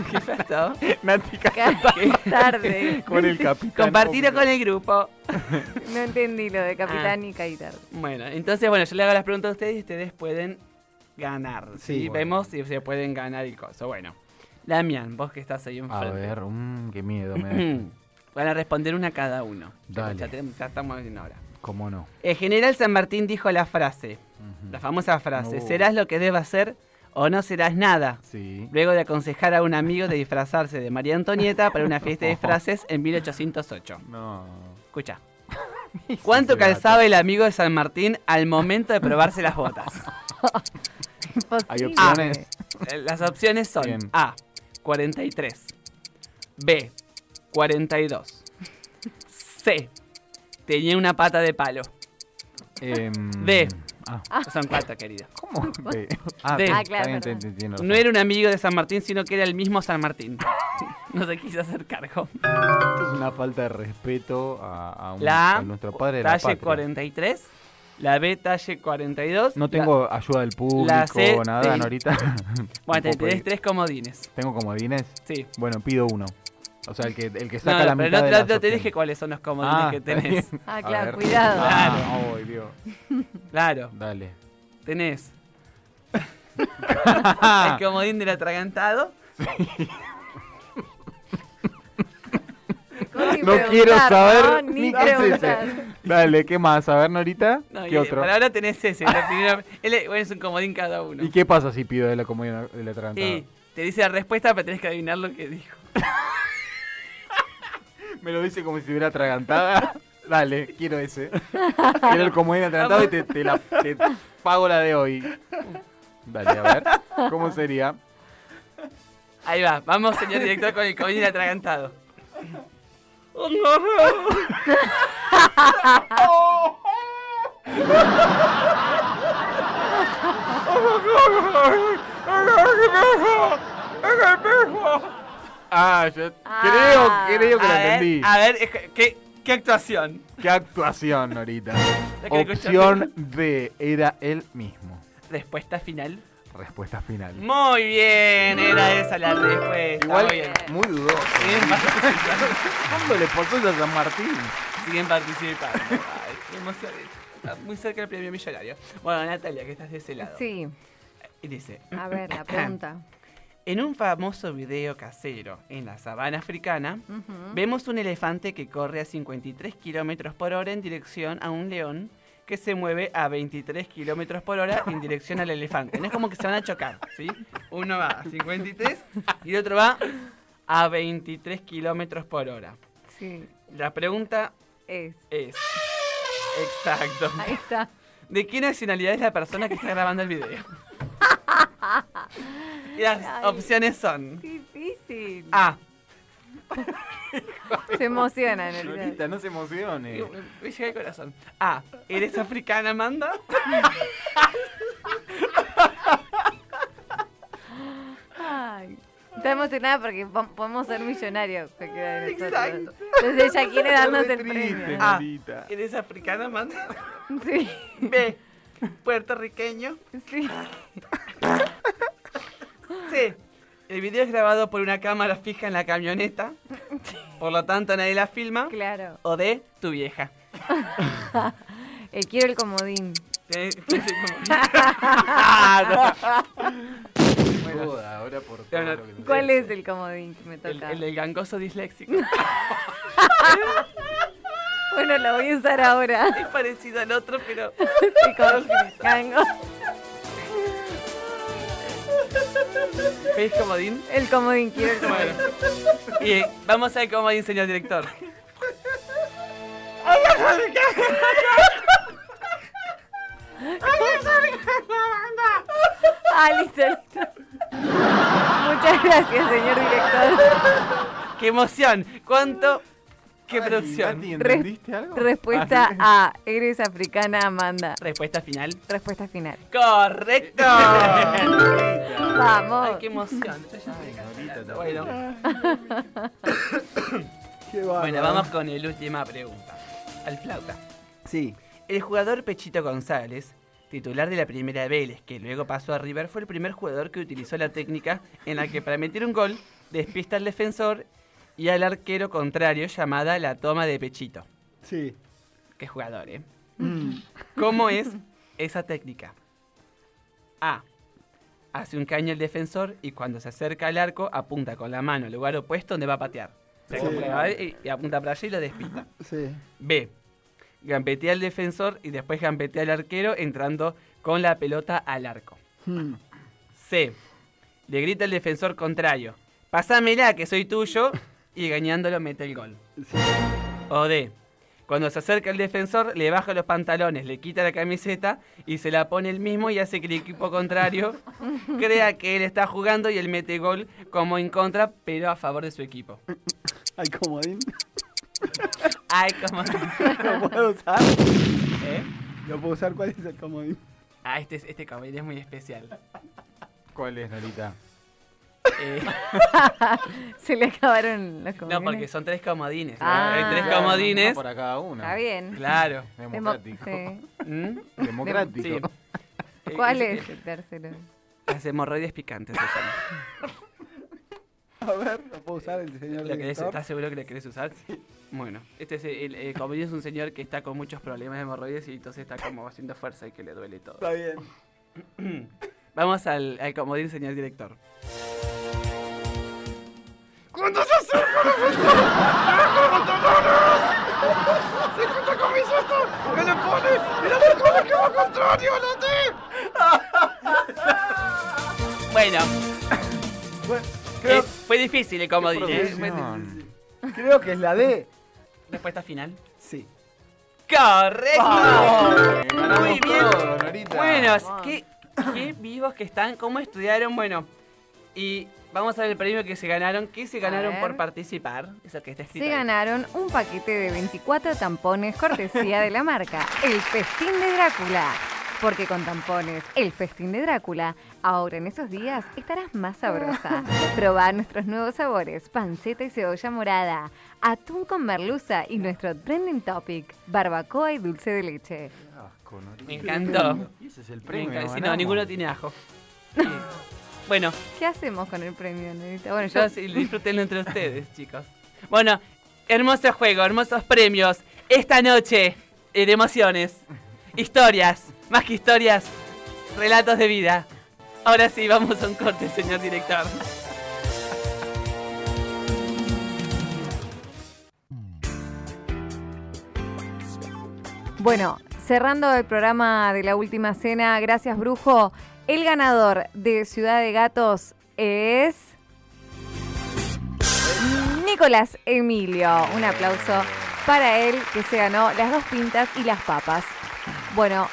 ¿Qué pasó? Nati tarde. Con el capitán, Compartido hombre. con el grupo. No entendí lo de capitán Ah. y caí tarde. Bueno, entonces, bueno, yo le hago las preguntas a ustedes y ustedes pueden ganar. Sí. Sí, bueno. Vemos si se pueden ganar el coso. Bueno, Damián, vos que estás ahí A enfrente. ver, mm, qué miedo me da. Van a responder una cada uno. Dale. Ya, tenemos- ya estamos en hora. ¿Cómo no? El general San Martín dijo la frase, la famosa frase, No. serás lo que debas ser o no serás nada. Luego de aconsejar a un amigo de disfrazarse de María Antonieta para una fiesta de disfraces en 1808. No. Escucha. ¿Cuánto calzaba el amigo de San Martín al momento de probarse las botas? Hay opciones. A. Ah, Las opciones son A, 43. B, 42. C, tenía una pata de palo. D, son cuatro, querido. Em, ah. ¿Cómo? D. Ah, D. ah, claro, Está bien, perdón. te- te- tiene razón. No era un amigo de San Martín, sino que era el mismo San Martín. No se quiso hacer cargo. Esto es una falta de respeto a, a un- La a nuestro padre de la talle patria. 43, la B talle 42. No la- tengo ayuda del la público, C, nada, sí. Norita. Bueno, te No puedo tenés pedir. tres comodines. ¿Tengo comodines? Sí. Bueno, pido uno. O sea, el que, el que No, saca no, la pero mitad no, de no- las no te dije opciones. cuáles son los comodines Ah, que está tenés. bien. Ah, A claro, ver. cuidado. Ah, Claro. ay, Dios. Claro. Dale. Tenés el comodín del atragantado. No quiero saber no, ni ni qué es ese. preguntar. Dale, ¿qué más? A ver, Norita. No, y, ¿Qué otro? Para ahora tenés ese. la primera- él es- bueno, es un comodín cada uno. ¿Y qué pasa si pido de la comida del atragantado? Sí, te dice la respuesta, pero tenés que adivinar lo que dijo. Me lo dice como si hubiera atragantada. Dale, quiero ese. Quiero el comodín atragantado y te, te la, te pago la de hoy. Dale, a ver. ¿Cómo sería? Ahí va, vamos, señor director, con el comodín atragantado. Oh, Ah, yo creo, Ah. creo que a lo ver, entendí. A ver, es que- ¿qué, qué actuación? ¿Qué actuación, Norita? que Opción D. Era él mismo. Respuesta final. Respuesta final. Muy bien, era esa la respuesta. Igual, muy, bien. muy dudoso. Siguen participando. ¿Cuándo le pasó eso a San Martín? Siguen participando. Ay, qué emoción. Está muy cerca del premio millonario. Bueno, Natalia, que estás de ese lado. Sí. Y dice... A ver, la pregunta. En un famoso video casero en la sabana africana, Ujú. vemos un elefante que corre a 53 kilómetros por hora en dirección a un león que se mueve a 23 kilómetros por hora en dirección al elefante. No es como que se van a chocar, ¿sí? Uno va a 53 y el otro va a 23 kilómetros por hora. Sí. La pregunta es... Exacto. Ahí está. ¿De qué nacionalidad es la persona que está grabando el video? Las Ay. opciones son Ah. Difícil. A. Se emociona, en el- Florita, no se emocione. Me llega el corazón. Ah, ¿eres africana, Amanda? Ay. Está emocionada porque po- podemos ser millonarios. cualquiera de nosotros. Exacto. Entonces ella quiere darnos el premio. Ah, ¿eres africana, Amanda? Sí. B, puertorriqueño. Sí. C, el video es grabado por una cámara fija en la camioneta. Por lo tanto, nadie la filma. Claro. O D, tu vieja. Eh, quiero el comodín. Tenés- Ah, no. Bueno, Joda, ahora por todo Bueno, lo que nos ¿Cuál es el comodín que me El, toca? el del gangoso disléxico. Bueno, lo voy a usar ahora. Es parecido al otro, pero. Sí, con gango. ¿Veis comodín? El comodín, quiero el comodín. Y eh, vamos al comodín, señor director. Ah, listo, listo. Muchas gracias, señor director. ¡Qué emoción! ¿Cuánto? ¡Qué producción! Res- Respuesta A. Eres africana, Amanda. Ah, Respuesta final. Respuesta final. ¡Correcto! Vamos. Ay, qué emoción. Yo ya estoy cansada. Bueno. Bueno, vamos con la última pregunta. Al flauta. Sí. El jugador Pechito González, titular de la primera Vélez, que luego pasó a River, fue el primer jugador que utilizó la técnica en la que para meter un gol despista al defensor y al arquero contrario llamada la toma de Pechito. Sí. Qué jugador, ¿eh? ¿Cómo es esa técnica? A. Hace un caño el defensor y cuando se acerca al arco apunta con la mano al lugar opuesto donde va a patear. Se Sí. acomoda, ¿vale? y, y apunta para allá y lo despista. Sí. B. Gambetea al defensor y después gambetea al arquero entrando con la pelota al arco. Hmm. C. Le grita al defensor contrario. Pásamela que soy tuyo y gañándolo mete el gol. O D. Cuando se acerca el defensor, le baja los pantalones, le quita la camiseta y se la pone él mismo y hace que el equipo contrario crea que él está jugando y él mete gol como en contra, pero a favor de su equipo. Ay, comodín. Ay, como... ¿Lo puedo usar? ¿Eh? ¿Lo puedo usar? ¿Cuál es el comodín? Ah, este, es- este caballero es muy especial. ¿Cuál es, Norita? Eh, Se le acabaron los comodines. no, porque son tres comodines. Ah. Hay tres Claro, comodines. uno para cada uno. Está bien. Claro. Demo- sí. ¿Mm? Democrático. Sí. Eh, ¿Cuál eh, es el tercero? Las hemorroides picantes se llaman. A ver, ¿lo puedo usar el señor ¿La querés- director? ¿Estás seguro que la querés usar? Bueno, este es el, el comodín es un señor que está con muchos problemas de hemorroides y entonces está como haciendo fuerza y que le duele todo. Está bien. Vamos al, al comodín, señor director. Cuando se acerca la fiesta, se junta con mi susto, me le pone y la persona que va contrario a la T. Bueno, creo- eh, fue difícil el comodín, Qué ¿eh? Fue producción. difícil. Creo que es la D. Respuesta final. Sí. ¡Correcto! Vamos. Muy Ganamos bien. todo, Norita. Bueno, Vamos. qué, qué vivos que están, cómo estudiaron. Bueno, y vamos a ver el premio que se ganaron. ¿Qué se ganaron ver. por participar? Eso que está escrito. Se ahí. ganaron un paquete de 24 tampones cortesía de la marca El Festín de Drácula. Porque con tampones El Festín de Drácula, ahora en esos días estarás más sabrosa. Probá nuestros nuevos sabores, panceta y cebolla morada, atún con merluza y nuestro trending topic, barbacoa y dulce de leche. Me encantó. Y ese es el Me premio, encanta. Sí, no, ganamos. ninguno tiene ajo. Sí. Bueno, ¿Qué hacemos con el premio, Nerita? Bueno, yo... yo sí, disfrútenlo entre ustedes, chicos. Bueno, hermoso juego, hermosos premios. Esta noche, en emociones, historias, más que historias, relatos de vida. Ahora sí, vamos a un corte, señor director. Bueno, cerrando el programa de la última cena, gracias Brujo. El ganador de Ciudad de Gatos es Nicolás Emilio. Un aplauso para él que se ganó las dos pintas y las papas. Bueno,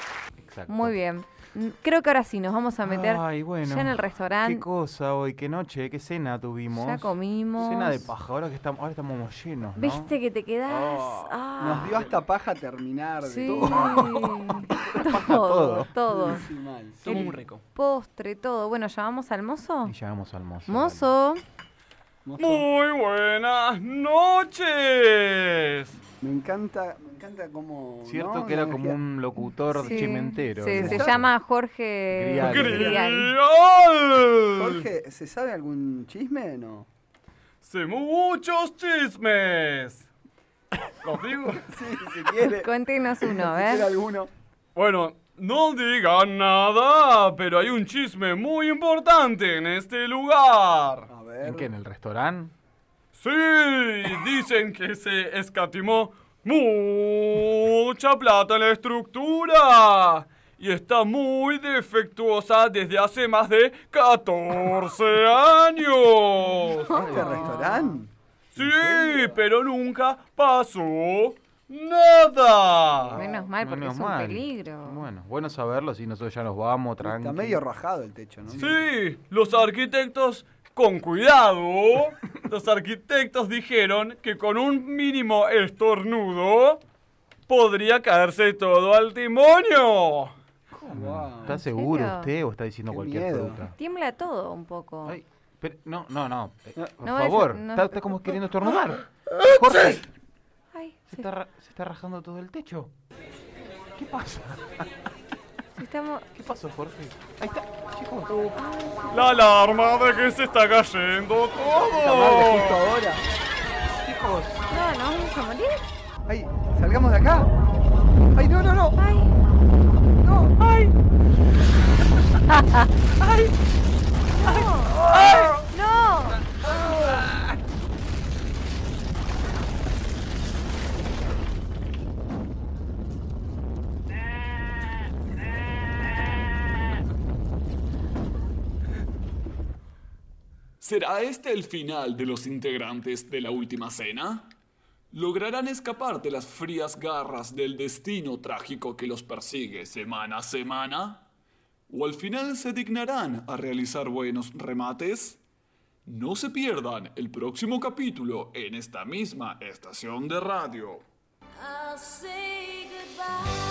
muy bien. Mm, Creo que ahora sí nos vamos a meter Ay, bueno. ya en el Qué restaurante. cosa hoy, qué noche, qué cena tuvimos. Ya comimos. Cena de paja, ahora que estamos, ahora estamos llenos, ¿no? Oh, ¿Viste que te quedás? Ah, Nos dio hasta paja terminar de sí. todo. todo, todo. todo. Sí, mal. Todo El muy rico. Postre, todo. Bueno, ¿llamamos al mozo? Y llegamos al mozo. Mozo. Muy buenas noches. Me encanta, me encanta cómo. Cierto ¿no? que era La como energía. un locutor Sí. chimentero. Se, ¿no? se llama Jorge Grial. Grial. Jorge, ¿se sabe algún chisme o no? Sé muchos chismes. ¿Los digo? sí, si quiere. Cuéntenos uno, ¿eh? a Si ver. quiere alguno. Bueno, no digan nada, pero hay un chisme muy importante en este lugar. ¿En qué? ¿En el restaurante? Sí, dicen que se escatimó mucha plata en la estructura. Y está muy defectuosa desde hace más de 14 años. ¿Este restaurante? Sí, pero nunca pasó nada. Menos mal, porque Menos es un mal. peligro. Bueno, bueno saberlo, si nosotros ya nos vamos, tranqui. Está medio rajado el techo, ¿no? Sí, los arquitectos, con cuidado, los arquitectos dijeron que con un mínimo estornudo podría caerse todo al timonio. ¿Está seguro serio? usted o está diciendo cualquier fruta? Tiembla todo un poco. Pero, no, no, no. eh, por No, favor, eso no- Ah, está, está como queriendo estornudar. Jorge, Ay, se está, ra- se está rajando todo el techo. ¿Qué pasa? si estamos... ¿Qué pasó, Jorge? Ahí está, chicos. La alarma de que se está cayendo justo todo. ahora. Chicos. No, no vamos a morir. Ay, salgamos de acá. Ay, no, no, no. Ay. No. Ay. Ay. ¡Ay! ¡No! ¿Será este el final de los integrantes de la última cena? ¿Lograrán escapar de las frías garras del destino trágico que los persigue semana a semana? ¿O al final se dignarán a realizar buenos remates? No se pierdan el próximo capítulo en esta misma estación de radio. I'll say goodbye.